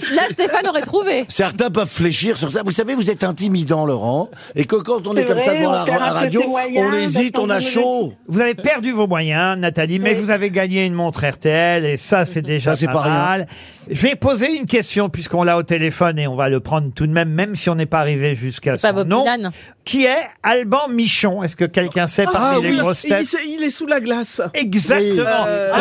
[SPEAKER 5] sais. Là- là, Stéphane aurait trouvé.
[SPEAKER 8] Certains peuvent fléchir sur ça. Vous savez, vous êtes intimidant, Laurent, et que quand on est,
[SPEAKER 2] C'est
[SPEAKER 8] comme
[SPEAKER 2] vrai,
[SPEAKER 8] ça devant
[SPEAKER 2] on
[SPEAKER 8] la,
[SPEAKER 2] perd
[SPEAKER 8] la
[SPEAKER 2] un peu
[SPEAKER 8] radio,
[SPEAKER 2] ses moyens,
[SPEAKER 8] on hésite,
[SPEAKER 2] parce
[SPEAKER 8] on a
[SPEAKER 2] qu'on est-
[SPEAKER 8] chaud.
[SPEAKER 2] Vous avez perdu vos moyens, Nathalie, mais vous avez gagné une montre RTL et ça, c'est déjà
[SPEAKER 8] Ça, c'est
[SPEAKER 2] pas,
[SPEAKER 8] pas rien.
[SPEAKER 2] mal. Je vais poser une question puisqu'on l'a au téléphone et on va le prendre tout de même, même si on n'est pas arrivé jusqu'à son nom. Qui est Alban Michon Est-ce que quelqu'un sait parmi les grosses
[SPEAKER 6] il,
[SPEAKER 2] têtes
[SPEAKER 6] s- il est sous la glace.
[SPEAKER 2] Eh, Exactement.
[SPEAKER 8] Euh,
[SPEAKER 6] Ah,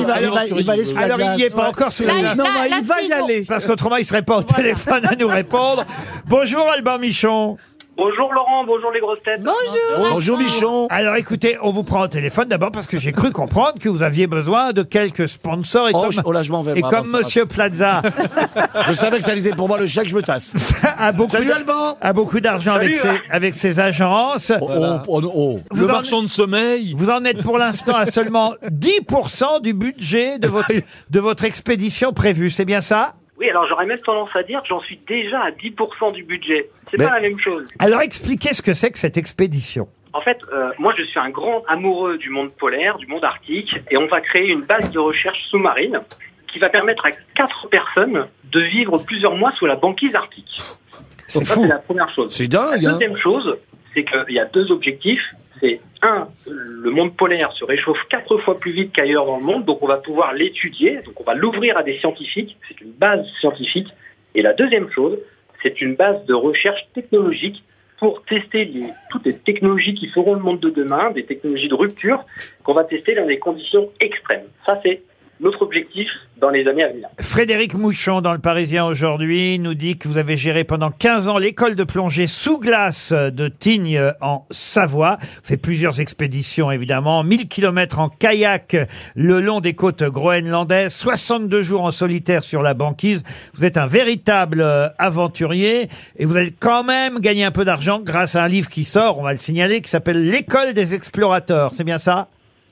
[SPEAKER 6] il va- il va- il va aller sous la
[SPEAKER 2] Alors, il
[SPEAKER 6] glace.
[SPEAKER 2] n'y est pas encore sous la
[SPEAKER 6] Là,
[SPEAKER 2] glace.
[SPEAKER 6] Non, là, bah, il là, va y si, bon. aller.
[SPEAKER 2] Parce qu'autrement, il serait pas au téléphone à nous répondre. Bonjour, Alban Michon.
[SPEAKER 10] Bonjour Laurent, bonjour les grosses têtes.
[SPEAKER 2] Bonjour. Michon. Alors écoutez, on vous prend au téléphone d'abord parce que j'ai cru comprendre que vous aviez besoin de quelques sponsors et comme, et
[SPEAKER 8] moi, avant
[SPEAKER 2] comme
[SPEAKER 8] de faire
[SPEAKER 2] Monsieur Plaza.
[SPEAKER 8] Je savais que ça allait être pour moi le chèque, je me tasse.
[SPEAKER 2] a beaucoup
[SPEAKER 8] Salut,
[SPEAKER 2] d'a-
[SPEAKER 8] Alban
[SPEAKER 2] a beaucoup d'argent avec ses,
[SPEAKER 8] Salut. hein.
[SPEAKER 2] avec ses agences.
[SPEAKER 7] Voilà.
[SPEAKER 2] oh,
[SPEAKER 8] Oh,
[SPEAKER 7] Le marchand
[SPEAKER 2] de sommeil. Vous en êtes pour l'instant à seulement 10% du budget de votre, de votre expédition prévue, c'est bien ça
[SPEAKER 10] Oui, alors j'aurais même tendance à dire que j'en suis déjà à 10% du budget. C'est
[SPEAKER 2] Mais-
[SPEAKER 10] pas la même chose.
[SPEAKER 2] Alors expliquez ce que c'est que cette expédition.
[SPEAKER 10] En fait, euh, moi je suis un grand amoureux du monde polaire, du monde arctique, et on va créer une base de recherche sous-marine qui va permettre à quatre personnes de vivre plusieurs mois sous la banquise arctique.
[SPEAKER 8] C'est
[SPEAKER 10] Donc ça,
[SPEAKER 8] fou.
[SPEAKER 10] C'est la première chose.
[SPEAKER 8] C'est dingue,
[SPEAKER 10] La
[SPEAKER 8] hein.
[SPEAKER 10] deuxième chose, c'est qu'il y a deux objectifs. C'est un, le monde polaire se réchauffe quatre fois plus vite qu'ailleurs dans le monde, donc on va pouvoir l'étudier, donc on va l'ouvrir à des scientifiques. C'est une base scientifique. Et la deuxième chose, c'est une base de recherche technologique pour tester les- toutes les technologies qui feront le monde de demain, des technologies de rupture qu'on va tester dans des conditions extrêmes. Ça, c'est notre objectif dans les années à venir.
[SPEAKER 2] Frédéric Mouchon, dans le Parisien aujourd'hui, nous dit que vous avez géré pendant 15 ans l'école de plongée sous glace de Tignes euh, en Savoie. C'est plusieurs expéditions, évidemment. 1000 km en kayak le long des côtes groenlandaises, 62 jours en solitaire sur la banquise. Vous êtes un véritable euh, aventurier et vous allez quand même gagner un peu d'argent grâce à un livre qui sort, on va le signaler, qui s'appelle L'école des explorateurs. C'est bien ça?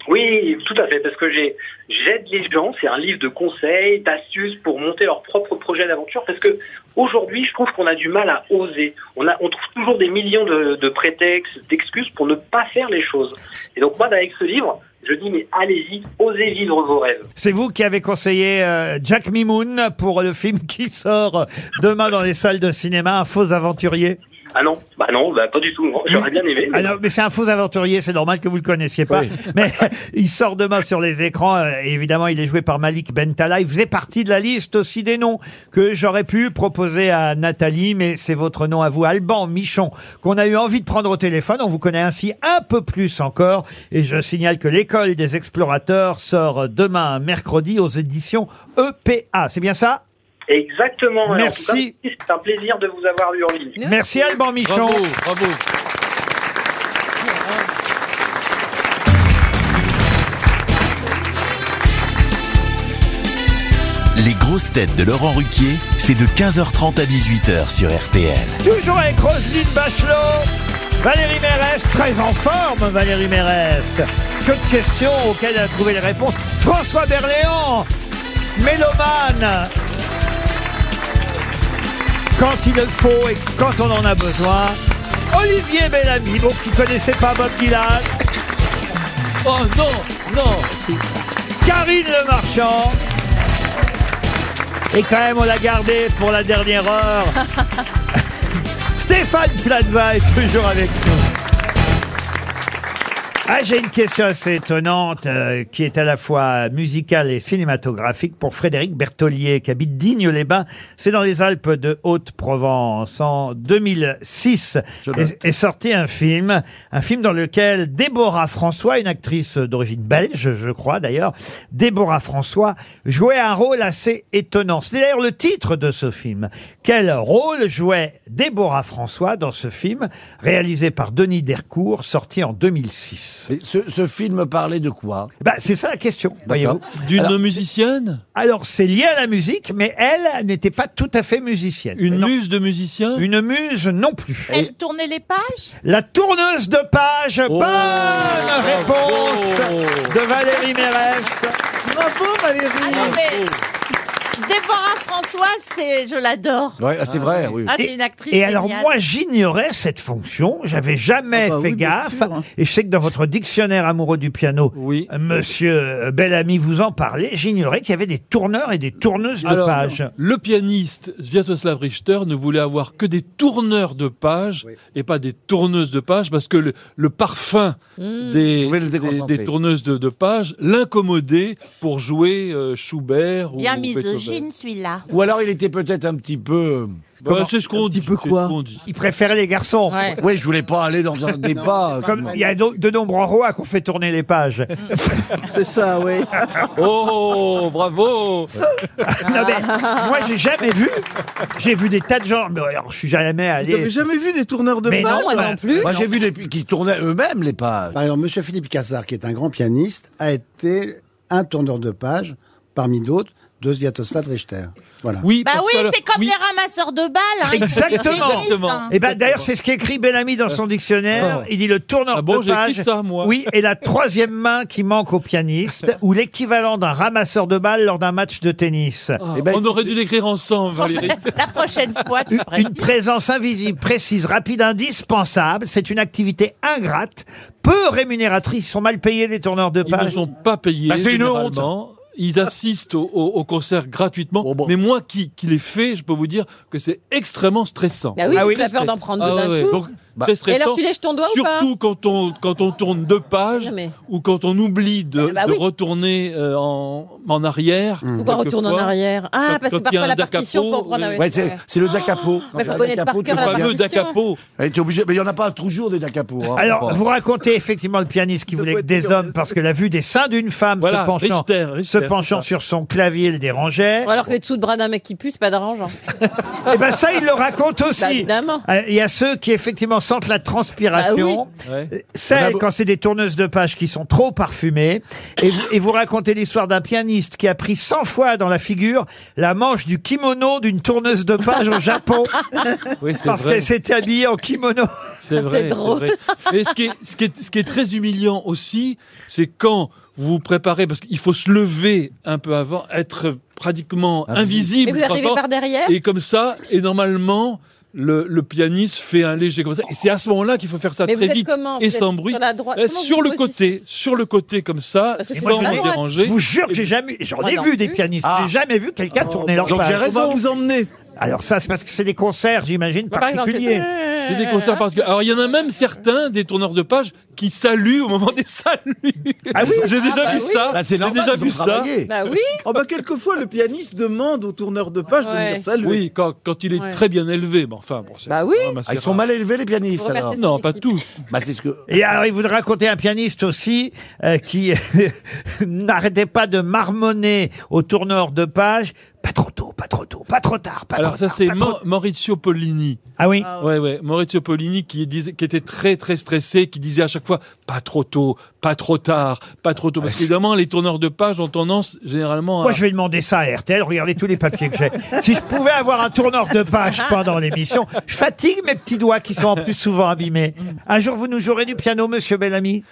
[SPEAKER 10] Oui, tout à fait, parce que j'ai j'aide les gens. C'est un livre de conseils, d'astuces pour monter leur propre projet d'aventure. Parce que aujourd'hui, je trouve qu'on a du mal à oser. On a, on trouve toujours des millions de, de prétextes, d'excuses pour ne pas faire les choses. Et donc moi, avec ce livre, je dis mais allez-y, osez vivre vos rêves.
[SPEAKER 2] C'est vous qui avez conseillé euh, Jack Mimoun pour le film qui sort euh, demain dans les salles de cinéma, Un faux aventurier.
[SPEAKER 10] Ah non, bah non, bah pas du tout. J'aurais bien aimé. mais
[SPEAKER 2] Ah non, mais c'est un faux aventurier, c'est normal que vous le connaissiez pas. Mais il sort demain sur les écrans. euh, et évidemment, il est joué par Malik Bentala. Il faisait partie de la liste aussi des noms que j'aurais pu proposer à Nathalie, mais c'est votre nom à vous, Alban Michon, qu'on a eu envie de prendre au téléphone. On vous connaît ainsi un peu plus encore. Et je signale que l'école des explorateurs sort demain, mercredi, aux éditions EPA. C'est bien ça?
[SPEAKER 10] Exactement. Alors, en tout
[SPEAKER 2] Merci.
[SPEAKER 10] cas, C'est un plaisir de vous avoir eu en ligne.
[SPEAKER 2] Merci Alban Michon.
[SPEAKER 10] Bravo,
[SPEAKER 1] Les grosses têtes de Laurent Ruquier, c'est de 15h30 à 18h sur RTL.
[SPEAKER 2] Toujours avec Roselyne Bachelot, Valérie Mérès, très en forme Valérie Mérès. Que de questions auxquelles elle a trouvé les réponses. François Berléand, mélomane. Quand il le faut et quand on en a besoin. Olivier Bellamy, bon, qui connaissait pas Bob Dylan. Oh non, non. Karine Le Marchand. Et quand même, on l'a gardé pour la dernière heure. Stéphane Plaza est toujours avec nous. Ah, j'ai une question assez étonnante euh, qui est à la fois musicale et cinématographique pour Frédéric Bertollier qui habite Digne-les-Bains. C'est dans les Alpes de Haute-Provence. En 2006 est, est sorti un film, un film dans lequel Déborah François, une actrice d'origine belge, je crois d'ailleurs, Déborah François jouait un rôle assez étonnant. C'est d'ailleurs le titre de ce film. Quel rôle jouait Déborah François dans ce film réalisé par Denis Dercourt, sorti en 2006
[SPEAKER 8] ce, ce film parlait de quoi
[SPEAKER 2] bah, C'est ça la question, voyez-vous.
[SPEAKER 7] D'une musicienne
[SPEAKER 2] Alors, c'est lié à la musique, mais elle n'était pas tout à fait musicienne. Une
[SPEAKER 7] muse de musicien
[SPEAKER 2] Une muse non plus.
[SPEAKER 3] Elle tournait les pages
[SPEAKER 2] La tourneuse de page,
[SPEAKER 7] Oh.
[SPEAKER 2] bonne réponse de Valérie Mérès.
[SPEAKER 3] Bravo Valérie Ah, Déborah François, c'est, je l'adore.
[SPEAKER 8] Ouais, ah, c'est vrai, oui.
[SPEAKER 3] Ah, c'est une actrice.
[SPEAKER 2] Et alors,
[SPEAKER 3] géniale.
[SPEAKER 2] moi, j'ignorais cette fonction. J'avais
[SPEAKER 7] Ah
[SPEAKER 2] jamais
[SPEAKER 7] bah
[SPEAKER 2] fait gaffe.
[SPEAKER 7] hein.
[SPEAKER 2] Et je sais que dans votre dictionnaire amoureux du piano, monsieur Bellamy, vous en parlez. J'ignorais qu'il y avait des tourneurs et des tourneuses de
[SPEAKER 7] Alors,
[SPEAKER 2] pages.
[SPEAKER 7] Le pianiste Sviatoslav Richter ne voulait avoir que des tourneurs de pages et pas des tourneuses de pages parce que le, le parfum
[SPEAKER 12] Euh.
[SPEAKER 8] Mm.
[SPEAKER 7] des, des, des tourneuses de, de pages l'incommodait pour jouer euh, Schubert
[SPEAKER 3] Bien
[SPEAKER 8] Oh,
[SPEAKER 7] ou
[SPEAKER 3] misogyne, celui-là.
[SPEAKER 8] Ou alors il était peut-être un petit peu. euh,
[SPEAKER 7] Bah, c'est ce qu'on dit. c'est ce qu'on dit.
[SPEAKER 2] Il préfère les garçons.
[SPEAKER 3] Ouais.
[SPEAKER 8] Oui, je voulais pas aller dans un débat.
[SPEAKER 2] Comme il y a de, de nombreux rois qu'on fait tourner les pages.
[SPEAKER 6] C'est ça, oui.
[SPEAKER 7] Oh, bravo
[SPEAKER 2] Non mais, moi j'ai jamais vu. J'ai vu des tas de gens. Mais alors, je suis jamais allé.
[SPEAKER 6] Vous n'avez jamais vu des tourneurs de
[SPEAKER 2] Mais
[SPEAKER 6] pages
[SPEAKER 2] non, moi non plus.
[SPEAKER 6] bah,
[SPEAKER 2] Moi, j'ai
[SPEAKER 8] vu des qui tournaient eux-mêmes les pages.
[SPEAKER 9] Par exemple, Monsieur Philippe Cassard, qui est un grand pianiste, a été un tourneur de pages, parmi d'autres, de Sviatoslav Richter. Voilà.
[SPEAKER 7] Oui,
[SPEAKER 3] Bah oui, c'est comme les ramasseurs de balles. hein, ils sont
[SPEAKER 2] Exactement.
[SPEAKER 3] féministes, hein.
[SPEAKER 2] Et ben d'ailleurs, c'est ce qu'écrit Bellamy dans son dictionnaire.
[SPEAKER 7] Ah.
[SPEAKER 2] Il dit le tourneur
[SPEAKER 7] Ah bon,
[SPEAKER 2] de
[SPEAKER 7] j'ai
[SPEAKER 2] page.
[SPEAKER 7] écrit ça, moi.
[SPEAKER 2] Oui, et la troisième main qui manque au pianiste ou l'équivalent d'un ramasseur de balles lors d'un match de tennis.
[SPEAKER 7] Eh ben, on aurait dû l'écrire ensemble, Valérie.
[SPEAKER 3] La prochaine fois, tu
[SPEAKER 2] Une présence invisible, précise, rapide, indispensable. C'est une activité ingrate, peu rémunératrice. Ils sont mal payés les tourneurs de
[SPEAKER 7] Ils ne
[SPEAKER 2] pages.
[SPEAKER 7] sont pas payés.
[SPEAKER 2] Bah, c'est une
[SPEAKER 7] généralement. Ils assistent au, au- au concert gratuitement. Mais moi qui, qui les fais, je peux vous dire que c'est extrêmement stressant.
[SPEAKER 5] Bah oui, Ah parce oui. que t'as peur d'en prendre deux d'un coup.
[SPEAKER 7] Donc,
[SPEAKER 5] Bah.
[SPEAKER 7] très stressant.
[SPEAKER 5] Et alors, tu lèches ton doigt ou pas
[SPEAKER 7] Surtout quand on, quand on tourne deux pages
[SPEAKER 5] Non, mais-
[SPEAKER 7] ou quand on oublie de,
[SPEAKER 5] Ah bah
[SPEAKER 7] de
[SPEAKER 5] oui.
[SPEAKER 7] retourner euh, en, en arrière.
[SPEAKER 5] Pourquoi retourne en
[SPEAKER 7] quelquefois.
[SPEAKER 5] arrière Ah,
[SPEAKER 7] Quand-
[SPEAKER 5] parce que
[SPEAKER 7] quand il y a
[SPEAKER 5] parfois
[SPEAKER 7] un
[SPEAKER 5] la
[SPEAKER 7] da capo,
[SPEAKER 5] partition, faut reprendre
[SPEAKER 7] oui.
[SPEAKER 5] avec.
[SPEAKER 8] Ouais, eh, c'est c'est le da
[SPEAKER 5] Oh,
[SPEAKER 8] capo.
[SPEAKER 5] mais faut connaître par cœur la
[SPEAKER 7] fameux da
[SPEAKER 5] partition.
[SPEAKER 7] capo.
[SPEAKER 8] Elle était obligée, Eh, mais il n'y en a pas toujours des da capo. hein,
[SPEAKER 2] Alors,
[SPEAKER 8] faut
[SPEAKER 2] vous
[SPEAKER 8] pas.
[SPEAKER 2] racontez effectivement le pianiste qui voulait que des hommes, parce que la vue des seins d'une femme
[SPEAKER 7] Voilà,
[SPEAKER 2] se penchant,
[SPEAKER 7] Richter, Richter,
[SPEAKER 2] se penchant sur son clavier le dérangeait.
[SPEAKER 5] Ou alors que les dessous de bras d'un mec qui pue, c'est pas d'argent.
[SPEAKER 2] Et ben ça, il le raconte
[SPEAKER 5] Bah,
[SPEAKER 2] aussi.
[SPEAKER 5] évidemment.
[SPEAKER 2] Euh, Il y a ceux qui effectivement sentent la transpiration.
[SPEAKER 5] Bah
[SPEAKER 7] Ouais.
[SPEAKER 2] Celles, quand c'est des tourneuses de pages qui sont trop parfumées, et vous, et vous racontez l'histoire d'un pianiste qui a pris 100 fois dans la figure la manche du kimono d'une tourneuse de page au Japon,
[SPEAKER 7] Oui, c'est
[SPEAKER 2] parce
[SPEAKER 7] vrai.
[SPEAKER 2] qu'elle s'était habillée en kimono.
[SPEAKER 7] C'est vrai. c'est
[SPEAKER 5] Ah, drôle.
[SPEAKER 7] vrai. Et ce qui, est, ce, qui est, ce qui est très humiliant aussi, c'est quand vous vous préparez, parce qu'il faut se lever un peu avant, être
[SPEAKER 2] Ah
[SPEAKER 7] pratiquement invisible.
[SPEAKER 5] Mais vous arrivez
[SPEAKER 7] pendant-
[SPEAKER 5] par derrière
[SPEAKER 7] Et comme ça, et normalement, le, le pianiste fait un léger comme ça. Et c'est à ce moment-là qu'il faut faire ça
[SPEAKER 5] Mais vous
[SPEAKER 7] très
[SPEAKER 5] êtes
[SPEAKER 7] vite
[SPEAKER 5] comment
[SPEAKER 7] et
[SPEAKER 5] Vous
[SPEAKER 7] sans
[SPEAKER 5] êtes
[SPEAKER 7] bruit.
[SPEAKER 5] sur la droite
[SPEAKER 7] Euh,
[SPEAKER 5] Comment
[SPEAKER 7] sur
[SPEAKER 5] vous
[SPEAKER 7] le
[SPEAKER 5] vous
[SPEAKER 7] côté, sur le côté comme ça,
[SPEAKER 5] Parce que c'est
[SPEAKER 7] sans
[SPEAKER 5] sur la
[SPEAKER 7] me
[SPEAKER 5] droite.
[SPEAKER 7] déranger.
[SPEAKER 2] Je vous jure que j'ai jamais, j'en ai
[SPEAKER 5] Moi
[SPEAKER 2] vu
[SPEAKER 5] non
[SPEAKER 2] des
[SPEAKER 5] plus.
[SPEAKER 2] pianistes,
[SPEAKER 7] Ah.
[SPEAKER 2] j'ai jamais vu quelqu'un
[SPEAKER 7] Oh,
[SPEAKER 2] tourner leur
[SPEAKER 8] donc j'ai
[SPEAKER 2] page.
[SPEAKER 6] On va vous emmener.
[SPEAKER 2] Alors ça, c'est parce que c'est des concerts, j'imagine,
[SPEAKER 5] Par exemple,
[SPEAKER 2] particuliers.
[SPEAKER 5] Euh.
[SPEAKER 7] Il y a des concerts particuliers. Alors, il y en a même certains, des tourneurs de pages, qui saluent au moment des saluts.
[SPEAKER 2] Ah oui
[SPEAKER 7] J'ai déjà
[SPEAKER 5] bah
[SPEAKER 7] vu
[SPEAKER 5] oui.
[SPEAKER 7] ça.
[SPEAKER 8] Bah, c'est
[SPEAKER 7] J'ai
[SPEAKER 8] normal,
[SPEAKER 7] déjà
[SPEAKER 8] ils ont
[SPEAKER 7] vu ça.
[SPEAKER 8] travaillé.
[SPEAKER 5] Bah oui
[SPEAKER 6] Oh bah quelquefois le pianiste demande au tourneur de page de
[SPEAKER 5] Ouais.
[SPEAKER 6] Ah, dire ça lui.
[SPEAKER 7] Oui, quand, quand il est
[SPEAKER 5] Ouais.
[SPEAKER 7] très bien élevé. Mais enfin, bon, c'est
[SPEAKER 5] Bah oui.
[SPEAKER 7] quand même assez
[SPEAKER 8] Ah, ils sont
[SPEAKER 7] rare.
[SPEAKER 8] mal élevés les pianistes
[SPEAKER 5] Faut
[SPEAKER 8] alors.
[SPEAKER 5] remercier-
[SPEAKER 7] Non, pas tous.
[SPEAKER 8] Bah, c'est ce que.
[SPEAKER 2] Et alors, il voudrait raconter un pianiste aussi euh, qui n'arrêtait pas de marmonner au tourneur de page. Pas trop tôt, pas trop tôt, pas trop tard, pas
[SPEAKER 7] Alors
[SPEAKER 2] trop
[SPEAKER 7] ça
[SPEAKER 2] tard.
[SPEAKER 7] c'est
[SPEAKER 2] pas trop-
[SPEAKER 7] Ma- Maurizio Pollini.
[SPEAKER 2] Ah oui.
[SPEAKER 7] Ouais ouais, Maurizio Pollini qui disait qui était très très stressé, qui disait à chaque fois pas trop tôt, pas trop tard, pas trop tôt parce qu'évidemment les tourneurs de pages ont tendance généralement à
[SPEAKER 2] Moi, je vais demander ça à RTL. Regardez tous les papiers que j'ai. Si je pouvais avoir un tourneur de page pendant l'émission, je fatigue mes petits doigts qui sont en plus souvent abîmés. Un jour, vous nous jouerez du piano, monsieur Bellamy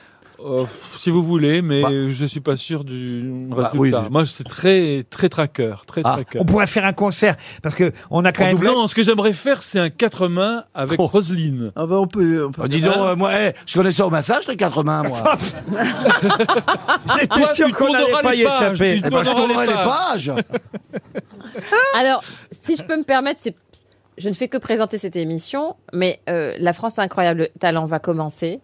[SPEAKER 7] Euh, pff, si vous voulez mais
[SPEAKER 6] Bah.
[SPEAKER 7] je suis pas sûr du résultat.
[SPEAKER 8] oui, mais-
[SPEAKER 7] Moi c'est très très traqueur, très
[SPEAKER 8] Ah.
[SPEAKER 7] traqueur.
[SPEAKER 2] On pourrait faire un concert parce que on a quand
[SPEAKER 7] En
[SPEAKER 2] même.
[SPEAKER 7] doublant, ce que j'aimerais faire c'est un quatre mains avec Roselyne.
[SPEAKER 6] Ah bah on peut. on peut-
[SPEAKER 8] Oh, dis donc, euh, moi, eh, je connais ça au massage les quatre mains moi.
[SPEAKER 2] J'étais sûr
[SPEAKER 7] Ah, tu
[SPEAKER 2] qu'on
[SPEAKER 7] tourneras
[SPEAKER 2] n'allait pas
[SPEAKER 7] les
[SPEAKER 2] y
[SPEAKER 7] pages,
[SPEAKER 2] échapper.
[SPEAKER 7] tu
[SPEAKER 8] Eh ben, je
[SPEAKER 7] tourneras les
[SPEAKER 8] tournerai les
[SPEAKER 7] pages.
[SPEAKER 8] pages.
[SPEAKER 5] Alors, si je peux me permettre, c'est je ne fais que présenter cette émission, mais euh, la France a incroyable talent va commencer.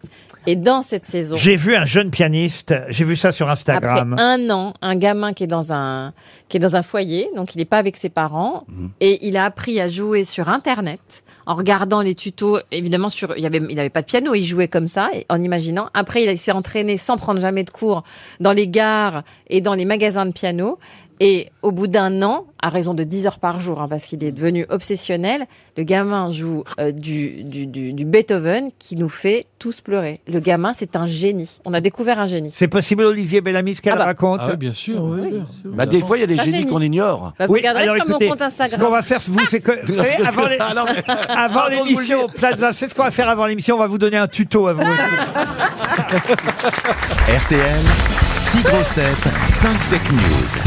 [SPEAKER 5] Et dans cette saison,
[SPEAKER 2] J'ai vu un jeune pianiste. J'ai vu ça sur
[SPEAKER 5] après
[SPEAKER 2] Instagram.
[SPEAKER 5] un an, un gamin qui est dans un qui est dans un foyer, donc il n'est pas avec ses parents, et il a appris à jouer sur Internet en regardant les tutos. Évidemment, sur il y avait il avait pas de piano, il jouait comme ça, et- en imaginant. Après, il, a- il s'est entraîné sans prendre jamais de cours dans les gares et dans les magasins de piano. Et au bout d'un an, à raison de 10 heures par jour, hein, parce qu'il est devenu obsessionnel, le gamin joue euh, du, du, du, du Beethoven qui nous fait tous pleurer. Le gamin, c'est un génie. On a découvert un génie.
[SPEAKER 2] C'est possible, Olivier Bellamy, ce qu'elle
[SPEAKER 5] Ah bah.
[SPEAKER 2] raconte
[SPEAKER 7] Ah oui, bien sûr. bien sûr.
[SPEAKER 8] Bah, des fois il y a des
[SPEAKER 5] Ça,
[SPEAKER 8] génies
[SPEAKER 5] génie.
[SPEAKER 8] qu'on ignore.
[SPEAKER 5] Bah, vous regarderez sur mon compte
[SPEAKER 2] ce qu'on
[SPEAKER 5] Instagram.
[SPEAKER 2] va faire, vous, c'est que, vous savez, avant, les-
[SPEAKER 8] Ah, non, mais-
[SPEAKER 2] avant l'émission, Plaza, c'est ce qu'on va faire avant l'émission, on va vous donner un tuto à vous.
[SPEAKER 1] RTL, 6 grosses têtes, 5 fake news.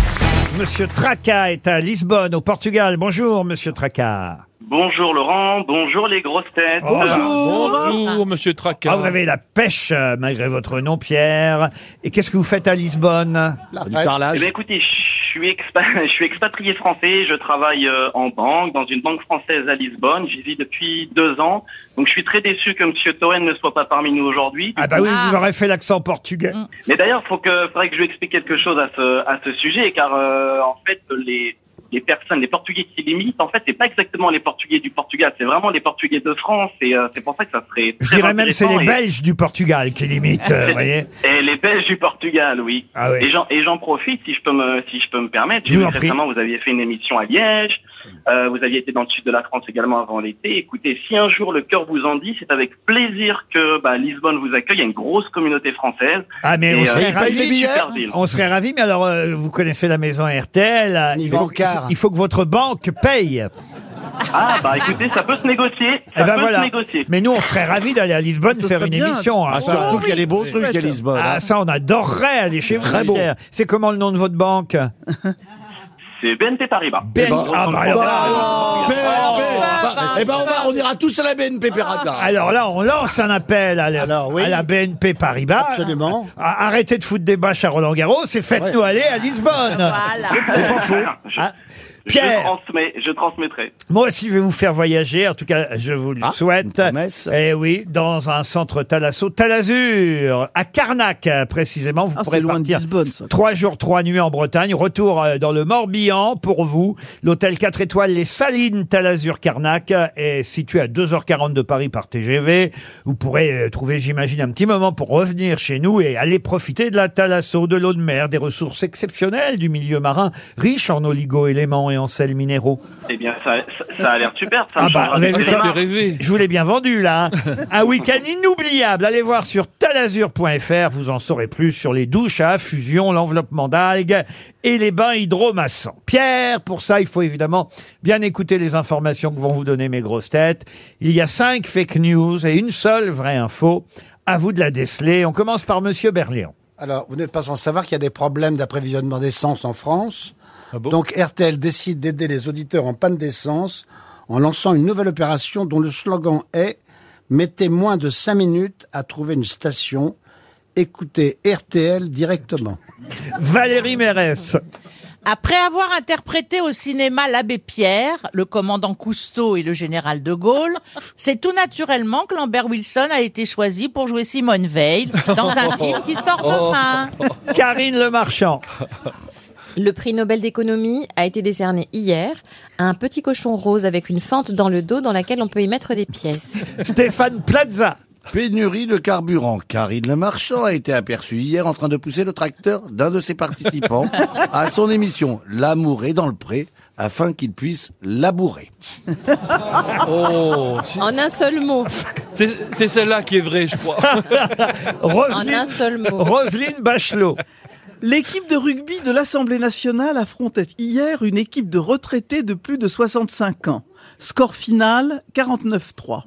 [SPEAKER 2] Monsieur Tracas est à Lisbonne, au Portugal. Bonjour, monsieur Tracas.
[SPEAKER 13] Bonjour Laurent, bonjour les grosses têtes.
[SPEAKER 2] Ah, Bonjour, monsieur Tracas. vous avez la pêche, euh, malgré votre nom, Pierre. Et qu'est-ce que vous faites à Lisbonne
[SPEAKER 13] Eh bien, écoutez, je suis, expa- je suis expatrié français, je travaille euh, en banque, dans une banque française à Lisbonne, j'y vis depuis deux ans, donc je suis très déçu que Monsieur Toen ne soit pas parmi nous aujourd'hui.
[SPEAKER 2] Ah bah oui, vous aurez fait l'accent portugais.
[SPEAKER 7] Mm.
[SPEAKER 13] Mais d'ailleurs, faut que, faudrait que je lui explique quelque chose à ce, à ce sujet, car euh, en fait, les, les personnes, les Portugais qui l'imitent, en fait, c'est pas exactement les Portugais du Portugal, c'est vraiment les Portugais de France, et euh, c'est pour ça que ça serait.
[SPEAKER 2] Je
[SPEAKER 13] très
[SPEAKER 2] dirais même c'est
[SPEAKER 13] intéressant
[SPEAKER 2] les
[SPEAKER 13] et-
[SPEAKER 2] Belges du Portugal qui l'imitent, euh, vous voyez.
[SPEAKER 13] et les Belges du Portugal, oui.
[SPEAKER 2] Ah oui.
[SPEAKER 13] Et j'en et j'en profite si je peux me si je peux me permettre.
[SPEAKER 2] Je vous en
[SPEAKER 13] J'ai vu récemment vous aviez fait une émission à Liège. euh, vous aviez été dans le sud de la France également avant l'été. Écoutez, si un jour le cœur vous en dit, c'est avec plaisir que bah, Lisbonne vous accueille. Il y a une grosse communauté française.
[SPEAKER 2] Ah mais
[SPEAKER 13] Et,
[SPEAKER 2] on
[SPEAKER 13] euh,
[SPEAKER 2] serait
[SPEAKER 13] c'est une
[SPEAKER 2] ravis,
[SPEAKER 13] super ville.
[SPEAKER 2] on serait ravis, mais alors euh, vous connaissez la maison RTL, euh, il faut, il faut- il faut que votre banque paye.
[SPEAKER 13] Ah bah écoutez, ça peut se négocier. Ça
[SPEAKER 2] Eh ben
[SPEAKER 13] peut
[SPEAKER 2] voilà.
[SPEAKER 13] se négocier.
[SPEAKER 2] Mais nous, on serait ravis d'aller à Lisbonne faire
[SPEAKER 13] serait
[SPEAKER 2] une
[SPEAKER 13] bien.
[SPEAKER 2] émission. hein.
[SPEAKER 13] Ah, surtout qu'il y a des beaux trucs à Lisbonne,
[SPEAKER 2] Ah,
[SPEAKER 13] hein.
[SPEAKER 2] ça, on adorerait aller chez vous.
[SPEAKER 13] Très beau.
[SPEAKER 2] Pierre. C'est comment le nom de votre banque
[SPEAKER 13] C'est BNP Paribas.
[SPEAKER 8] ben,
[SPEAKER 2] BNP. Ah, bah, alors là,
[SPEAKER 8] Eh ben, on, va, on ira tous à la BNP Paribas.
[SPEAKER 2] Alors là, on lance un appel à la, à la BNP Paribas. Absolument. Arrêtez de foutre des bâches à Roland Garros et faites-nous aller à Lisbonne. Ah, C'est pas faux.
[SPEAKER 13] Ah, Je,
[SPEAKER 2] Pierre.
[SPEAKER 13] je transmets, je transmettrai.
[SPEAKER 2] Moi aussi, je vais vous faire voyager. En tout cas, je vous le souhaite. Et oui, dans un centre Thalasso, Talazur, à Carnac euh, précisément. Vous pourrez partir trois jours, trois nuits en Bretagne. Retour euh, dans le Morbihan pour vous. L'hôtel 4 étoiles Les Salines Talazur Carnac euh, est situé à 2h40 de Paris par TGV. Vous pourrez euh, trouver, j'imagine, un petit moment pour revenir chez nous et aller profiter de la Thalasso, de l'eau de mer, des ressources exceptionnelles du milieu marin, riche en oligo-éléments et en sels minéraux.
[SPEAKER 13] Eh bien, ça, ça, ça a l'air super. Ça
[SPEAKER 2] Ah
[SPEAKER 13] me
[SPEAKER 2] bah,
[SPEAKER 13] changera
[SPEAKER 2] vous avez
[SPEAKER 13] de
[SPEAKER 2] vu
[SPEAKER 13] climat.
[SPEAKER 2] ça Je vous l'ai bien vendu là. hein. Un week-end inoubliable. Allez voir sur talazur.fr, vous en saurez plus sur les douches à fusion, l'enveloppement d'algues et les bains hydromassants. Pierre, pour ça, il faut évidemment bien écouter les informations que vont vous donner mes grosses têtes. Il y a cinq fake news et une seule vraie info. À vous de la déceler. On commence par Monsieur Berléon.
[SPEAKER 9] Alors, vous n'êtes pas sans savoir qu'il y a des problèmes d'approvisionnement d'essence en France. Donc, RTL décide d'aider les auditeurs en panne d'essence en lançant une nouvelle opération dont le slogan est Mettez moins de 5 minutes à trouver une station. Écoutez RTL directement.
[SPEAKER 2] Valérie Mérès.
[SPEAKER 3] Après avoir interprété au cinéma l'abbé Pierre, le commandant Cousteau et le général de Gaulle, c'est tout naturellement que Lambert Wilson a été choisi pour jouer Simone Veil dans
[SPEAKER 5] Oh.
[SPEAKER 3] un film qui sort demain.
[SPEAKER 2] Oh. Karine Le Marchand.
[SPEAKER 5] Le prix Nobel d'économie a été décerné hier à un petit cochon rose avec une fente dans le dos dans laquelle on peut y mettre des pièces.
[SPEAKER 2] Stéphane Plaza.
[SPEAKER 8] Pénurie de carburant. Karine Le Marchand a été aperçue hier en train de pousser le tracteur d'un de ses participants à son émission L'amour est dans le pré afin qu'il puisse labourer.
[SPEAKER 7] Oh,
[SPEAKER 5] En un seul mot.
[SPEAKER 7] C'est c'est celle-là qui est vraie, je crois.
[SPEAKER 5] En un seul mot.
[SPEAKER 2] Roselyne Bachelot.
[SPEAKER 6] L'équipe de rugby de l'Assemblée nationale affrontait hier une équipe de retraités de plus de 65 ans. Score final 49-3.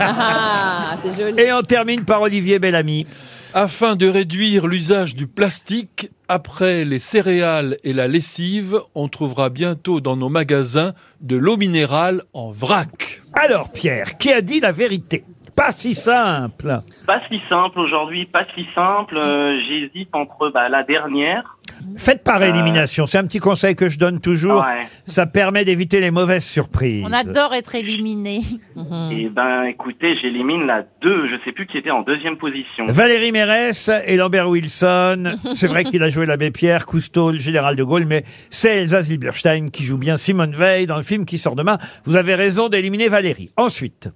[SPEAKER 5] Ah, c'est joli.
[SPEAKER 2] Et on termine par Olivier Bellamy.
[SPEAKER 7] Afin de réduire l'usage du plastique, après les céréales et la lessive, on trouvera bientôt dans nos magasins de l'eau minérale en vrac.
[SPEAKER 2] Alors, Pierre, qui a dit la vérité Pas si simple.
[SPEAKER 13] Pas si simple aujourd'hui, pas si
[SPEAKER 2] Mm.
[SPEAKER 13] simple. Euh, J'hésite entre bah, la dernière.
[SPEAKER 2] Faites par élimination. C'est un petit conseil que je donne toujours.
[SPEAKER 13] Ouais.
[SPEAKER 2] Ça permet d'éviter les mauvaises surprises.
[SPEAKER 3] On adore être éliminé.
[SPEAKER 2] Mm. Mhm.
[SPEAKER 13] Et ben écoutez, j'élimine la 2. Je sais plus qui était en deuxième position.
[SPEAKER 2] Valérie Mérès et Lambert Wilson. C'est vrai qu'il a joué l'abbé Pierre, Cousteau, le général de Gaulle, mais c'est Elsa Zilberstein qui joue bien Simone Veil dans le film qui sort demain. Vous avez raison d'éliminer Valérie. Ensuite.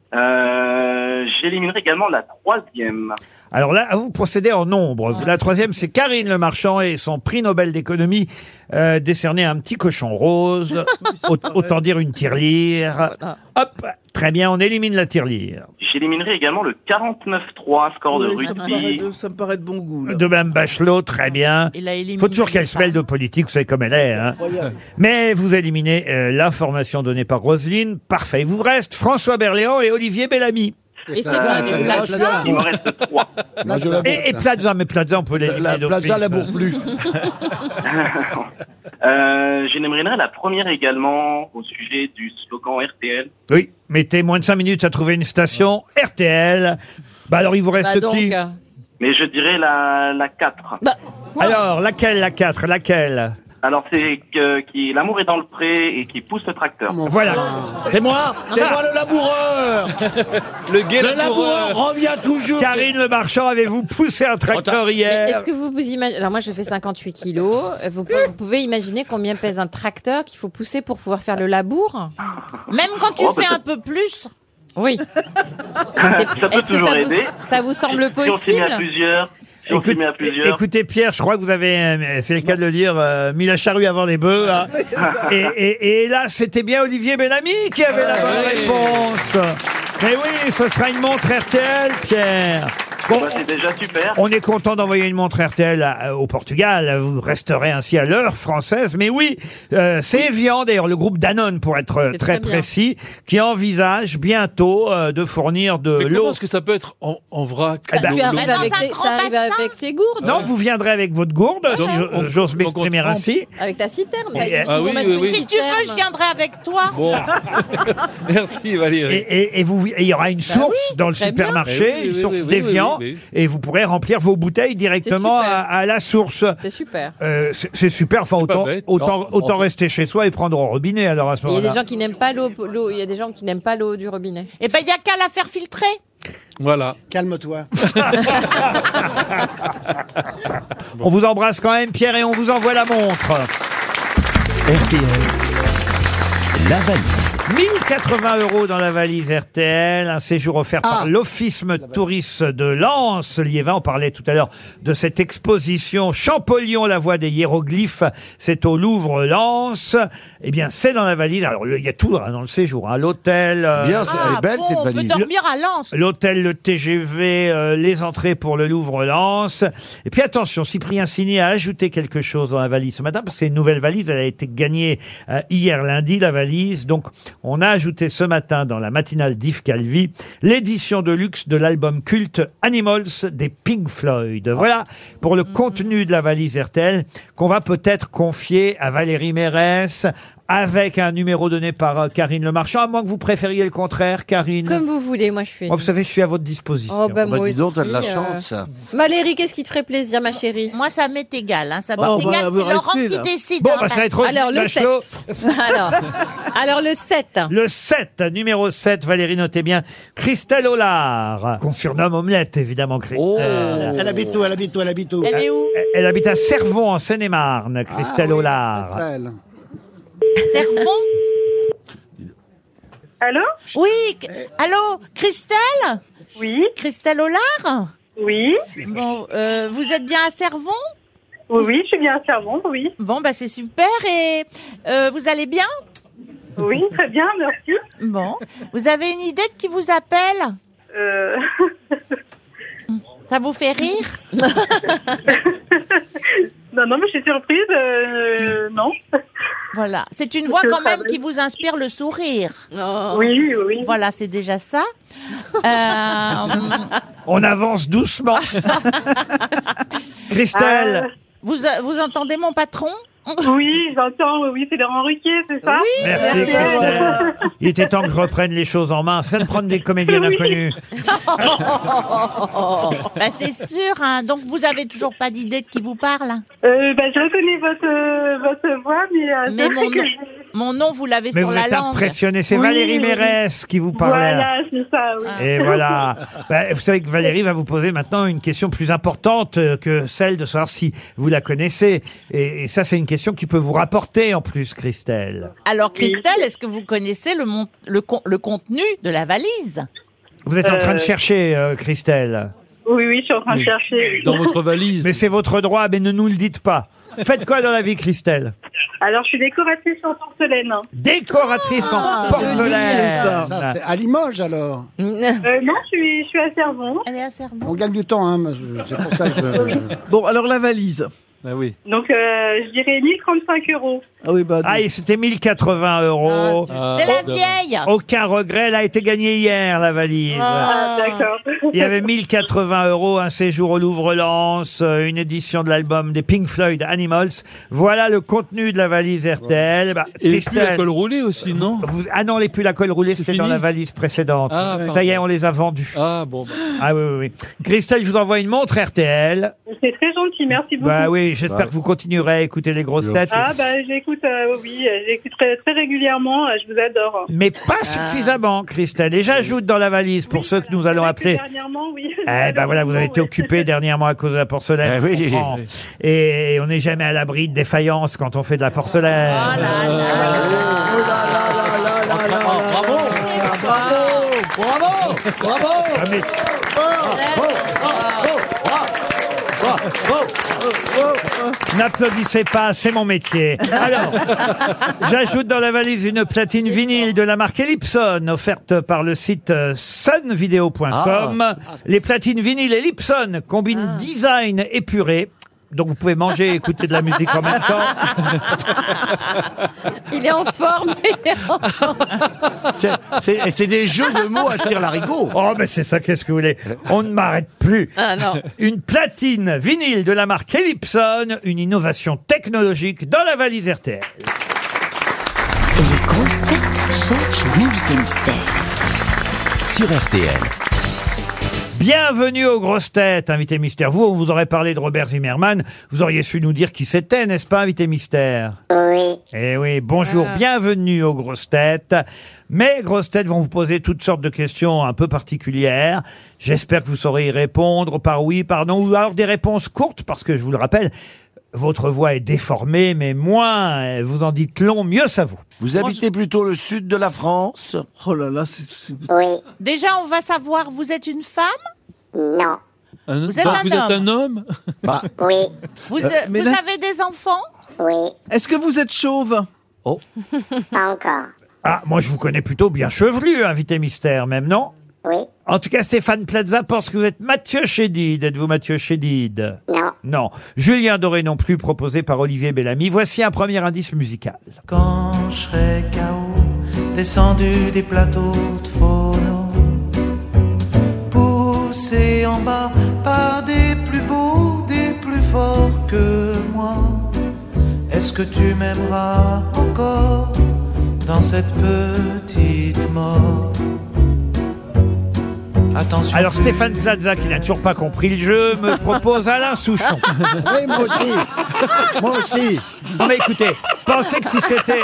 [SPEAKER 13] Euh, j'éliminerai également la troisième.
[SPEAKER 2] Alors là, vous procédez en nombre. La troisième, c'est Karine Le Marchand et son prix Nobel d'économie euh, décerné à un petit cochon rose. Au- autant dire une tirelire. Hop, très bien, on élimine la tirelire.
[SPEAKER 13] J'éliminerai également le 49-3, score de
[SPEAKER 6] Oui, ça, me paraît
[SPEAKER 13] rugby.
[SPEAKER 6] de, ça me paraît de bon goût. là.
[SPEAKER 2] De même Bachelot, très bien.
[SPEAKER 6] Il a éliminé
[SPEAKER 2] faut toujours qu'elle se mêle de politique, vous savez comme elle est. hein. Mais vous éliminez euh, l'information donnée par Roselyne. Parfait. Il vous reste François Berléand et Olivier Bellamy.
[SPEAKER 5] Et
[SPEAKER 8] Plaza,
[SPEAKER 5] Stéphane,
[SPEAKER 8] Plaza,
[SPEAKER 5] Plaza.
[SPEAKER 8] Plaza.
[SPEAKER 13] Il me reste trois.
[SPEAKER 2] Et, et Plaza, mais Plaza, on peut l'éliminer hein.
[SPEAKER 8] La- Plaza
[SPEAKER 2] d'office.
[SPEAKER 8] laboure plus.
[SPEAKER 13] Euh, J'aimerais la première également au sujet du slogan RTL.
[SPEAKER 2] Oui. Mettez moins de 5 minutes à trouver une station RTL. Bah alors, il vous reste qui
[SPEAKER 13] euh, Mais je dirais la, la 4.
[SPEAKER 2] Alors, laquelle, la 4 Laquelle
[SPEAKER 13] Alors, c'est que- qui l'amour est dans le pré et qui pousse le tracteur.
[SPEAKER 2] Voilà. C'est moi
[SPEAKER 13] Ah, C'est moi
[SPEAKER 2] le laboureur Le
[SPEAKER 13] gai Le laboureur laboureur.
[SPEAKER 2] revient toujours Karine Le Marchand, avez-vous poussé un tracteur
[SPEAKER 5] Mais
[SPEAKER 2] hier
[SPEAKER 5] Est-ce que vous vous imaginez Alors moi, je fais 58 kilos. Vous, pouvez- vous pouvez imaginer combien pèse un tracteur qu'il faut pousser pour pouvoir faire le labour
[SPEAKER 3] Même quand tu
[SPEAKER 5] Oh, bah,
[SPEAKER 3] fais
[SPEAKER 5] ça-
[SPEAKER 3] un peu plus.
[SPEAKER 5] Oui.
[SPEAKER 13] ça peut
[SPEAKER 5] Est-ce que
[SPEAKER 13] toujours
[SPEAKER 5] ça vous,
[SPEAKER 13] aider.
[SPEAKER 5] ça vous semble
[SPEAKER 13] Si on s'y met à
[SPEAKER 5] possible
[SPEAKER 13] plusieurs, si on s'y met à plusieurs.
[SPEAKER 2] Écoutez Pierre, je crois que vous avez, euh, c'est le cas de le dire, euh, mis la charrue avant les bœufs. hein. et, et- et là, c'était bien Olivier Bellamy qui avait la bonne réponse. Mais oui, ce sera une montre RTL, Pierre. Bon,
[SPEAKER 13] Bah, c'est déjà super.
[SPEAKER 2] On est content d'envoyer une montre RTL à- au Portugal. Vous resterez ainsi à l'heure française. Mais oui, euh, c'est Evian, d'ailleurs, le groupe Danone, pour être euh,
[SPEAKER 7] C'est
[SPEAKER 2] très,
[SPEAKER 7] très bien.
[SPEAKER 2] précis, qui envisage bientôt euh, de fournir de
[SPEAKER 7] Mais
[SPEAKER 2] l'eau.
[SPEAKER 7] comment est-ce que ça peut être en, en vrac
[SPEAKER 2] Eh ben,
[SPEAKER 5] Tu arrives
[SPEAKER 2] Dans
[SPEAKER 5] avec,
[SPEAKER 2] un
[SPEAKER 5] tes,
[SPEAKER 2] grand
[SPEAKER 5] t'arrives avec tes gourdes
[SPEAKER 2] Non, vous viendrez avec votre gourde,
[SPEAKER 7] Ah,
[SPEAKER 2] si
[SPEAKER 5] ouais.
[SPEAKER 2] je- j'ose m'exprimer
[SPEAKER 3] Ah,
[SPEAKER 2] ainsi.
[SPEAKER 5] Avec ta citerne
[SPEAKER 2] Et- Ah oui, oui, oui.
[SPEAKER 3] Si tu veux, je viendrai avec toi.
[SPEAKER 2] Bon.
[SPEAKER 7] Merci Valérie.
[SPEAKER 2] Et, et- et vous, et il y
[SPEAKER 5] Bah
[SPEAKER 2] aura une source dans le
[SPEAKER 3] très bien.
[SPEAKER 2] supermarché,
[SPEAKER 7] Eh oui, oui,
[SPEAKER 2] une
[SPEAKER 7] oui,
[SPEAKER 2] source
[SPEAKER 7] oui, oui,
[SPEAKER 2] d'Evian,
[SPEAKER 7] oui, oui.
[SPEAKER 2] et vous pourrez remplir vos bouteilles directement à, à la source.
[SPEAKER 5] C'est super.
[SPEAKER 2] Euh, c'est c'est super. Enfin, autant,
[SPEAKER 7] bête.
[SPEAKER 2] autant,
[SPEAKER 7] Non.
[SPEAKER 2] autant rester chez soi et prendre au robinet alors à ce
[SPEAKER 5] Il y a des
[SPEAKER 2] moment-là.
[SPEAKER 5] gens qui n'aiment pas l'eau, l'eau- il y a des gens qui n'aiment pas l'eau du robinet.
[SPEAKER 3] Eh ben, il n'y a qu'à la faire filtrer.
[SPEAKER 7] Voilà.
[SPEAKER 9] Calme-toi.
[SPEAKER 2] On vous embrasse quand même, Pierre, et on vous envoie la montre.
[SPEAKER 1] La valise.
[SPEAKER 2] 1080 euros dans la valise RTL, un séjour offert
[SPEAKER 3] Ah.
[SPEAKER 2] par l'Office Touriste de Lens, Liévin. On parlait tout à l'heure de cette exposition Champollion, la voie des hiéroglyphes. C'est au Louvre, Lens. Eh bien, c'est dans la valise. Alors, le- il y a tout hein, dans le séjour. Hein. L'hôtel. euh,
[SPEAKER 3] Ah, bon, on peut dormir à Lens.
[SPEAKER 2] L'hôtel, le TGV, euh, les entrées pour le Louvre-Lens. Et puis attention, Cyprien Signé a ajouté quelque chose dans la valise ce matin, parce que c'est une nouvelle valise, elle a été gagnée euh, hier lundi, la valise. Donc on a ajouté ce matin dans la matinale d'Yves Calvi l'édition de luxe de l'album culte Animals des Pink Floyd. Voilà pour le contenu de la valise RTL qu'on va peut-être confier à Valérie Mérès avec un numéro donné par euh, Karine Le Marchand, à moins que vous préfériez le contraire, Karine.
[SPEAKER 5] Comme vous voulez, moi je suis.
[SPEAKER 2] Oh, vous savez, je suis à votre disposition.
[SPEAKER 5] Oh, bah, Bah, moi dis donc, t'as de la aussi, chance. euh. Valérie, qu'est-ce qui te ferait plaisir, ma chérie
[SPEAKER 3] Moi, ça m'est égal. hein, Ça m'est
[SPEAKER 5] Bah, on va
[SPEAKER 3] égal. C'est
[SPEAKER 5] avoir
[SPEAKER 3] Laurent
[SPEAKER 5] été,
[SPEAKER 3] qui
[SPEAKER 5] là.
[SPEAKER 3] décide.
[SPEAKER 2] Bon,
[SPEAKER 3] hein.
[SPEAKER 2] bah, ça va être Roselyne
[SPEAKER 5] Alors, le
[SPEAKER 2] Bachelot.
[SPEAKER 5] 7. Alors, alors, le 7.
[SPEAKER 2] Le 7, numéro 7, Valérie, notez bien, Christelle Hollard, qu'on surnomme Omelette, évidemment,
[SPEAKER 5] Oh.
[SPEAKER 2] Christelle.
[SPEAKER 9] Elle habite où Elle habite où Elle habite où Ah
[SPEAKER 2] Elle- Elle habite à Cervon, en Seine-et-Marne, Christelle Hollard.
[SPEAKER 9] Elle.
[SPEAKER 3] Servon Allô Oui, c- allô, Christelle Oui. Christelle Hollard Oui. Bon, euh, vous êtes bien à Servon Oui, oui, je suis bien à Servon, oui. Bon, bah c'est super. Et euh, vous allez bien Oui, très bien, merci. Bon, vous avez une idée de qui vous appelle Ça vous fait rire
[SPEAKER 12] Non, non, mais je suis surprise. euh, non.
[SPEAKER 3] Voilà, c'est une voix
[SPEAKER 12] Je
[SPEAKER 3] quand même
[SPEAKER 12] travaille.
[SPEAKER 3] qui vous inspire le sourire.
[SPEAKER 12] Oui, oui.
[SPEAKER 3] Voilà, c'est déjà ça.
[SPEAKER 5] Ah,
[SPEAKER 3] Euh,
[SPEAKER 2] On avance doucement.
[SPEAKER 3] Ah.
[SPEAKER 2] Christelle,
[SPEAKER 3] vous, euh, vous entendez mon patron
[SPEAKER 12] Euh, Oui, j'entends. Oui, c'est Laurent Ruquier, c'est ça
[SPEAKER 3] Oui.
[SPEAKER 2] merci Christelle. Il était temps que je reprenne les choses en main. C'est de prendre des comédiens inconnus.
[SPEAKER 3] Oh. Bah, c'est sûr, hein. donc vous avez toujours pas d'idée de qui vous parle
[SPEAKER 12] Euh, bah, je reconnais votre, euh, votre voix, mais, euh,
[SPEAKER 3] Mais
[SPEAKER 12] c'est vrai
[SPEAKER 3] mon
[SPEAKER 12] que
[SPEAKER 3] nom,
[SPEAKER 12] je-
[SPEAKER 3] mon nom, vous l'avez
[SPEAKER 2] Mais
[SPEAKER 3] sur
[SPEAKER 2] vous
[SPEAKER 3] la
[SPEAKER 2] êtes
[SPEAKER 3] langue.
[SPEAKER 2] impressionné. C'est Valérie Mérès qui vous parlait.
[SPEAKER 12] Voilà, c'est ça, oui.
[SPEAKER 3] Ah.
[SPEAKER 2] Et voilà. Bah, vous savez que Valérie va vous poser maintenant une question plus importante euh, que celle de savoir si vous la connaissez. Et, et ça, c'est une question qui peut vous rapporter en plus, Christelle.
[SPEAKER 3] Alors Christelle, est-ce que vous connaissez le, mon- le, con- le contenu de la valise
[SPEAKER 2] Vous êtes en train de
[SPEAKER 3] Euh.
[SPEAKER 2] chercher, euh, Christelle.
[SPEAKER 12] Oui, oui, je suis en train de chercher. oui.
[SPEAKER 2] valise. Mais c'est votre droit, mais ne nous le dites pas. Faites quoi dans la vie, Christelle
[SPEAKER 12] Alors, je suis décoratrice en porcelaine. hein.
[SPEAKER 2] Décoratrice
[SPEAKER 12] Ah,
[SPEAKER 2] en porcelaine.
[SPEAKER 9] Ça, c'est à Limoges alors.
[SPEAKER 12] Euh, non, je suis, je suis à Servon.
[SPEAKER 3] Elle est à Servon.
[SPEAKER 9] On gagne du temps, hein. mais je- C'est pour ça que je.
[SPEAKER 6] Bon, alors la valise.
[SPEAKER 7] Ah oui.
[SPEAKER 15] Donc, euh, je dirais 1035 euros.
[SPEAKER 2] Ah oui, bah. et c'était 1080 euros.
[SPEAKER 15] Ah,
[SPEAKER 2] Ah,
[SPEAKER 15] c'est la vieille.
[SPEAKER 2] Aucun regret, elle a été gagnée hier, la valise.
[SPEAKER 15] Ah, d'accord.
[SPEAKER 2] Il y avait 1080 euros, un séjour au Louvre-Lens, euh, une édition de l'album des Pink Floyd Animals. Voilà le contenu de la valise RTL. Bah,
[SPEAKER 7] Et les
[SPEAKER 2] Christelle,
[SPEAKER 7] pulls à col roulé aussi, non
[SPEAKER 2] vous- ah non, les pulls à col roulé, c'était dans
[SPEAKER 7] fini
[SPEAKER 2] la valise précédente.
[SPEAKER 7] Ah,
[SPEAKER 2] Ça
[SPEAKER 7] pardon.
[SPEAKER 2] y est, on les a vendus.
[SPEAKER 7] Ah bon. bah.
[SPEAKER 2] Ah oui, oui, oui. Christelle, je vous envoie une montre RTL.
[SPEAKER 15] C'est très gentil, merci beaucoup.
[SPEAKER 2] Bah oui, j'espère que vous continuerez à écouter les grosses têtes.
[SPEAKER 15] Ah, bah, j'écoute, euh, oui, euh, j'écoute très, très régulièrement, euh, je vous adore.
[SPEAKER 2] Mais pas
[SPEAKER 15] Ah.
[SPEAKER 2] suffisamment, Christelle. Et j'ajoute dans la valise, pour ceux que nous allons appeler...
[SPEAKER 15] Dernièrement, oui.
[SPEAKER 2] Eh ben voilà, vous avez été occupé dernièrement à cause de la porcelaine.
[SPEAKER 15] Eh oui.
[SPEAKER 2] je comprends. Et on n'est jamais à l'abri de défaillance quand on fait de la porcelaine.
[SPEAKER 15] Ah
[SPEAKER 4] Bravo Bravo Bravo Bravo
[SPEAKER 2] Ah, N'applaudissez pas, c'est mon métier. Alors, j'ajoute dans la valise une platine vinyle de la marque Ellipson, offerte par le site euh, sunvideo.com.
[SPEAKER 4] Ah.
[SPEAKER 2] Les platines vinyles Ellipson combinent design épuré. Donc vous pouvez manger et écouter de la musique en même temps.
[SPEAKER 5] Il est en forme.
[SPEAKER 2] C'est, des jeux de mots à tire l'arigot. Oh, mais c'est ça, qu'est-ce que vous voulez On ne m'arrête plus.
[SPEAKER 5] Ah, non.
[SPEAKER 2] Une platine vinyle de la marque Ellipson, une innovation technologique dans la valise RTL.
[SPEAKER 11] Les grosses têtes cherchent l'invité mystère.
[SPEAKER 1] Sur RTL.
[SPEAKER 2] Bienvenue aux grosses têtes, invité mystère. Vous, on vous aurait parlé de Robert Zimmerman. Vous auriez su nous dire qui c'était, n'est-ce pas, invité mystère Oui. Eh oui, bonjour,
[SPEAKER 4] Ah.
[SPEAKER 2] bienvenue aux grosses têtes. Mes grosses têtes vont vous poser toutes sortes de questions un peu particulières. J'espère que vous saurez y répondre par oui, par non, ou alors des réponses courtes, parce que je vous le rappelle, votre voix est déformée, mais moins euh, vous en dites long, mieux ça vaut. Vous habitez plutôt le sud de la France
[SPEAKER 6] Oh là là, c'est. c'est-
[SPEAKER 3] Déjà, on va savoir, vous êtes une femme Non.
[SPEAKER 7] Un-
[SPEAKER 3] Vous êtes
[SPEAKER 7] bah,
[SPEAKER 3] un
[SPEAKER 7] vous êtes
[SPEAKER 3] homme.
[SPEAKER 7] un homme
[SPEAKER 3] Oui. Vous,
[SPEAKER 6] Euh,
[SPEAKER 3] euh,
[SPEAKER 6] mais
[SPEAKER 3] vous
[SPEAKER 6] là-
[SPEAKER 3] avez des enfants Oui.
[SPEAKER 6] Est-ce que vous êtes chauve
[SPEAKER 2] Oh.
[SPEAKER 3] Pas encore.
[SPEAKER 2] Ah, moi je vous connais plutôt bien chevelu, invité mystère même, non
[SPEAKER 14] Oui.
[SPEAKER 2] En tout cas, Stéphane Plaza pense que vous êtes Mathieu Chédid. Êtes-vous Mathieu Chédid
[SPEAKER 14] Non.
[SPEAKER 2] Non. Julien Doré non plus, proposé par Olivier Bellamy. Voici un premier indice musical.
[SPEAKER 14] Quand je serai KO, descendu des plateaux de phono, poussé en bas par des plus beaux, des plus forts que moi, est-ce que tu m'aimeras encore dans cette petite mort Attention.
[SPEAKER 2] Alors Stéphane Plaza, qui n'a toujours pas compris le jeu, me propose Alain Souchon.
[SPEAKER 9] Oui, moi aussi. Moi aussi.
[SPEAKER 2] Non mais écoutez, pensez que si c'était,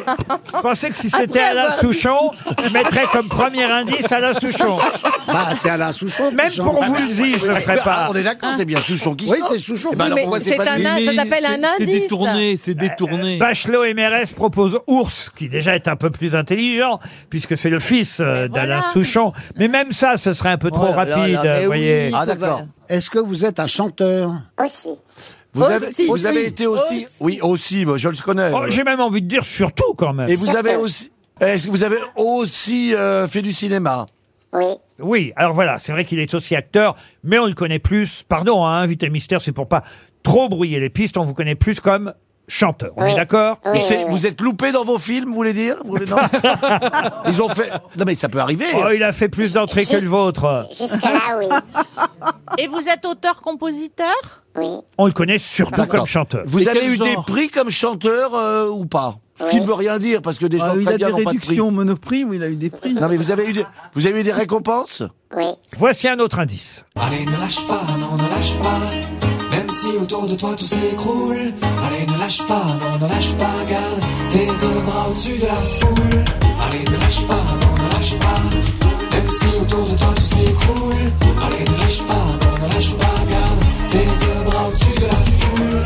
[SPEAKER 2] pensez que si c'était
[SPEAKER 4] Après
[SPEAKER 2] Alain
[SPEAKER 4] avoir-
[SPEAKER 2] Souchon, je mettrais comme premier indice Alain Souchon.
[SPEAKER 9] Bah, c'est Alain Souchon.
[SPEAKER 2] Même pour vous
[SPEAKER 8] Ah,
[SPEAKER 2] le dire, je le ferai pas.
[SPEAKER 8] On est d'accord, c'est bien Souchon qui
[SPEAKER 9] Oui,
[SPEAKER 8] chante.
[SPEAKER 9] c'est Souchon.
[SPEAKER 8] Eh
[SPEAKER 9] Oui,
[SPEAKER 8] ben alors
[SPEAKER 9] mais
[SPEAKER 8] pourquoi
[SPEAKER 9] c'est
[SPEAKER 8] pas
[SPEAKER 9] un
[SPEAKER 8] lui
[SPEAKER 9] in- ça
[SPEAKER 8] Mais
[SPEAKER 9] s'appelle
[SPEAKER 8] c'est-
[SPEAKER 9] un
[SPEAKER 8] c'est
[SPEAKER 9] indice.
[SPEAKER 7] détourné, c'est détourné.
[SPEAKER 2] Bah, Bachelot et Mérès proposent Ours, qui déjà est un peu plus intelligent, puisque c'est le fils euh, d'Alain Souchon. Mais même ça, ce serait un peu trop
[SPEAKER 9] là là
[SPEAKER 2] rapide,
[SPEAKER 9] là, mais
[SPEAKER 2] vous voyez.
[SPEAKER 9] oui, Ah, d'accord. Est-ce que vous êtes un chanteur Aussi.
[SPEAKER 8] Vous avez, vous avez été aussi, Oui, aussi, bah, je le connais.
[SPEAKER 2] Oh, J'ai même envie de dire surtout quand même.
[SPEAKER 8] Et vous avez aussi. Est-ce que vous avez aussi euh, fait du cinéma
[SPEAKER 2] Oui. Oui, alors voilà, c'est vrai qu'il est aussi acteur, mais on le connaît plus. Pardon, hein, invité mystère, c'est pour pas trop brouiller les pistes, on vous connaît plus comme chanteur. On est d'accord
[SPEAKER 8] Et c'est- Vous êtes loupé dans vos films, vous voulez
[SPEAKER 9] Ah,
[SPEAKER 8] dire Vous voulez- non Ils ont fait. Non, mais ça peut arriver.
[SPEAKER 2] Oh, il a fait plus d'entrées que le vôtre.
[SPEAKER 3] Jusque-là, oui. Et vous êtes auteur-compositeur Oui.
[SPEAKER 2] On le connaît surtout
[SPEAKER 8] D'accord.
[SPEAKER 2] comme chanteur.
[SPEAKER 8] Vous avez eu des prix comme chanteur euh, ou pas Ce qui ne veut rien dire parce que des gens
[SPEAKER 6] Ah, il
[SPEAKER 8] très
[SPEAKER 6] a des
[SPEAKER 8] bien n'ont pas de prix.
[SPEAKER 6] réductions monoprix, oui, il a eu des prix.
[SPEAKER 8] Non mais vous avez eu des, vous avez eu des récompenses
[SPEAKER 14] Oui.
[SPEAKER 2] Voici un autre indice.
[SPEAKER 14] Allez, ne lâche pas, non, ne lâche pas. Même si autour de toi tout s'écroule. Allez, ne lâche pas, non, ne lâche pas. Garde tes deux bras au-dessus de la foule. Allez, ne lâche pas, non, ne lâche pas. Même si autour de toi tout s'écroule. Allez, ne lâche pas, non, ne lâche pas. Garde tes deux bras au-dessus de la foule.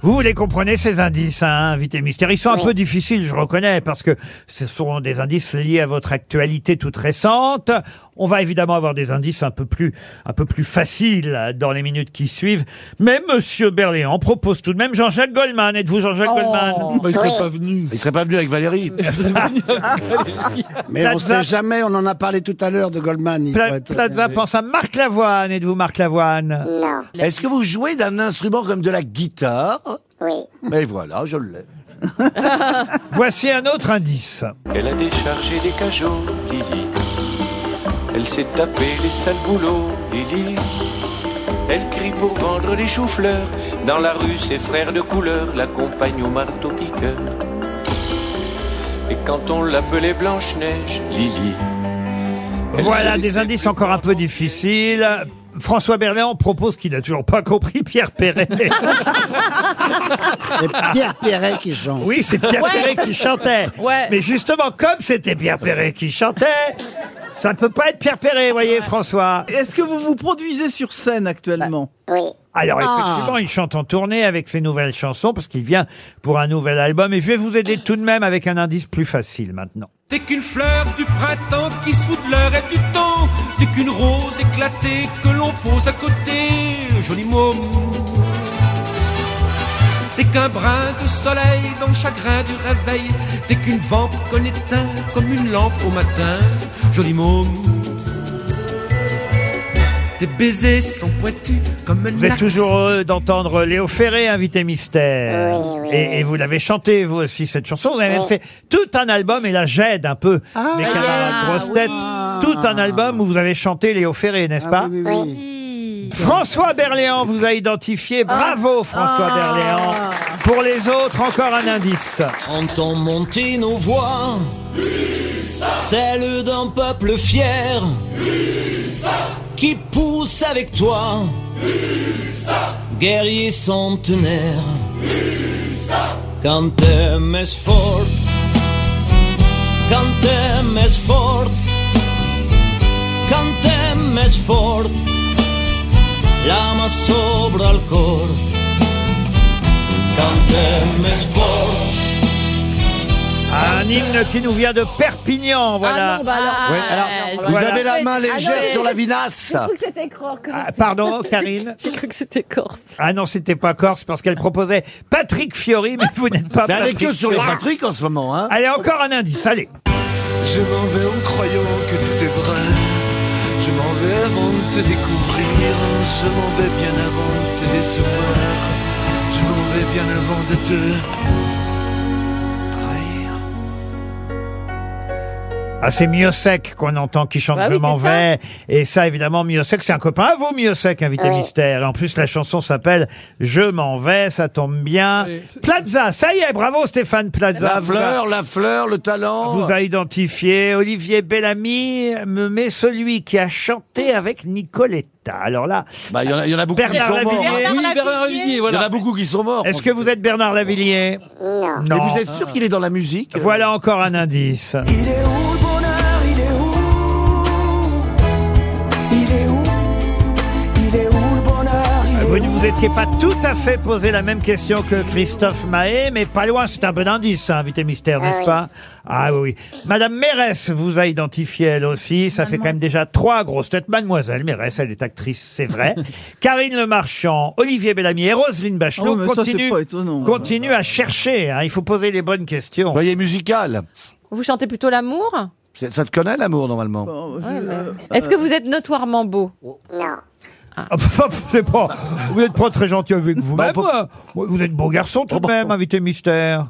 [SPEAKER 2] Vous les comprenez ces indices, hein, invité mystère. Ils sont un peu difficiles, je reconnais, parce que ce sont des indices liés à votre actualité toute récente. On va évidemment avoir des indices un peu plus, un peu plus faciles euh, dans les minutes qui suivent. Mais Monsieur Berléand propose tout de même Jean-Jacques Goldman. Êtes-vous Jean-Jacques Goldman
[SPEAKER 14] Oh.
[SPEAKER 7] Bah, il serait Oui. pas venu.
[SPEAKER 8] Il serait pas venu avec Valérie.
[SPEAKER 9] Mais on
[SPEAKER 2] Plaza-
[SPEAKER 9] sait jamais, on en a parlé tout à l'heure de Goldman. il
[SPEAKER 2] Pla-
[SPEAKER 9] faut être-
[SPEAKER 2] Plaza pense à Marc Lavoine. Êtes-vous Marc Lavoine
[SPEAKER 8] Est-ce que vous jouez d'un instrument comme de la guitare lettre Oui. Et voilà, je l'ai.
[SPEAKER 2] Voici un autre indice.
[SPEAKER 14] Elle a déchargé les cajots, Lily. Elle s'est tapé les sales boulots, Lily. Elle crie pour vendre les choux-fleurs. Dans la rue, ses frères de couleur l'accompagnent au marteau-piqueur. Et quand on l'appelait Blanche-Neige, Lily. elle
[SPEAKER 2] Voilà
[SPEAKER 14] se
[SPEAKER 2] des indices encore un peu difficiles. François Berléand propose qu'il n'a toujours pas compris Pierre Perret.
[SPEAKER 9] C'est Pierre Perret qui chante.
[SPEAKER 2] Oui, c'est Pierre
[SPEAKER 9] Ouais.
[SPEAKER 2] Perret qui chantait.
[SPEAKER 9] Ouais.
[SPEAKER 2] Mais justement, comme c'était Pierre Perret qui chantait, ça ne peut pas être Pierre Perret, voyez, François.
[SPEAKER 6] Est-ce que vous vous produisez sur scène actuellement Ah, Oui.
[SPEAKER 2] Alors
[SPEAKER 9] Ah.
[SPEAKER 2] effectivement, il chante en tournée avec ses nouvelles chansons parce qu'il vient pour un nouvel album. Et je vais vous aider tout de même avec un indice plus facile maintenant.
[SPEAKER 14] T'es qu'une fleur du printemps qui se fout de l'heure et du temps. T'es qu'une rose éclatée que l'on pose à côté, joli môme. T'es qu'un brin de soleil dans le chagrin du réveil. T'es qu'une vampe qu'on éteint comme une lampe au matin, joli môme. Tes baisers sont pointus comme un
[SPEAKER 2] Vous êtes
[SPEAKER 14] axe.
[SPEAKER 2] toujours euh, heureux d'entendre Léo Ferré, invité mystère. et, et vous l'avez chanté, vous aussi, cette chanson. Vous avez même
[SPEAKER 14] Oui.
[SPEAKER 2] fait tout un album, et là j'aide un peu
[SPEAKER 14] Ah,
[SPEAKER 2] mes camarades
[SPEAKER 14] ah,
[SPEAKER 2] grosses têtes. Tout un album où vous avez chanté Léo Ferré,
[SPEAKER 16] Ah,
[SPEAKER 2] n'est-ce pas François Berléand vous a identifié.
[SPEAKER 16] Ah.
[SPEAKER 2] Bravo François Berléand. Pour les autres, encore un indice.
[SPEAKER 14] Entends monter nos voix, celle d'un peuple fier, qui pousse avec toi, guerrier centenaire. Quand t'aimes fort, quand t'aimes fort, quand t'aimes fort, l'âme sobre al cor. Quand t'aimes fort.
[SPEAKER 2] Un hymne qui nous vient de Perpignan, voilà.
[SPEAKER 16] non, bah alors-
[SPEAKER 2] Ouais,
[SPEAKER 16] Ah,
[SPEAKER 2] alors,
[SPEAKER 16] euh,
[SPEAKER 2] vous
[SPEAKER 16] voilà.
[SPEAKER 2] avez la main
[SPEAKER 16] Ah,
[SPEAKER 2] légère
[SPEAKER 16] non, mais-
[SPEAKER 2] sur la vinasse.
[SPEAKER 16] J'ai cru que c'était croque.
[SPEAKER 2] Ah, pardon, Karine J'ai cru que c'était Corse. Ah non, c'était pas Corse parce qu'elle proposait Patrick Fiori, mais vous n'êtes pas
[SPEAKER 8] Mais elle est
[SPEAKER 2] Patrick
[SPEAKER 8] que sur les
[SPEAKER 2] Fiori.
[SPEAKER 8] Patrick en ce moment, hein.
[SPEAKER 2] Allez, encore un indice, allez.
[SPEAKER 14] Je m'en vais en croyant que tout est vrai. Je m'en vais avant de te découvrir. Je m'en vais bien avant de te décevoir. Je m'en vais bien avant de te.
[SPEAKER 2] Ah, c'est Miossec qu'on entend qui chante
[SPEAKER 14] Bah oui,
[SPEAKER 2] Je m'en
[SPEAKER 14] c'est ça.
[SPEAKER 2] vais. Et ça, évidemment, Miossec, c'est un copain à vous, Miossec, invité
[SPEAKER 14] Oui.
[SPEAKER 2] mystère. Et en plus, la chanson s'appelle Je m'en vais, ça tombe bien. Plaza, ça y est, bravo Stéphane Plaza.
[SPEAKER 8] La fleur, la fleur, le talent.
[SPEAKER 2] vous a identifié. Olivier Bellamy me met celui qui a chanté avec Nicoletta. Alors là,
[SPEAKER 8] Bah, il y en a- il y en a beaucoup qui
[SPEAKER 2] Bernard
[SPEAKER 8] sont morts.
[SPEAKER 2] Lavilliers.
[SPEAKER 8] Bernard Oui, Bernard Lavilliers. Lavilliers, voilà. Il y en a beaucoup qui sont morts.
[SPEAKER 2] Est-ce que vous êtes Bernard Lavilliers
[SPEAKER 8] Non. Mais vous êtes sûr qu'il est dans la musique
[SPEAKER 2] Voilà encore un indice.
[SPEAKER 14] Il est où le bonheur Il est où Il est où Il est où le bonheur
[SPEAKER 2] Vous ne vous étiez pas tout à fait posé la même question que Christophe Mahé, mais pas loin, c'est un bon indice, hein, invité mystère,
[SPEAKER 14] Ah
[SPEAKER 2] n'est-ce
[SPEAKER 14] oui.
[SPEAKER 2] pas Ah oui. oui. Madame Mérès vous a identifié, elle aussi. Ça fait quand même déjà trois grosses têtes. Mademoiselle Mérès, elle est actrice, c'est vrai. Karine Le Marchand, Olivier Bellamy et Roselyne Bachelot
[SPEAKER 6] Oh, mais ça, c'est
[SPEAKER 2] continuent
[SPEAKER 6] pas étonnant.
[SPEAKER 2] continuent à chercher. hein. Il faut poser les bonnes questions. Soyez musical.
[SPEAKER 5] Vous chantez plutôt l'amour
[SPEAKER 8] Ça Ah, ça te connaît l'amour normalement
[SPEAKER 5] Ouais, mais- Est-ce que vous êtes notoirement beau Non.
[SPEAKER 2] Ah, c'est pas, vous n'êtes pas très gentil avec vous-même. Vous êtes beau garçon tout de même, invité mystère.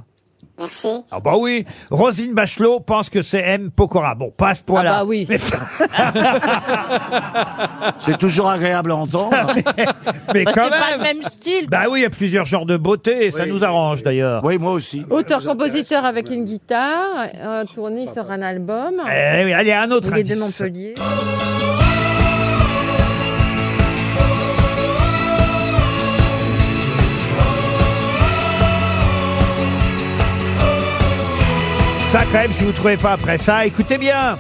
[SPEAKER 2] Merci. Ah bah oui. Rosine Bachelot pense que c'est M. Pokora. Bon, pas à ce point-là.
[SPEAKER 5] bah oui.
[SPEAKER 2] Mais,
[SPEAKER 8] C'est toujours agréable à entendre.
[SPEAKER 2] Ah, mais
[SPEAKER 3] Bah,
[SPEAKER 2] quand
[SPEAKER 3] c'est
[SPEAKER 2] même.
[SPEAKER 3] pas le même style.
[SPEAKER 2] Bah oui, il y a plusieurs genres de beauté et ça nous arrange d'ailleurs.
[SPEAKER 8] Oui, moi aussi.
[SPEAKER 5] Auteur-compositeur avec une guitare, euh, tourné sur un album.
[SPEAKER 2] Eh oui, allez, un autre
[SPEAKER 5] Il est de
[SPEAKER 2] indice.
[SPEAKER 5] Montpellier.
[SPEAKER 2] Ça, quand même, si vous ne trouvez pas après ça, écoutez bien.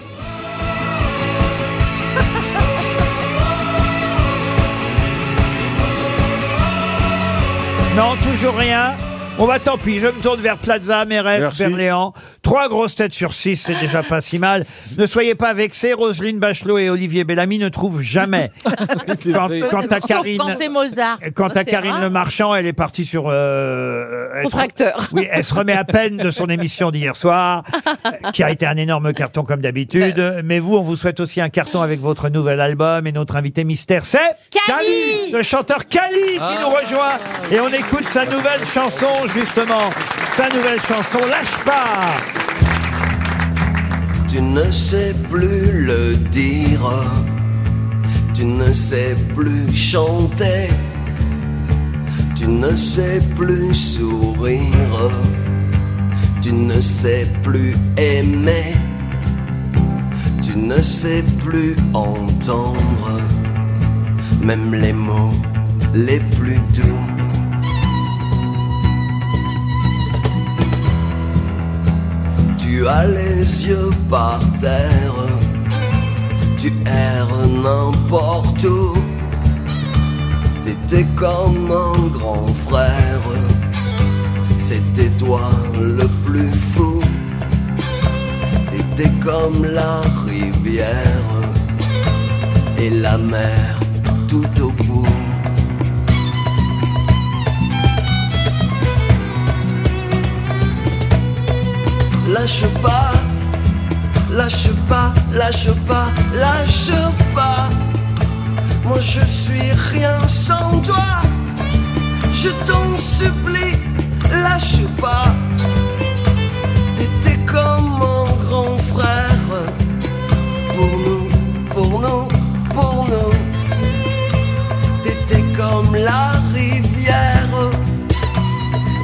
[SPEAKER 2] Non, toujours rien. On va tant pis, je me tourne vers Plaza, Mérès, Berléand. Trois grosses têtes sur six, c'est déjà pas si mal. Ne soyez pas vexés, Roselyne Bachelot et Olivier Bellamy ne trouvent jamais. Quant- quant à
[SPEAKER 3] Sauf
[SPEAKER 2] Karine.
[SPEAKER 3] quand c'est Mozart.
[SPEAKER 2] Quant à
[SPEAKER 3] Ah, C'est
[SPEAKER 2] Karine
[SPEAKER 3] rare.
[SPEAKER 2] Le Marchand, elle est partie sur euh, elle
[SPEAKER 3] Son
[SPEAKER 2] se-
[SPEAKER 3] tracteur.
[SPEAKER 2] Oui, elle se remet à peine de son émission d'hier soir, euh, qui a été un énorme carton comme
[SPEAKER 3] Ben.
[SPEAKER 2] d'habitude. Mais vous, on vous souhaite aussi un carton avec votre nouvel album et notre invité mystère, c'est Kali, le chanteur Kali
[SPEAKER 3] Ah.
[SPEAKER 2] qui nous rejoint et on écoute sa nouvelle chanson justement, sa nouvelle chanson Lâche pas.
[SPEAKER 14] Tu ne sais plus le dire, tu ne sais plus chanter, tu ne sais plus sourire, tu ne sais plus aimer, tu ne sais plus entendre, même les mots les plus doux. Tu as les yeux par terre, tu erres n'importe où. T'étais comme un grand frère, c'était toi le plus fou. T'étais comme la rivière et la mer tout au bout. lâche pas, lâche pas, lâche pas, lâche pas. Moi je suis rien sans toi, je t'en supplie, lâche pas. T'étais comme mon grand frère, pour nous, pour nous, pour nous. T'étais comme la rivière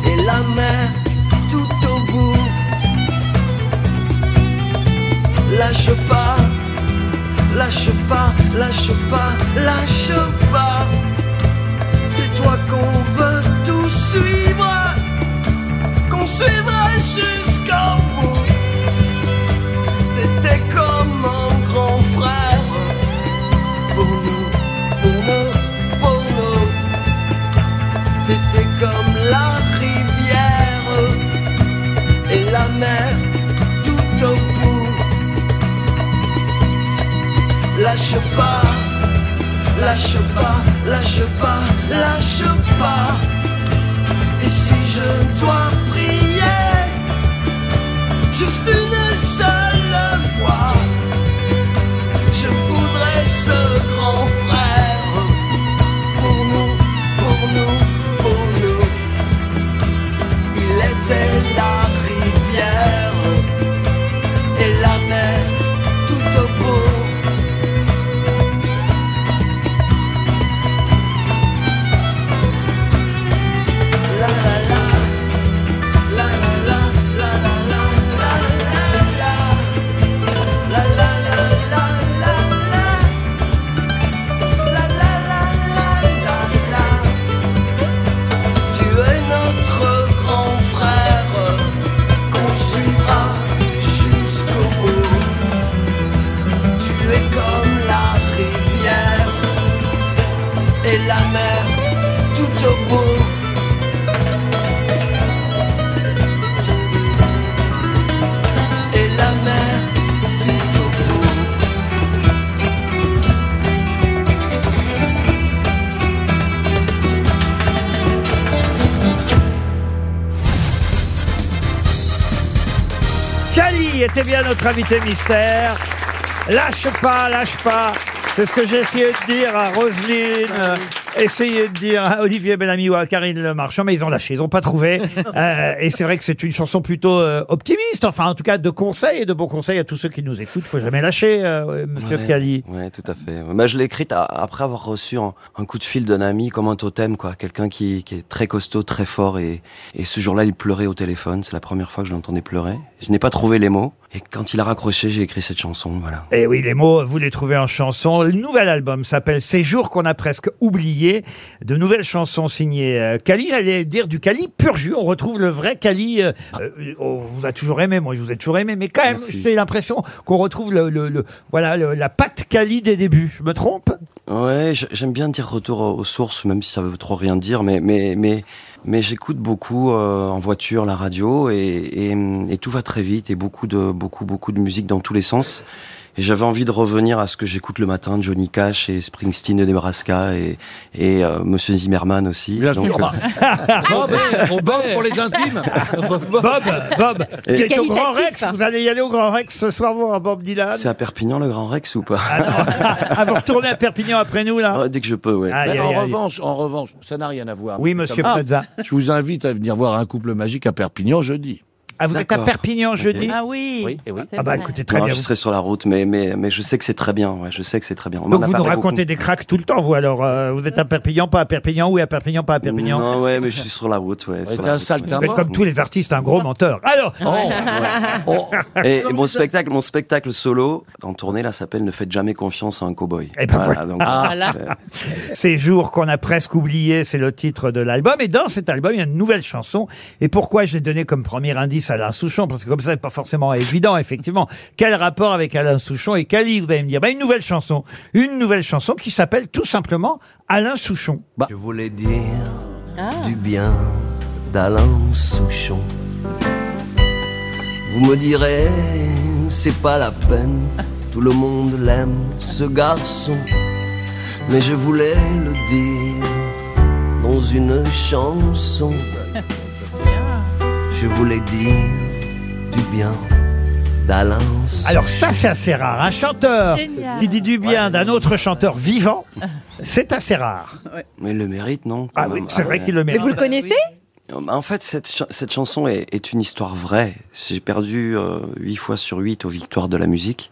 [SPEAKER 14] et la mer tout au bout lâche pas, lâche pas, lâche pas, lâche pas. C'est toi qu'on veut tout suivre, qu'on suivra jusqu'au bout. T'étais comme un grand frère pour nous, pour nous, pour nous. T'étais comme la rivière et la mer tout au bout lâche pas, lâche pas, lâche pas, lâche pas. Et si je dois prier, juste une seule fois, je voudrais ce grand frère pour nous, pour nous, pour nous. Il était la rivière et la mer tout au bout. Tu es notre grand frère qu'on suivra jusqu'au bout. Tu es comme la rivière et la mer tout au bout. Et la mer tout au bout.
[SPEAKER 2] Kali était bien notre invité mystère. Lâche pas, lâche pas. C'est ce que j'ai essayé de dire à Roselyne, euh, essayé de dire à Olivier Bellamy ou à Karine Le Marchand, mais ils ont lâché, ils n'ont pas trouvé. Euh, et c'est vrai que c'est une chanson plutôt euh, optimiste, enfin en tout cas de conseils et de bons conseils à tous ceux qui nous écoutent. Faut jamais lâcher, euh, Monsieur
[SPEAKER 14] Ouais,
[SPEAKER 2] Kali.
[SPEAKER 14] Ouais, tout à fait. Bah, je l'ai écrite à- après avoir reçu un, un coup de fil d'un ami comme un totem, quoi. Quelqu'un qui, qui est très costaud, très fort. Et, et ce jour-là, il pleurait au téléphone. C'est la première fois que je l'entendais pleurer. Je n'ai pas trouvé les mots. Et quand il a raccroché, j'ai écrit cette chanson, voilà.
[SPEAKER 2] Et Eh oui, les mots, vous les trouvez en chanson. Le nouvel album s'appelle Ces jours qu'on a presque oubliés. De nouvelles chansons signées euh, Cali. J'allais dire du Cali pur jus. On retrouve le vrai Cali. euh, euh, on vous a toujours aimé, moi je vous ai toujours aimé, mais quand même, j'ai l'impression qu'on retrouve le, le- le- voilà, le- la patte Cali des débuts. Je me trompe
[SPEAKER 16] Ouais, j- j'aime bien dire retour aux aux sources, même si ça veut trop rien dire, mais, mais, mais, mais j'écoute beaucoup euh, en voiture la radio et, et, et tout va très vite et beaucoup de, beaucoup, beaucoup de musique dans tous les sens. Et j'avais envie de revenir à ce que j'écoute le matin, Johnny Cash et Springsteen de Nebraska et, et euh, Monsieur Zimmerman aussi. Donc,
[SPEAKER 2] sûr.
[SPEAKER 16] euh,
[SPEAKER 2] Bob, pour les intimes. Bob, Bob,
[SPEAKER 16] Et-
[SPEAKER 2] qui est au Grand
[SPEAKER 16] Qualitatif. hein.
[SPEAKER 2] Rex. Vous allez y aller au Grand Rex ce soir, vous, à Bob Dylan.
[SPEAKER 16] c'est à Perpignan le Grand Rex ou pas Ah,
[SPEAKER 2] Ah, vous retournez à Perpignan après nous, là
[SPEAKER 16] Dès que je peux, ouais.
[SPEAKER 8] Mais en, revanche, en revanche, ça n'a rien à voir.
[SPEAKER 2] Oui,
[SPEAKER 8] Mais
[SPEAKER 2] monsieur
[SPEAKER 8] comme-
[SPEAKER 2] Plaza.
[SPEAKER 8] Je vous invite à venir voir un couple magique à Perpignan jeudi.
[SPEAKER 2] Ah, vous êtes à
[SPEAKER 8] D'accord.
[SPEAKER 2] Perpignan jeudi
[SPEAKER 8] Ok.
[SPEAKER 3] oui.
[SPEAKER 8] eh oui.
[SPEAKER 2] Ah bah écoutez, très
[SPEAKER 16] Non,
[SPEAKER 2] bien.
[SPEAKER 16] Je serai sur la route, mais, mais, mais je sais que c'est très bien. Ouais, je sais que c'est très bien. On
[SPEAKER 2] Donc
[SPEAKER 16] en a
[SPEAKER 2] vous nous
[SPEAKER 16] parlé
[SPEAKER 2] racontez des cracks tout le temps, vous alors. euh, vous êtes à Perpignan, pas à Perpignan, oui, à Perpignan, pas à
[SPEAKER 16] beaucoup.
[SPEAKER 2] Perpignan.
[SPEAKER 16] Non, ouais, mais je suis sur la route. Ouais, sur
[SPEAKER 2] c'est
[SPEAKER 16] la
[SPEAKER 2] un
[SPEAKER 16] route,
[SPEAKER 2] sale
[SPEAKER 16] ouais.
[SPEAKER 2] Vous êtes comme tous les artistes, un gros menteur. Ah, Alors
[SPEAKER 8] Oh,
[SPEAKER 16] Et, et mon spectacle, mon spectacle solo en tournée là s'appelle Ne faites jamais confiance à un cowboy.
[SPEAKER 2] Et ben voilà. Ah.
[SPEAKER 16] euh,
[SPEAKER 2] Ces jours qu'on a presque oubliés, c'est le titre de l'album. Et dans cet album, il y a une nouvelle chanson. Et pourquoi j'ai donné comme premier indice Alain Souchon Parce que comme ça, c'est pas forcément évident, effectivement. Quel rapport avec Alain Souchon et Cali Vous allez me dire, bah, une nouvelle chanson. Une nouvelle chanson qui s'appelle tout simplement Alain Souchon.
[SPEAKER 16] Bah.
[SPEAKER 17] Je voulais dire du bien d'Alain Souchon. Vous me direz, c'est pas la peine, tout le monde l'aime, ce garçon. Mais je voulais le dire dans une chanson. Je voulais dire du bien d'Alain Souchon.
[SPEAKER 2] Alors ça, c'est assez rare. Un chanteur
[SPEAKER 17] Génial.
[SPEAKER 2] qui dit du bien d'un autre chanteur vivant, c'est assez rare.
[SPEAKER 16] Mais il le mérite, non
[SPEAKER 2] Ah oui, c'est vrai qu'il le
[SPEAKER 5] Mais
[SPEAKER 2] mérite.
[SPEAKER 5] vous le connaissez
[SPEAKER 16] Euh, bah, En fait, cette, ch- cette chanson est, est une histoire vraie. J'ai perdu 8 fois sur 8 aux victoires de la musique.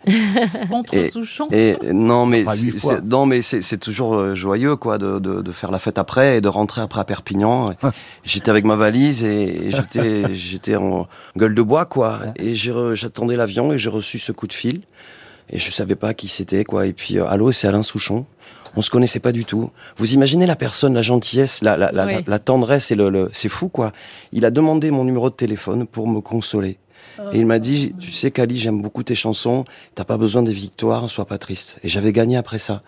[SPEAKER 3] Contre
[SPEAKER 16] Et-
[SPEAKER 3] Souchon.
[SPEAKER 16] Et, non, mais
[SPEAKER 3] Enfin, huit
[SPEAKER 16] c'est-
[SPEAKER 3] fois.
[SPEAKER 16] c'est- non, mais c'est c'est toujours euh, joyeux quoi de, de, de faire la fête après et de rentrer après à Perpignan. Et J'étais avec ma valise et, et j'étais j'étais en gueule de bois quoi. Et j'ai re- j'attendais l'avion et j'ai reçu ce coup de fil et je savais pas qui c'était quoi. Et puis euh, allô, c'est Alain Souchon. On se connaissait pas du tout. Vous imaginez la personne, la gentillesse, la, la, la,
[SPEAKER 18] Oui.
[SPEAKER 16] la- la tendresse et le, le- c'est fou quoi. Il a demandé mon numéro de téléphone pour me consoler. Et il m'a dit, tu sais, Kali, j'aime beaucoup tes chansons. T'as pas besoin des victoires, sois pas triste. Et j'avais gagné après ça.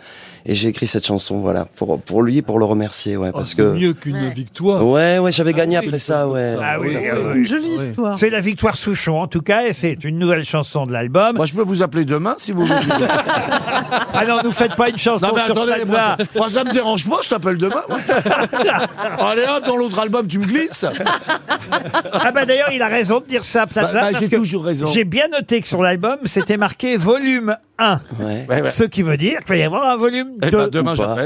[SPEAKER 16] Et j'ai écrit cette chanson, voilà, pour pour lui, pour le remercier, ouais, parce
[SPEAKER 7] Oh, C'est
[SPEAKER 16] que.
[SPEAKER 7] mieux qu'une victoire.
[SPEAKER 16] Ouais, ouais,
[SPEAKER 8] Ah
[SPEAKER 16] j'avais gagné après ça, ouais.
[SPEAKER 2] Ah oui,
[SPEAKER 16] Ouais,
[SPEAKER 2] ah
[SPEAKER 16] ouais.
[SPEAKER 2] oui. C'est la victoire Souchon, en tout cas, et c'est une nouvelle chanson de l'album. Moi,
[SPEAKER 8] je peux vous appeler demain si
[SPEAKER 2] Oh.
[SPEAKER 8] vous voulez.
[SPEAKER 2] ah non, nous faites pas une chanson
[SPEAKER 8] Non, mais
[SPEAKER 2] sur
[SPEAKER 8] attendez, moi,
[SPEAKER 2] Plaza.
[SPEAKER 8] moi, ça me dérange pas, je t'appelle demain. moi. Allez hop, dans l'autre album, tu me glisses.
[SPEAKER 2] Ah bah d'ailleurs, il a raison de dire ça, Plaza.
[SPEAKER 8] Bah, bah,
[SPEAKER 2] parce
[SPEAKER 8] j'ai
[SPEAKER 2] que
[SPEAKER 8] toujours raison.
[SPEAKER 2] J'ai bien noté que sur l'album, c'était marqué volume 1.
[SPEAKER 16] Ouais, ouais.
[SPEAKER 2] Ce qui veut dire qu'il va y avoir un volume 2.
[SPEAKER 16] Ou pas.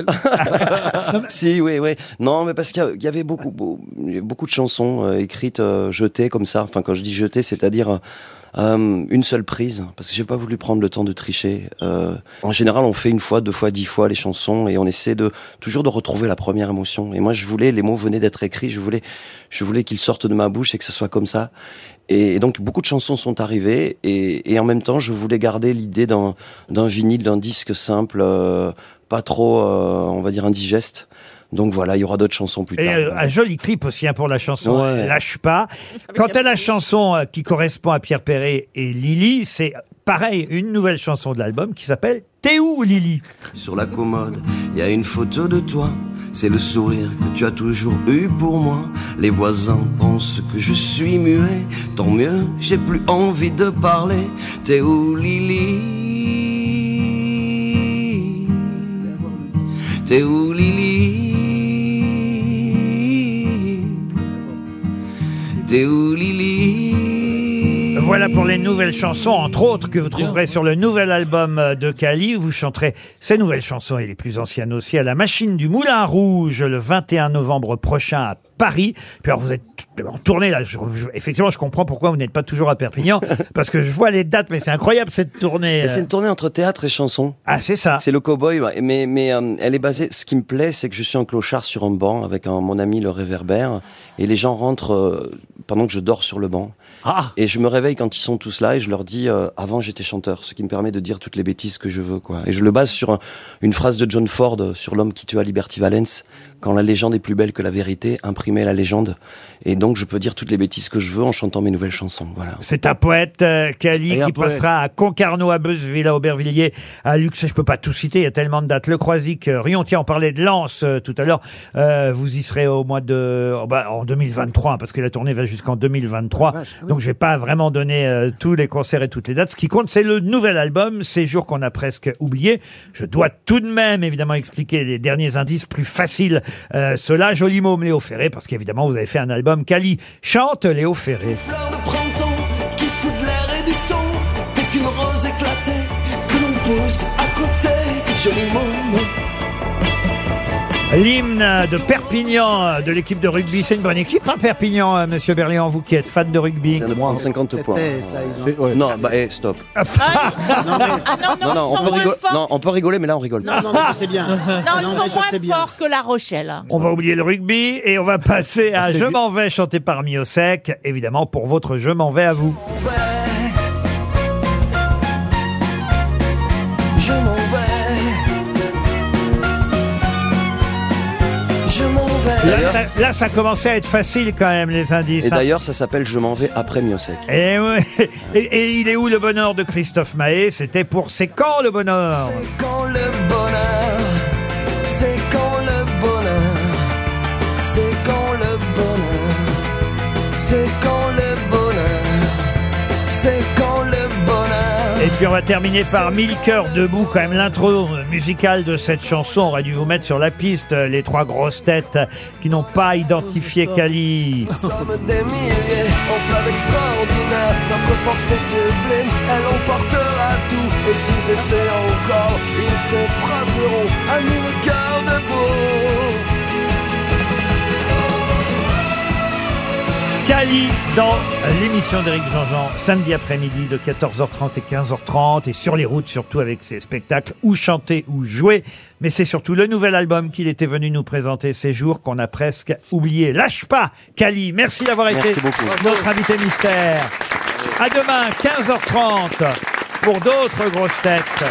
[SPEAKER 16] si, oui, oui. Non, mais parce qu'il y a- il y avait beaucoup, beau- il y a beaucoup de chansons euh, écrites euh, jetées comme ça. Enfin, quand je dis jetées, c'est-à-dire euh, euh, une seule prise, parce que j'ai pas voulu prendre le temps de tricher. Euh, en général, on fait une fois, deux fois, dix fois les chansons et on essaie de toujours de retrouver la première émotion. Et moi, je voulais, les mots venaient d'être écrits, je voulais, je voulais qu'ils sortent de ma bouche et que ce soit comme ça. Et, et donc beaucoup de chansons sont arrivées et, et en même temps je voulais garder l'idée d'un d'un vinyle, d'un disque simple, euh, pas trop, euh, on va dire, indigeste. Donc voilà, il y aura d'autres chansons plus
[SPEAKER 2] Et
[SPEAKER 16] tard.
[SPEAKER 2] euh, un joli clip aussi hein, pour la chanson
[SPEAKER 16] Ouais.
[SPEAKER 2] euh, Lâche pas. Quant à la chanson euh, qui correspond à Pierre Perret et Lily, c'est euh, pareil, une nouvelle chanson de l'album qui s'appelle T'es où Lily
[SPEAKER 17] Sur la commode, il y a une photo de toi. C'est le sourire que tu as toujours eu pour moi. Les voisins pensent que je suis muet. Tant mieux, j'ai plus envie de parler. T'es où, Lily T'es où, Lily T'es où, Lily
[SPEAKER 2] Voilà pour les nouvelles chansons, entre autres, que vous trouverez sur le nouvel album euh, de Cali. Vous chanterez ces nouvelles chansons et les plus anciennes aussi à la machine du Moulin Rouge le 21 novembre prochain à Paris. Puis alors vous êtes en tournée là. Je- je- effectivement, je comprends pourquoi vous n'êtes pas toujours à Perpignan parce que je vois les dates, mais c'est incroyable cette tournée.
[SPEAKER 16] Mais c'est
[SPEAKER 2] euh.
[SPEAKER 16] une tournée entre théâtre et chanson.
[SPEAKER 2] Ah, c'est ça.
[SPEAKER 16] C'est le cowboy, ouais. mais, mais euh, elle est basée. Ce qui me plaît, c'est que je suis en clochard sur un banc avec un- mon ami le réverbère, et les gens rentrent euh, pendant que je dors sur le banc.
[SPEAKER 2] Ah!
[SPEAKER 16] Et je me réveille quand ils sont tous là et je leur dis euh, avant j'étais chanteur, ce qui me permet de dire toutes les bêtises que je veux quoi. Et je le base sur un- une phrase de John Ford euh, sur l'homme qui tua Liberty Valence quand la légende est plus belle que la vérité, imprimez la légende. Et donc je peux dire toutes les bêtises que je veux en chantant mes nouvelles chansons. Voilà.
[SPEAKER 2] C'est un poète, euh, Cali,
[SPEAKER 16] Et un
[SPEAKER 2] qui
[SPEAKER 16] poète.
[SPEAKER 2] passera à Concarneau, à Beuzeville, à Aubervilliers, à Luxe. Je peux pas tout citer, il y a tellement de dates. Le Croisic, euh, Riontier, on parlait de Lens euh, tout à l'heure. Euh, vous y serez au mois de... oh, bah, en 2023, hein, parce que la tournée va jusqu'en 2023.
[SPEAKER 16] Ah,
[SPEAKER 2] Donc je vais pas vraiment donner euh, tous les concerts et toutes les dates. Ce qui compte, c'est le nouvel album, Ces jours qu'on a presque oublié. Je dois tout de même, évidemment, expliquer les derniers indices plus faciles. Euh, Cela, joli mot, Léo Ferré, parce qu'évidemment, vous avez fait un album. Cali, chante Léo Ferré.
[SPEAKER 14] printemps qui se fout de l'air et du temps dès qu'une rose éclatée que l'on pose à côté joli mot
[SPEAKER 2] L'hymne de Perpignan euh, de l'équipe de rugby, c'est une bonne équipe, hein, Perpignan, euh, Monsieur Berléand, vous qui êtes fan de rugby.
[SPEAKER 16] de prendre 50 points. C'est- ouais. Non, bah, eh, stop.
[SPEAKER 3] Ah, non, ils sont
[SPEAKER 16] on peut
[SPEAKER 3] moins
[SPEAKER 16] rigoler,
[SPEAKER 3] forts.
[SPEAKER 16] non, on peut rigoler, mais là on rigole. pas.
[SPEAKER 3] c'est bien. Non, ils sont moins forts que la Rochelle.
[SPEAKER 2] On va oublier le rugby et on va passer
[SPEAKER 16] Ah,
[SPEAKER 2] à Je m'en vais chanter par Miosec, évidemment pour votre Je m'en vais à vous.
[SPEAKER 14] je m'en vais je m'en vais
[SPEAKER 2] Là ça, là, ça commençait à être facile quand même les indices.
[SPEAKER 16] Et
[SPEAKER 2] hein.
[SPEAKER 16] d'ailleurs, ça s'appelle Je m'en vais après Miosec.
[SPEAKER 2] Et, ouais. et, et il est où le bonheur de Christophe Mahé C'était pour C'est quand le bonheur
[SPEAKER 14] quand le bonheur c'est quand le bonheur c'est quand le bonheur c'est quand le bonheur c'est quand le bonheur
[SPEAKER 2] Et puis on va terminer par Mille cœurs debout, quand même l'intro musicale de cette chanson. On aurait dû vous mettre sur la piste euh, les trois grosses têtes qui n'ont pas identifié Cali.
[SPEAKER 14] Nous sommes des milliers en flamme extraordinaire. Notre force est sublime, elle emportera tout. Et s'ils essaient encore, ils se frapperont à mille cœurs debout.
[SPEAKER 2] Cali dans l'émission d'Éric Jean-Jean, samedi après-midi de 14h30 et 15h30, et sur les routes surtout avec ses spectacles, ou chanter ou jouer. Mais c'est surtout le nouvel album qu'il était venu nous présenter ces jours qu'on a presque oublié. Lâche pas, Cali, merci d'avoir été
[SPEAKER 16] Merci beaucoup.
[SPEAKER 2] notre invité mystère. À demain, 15h30, pour d'autres grosses têtes.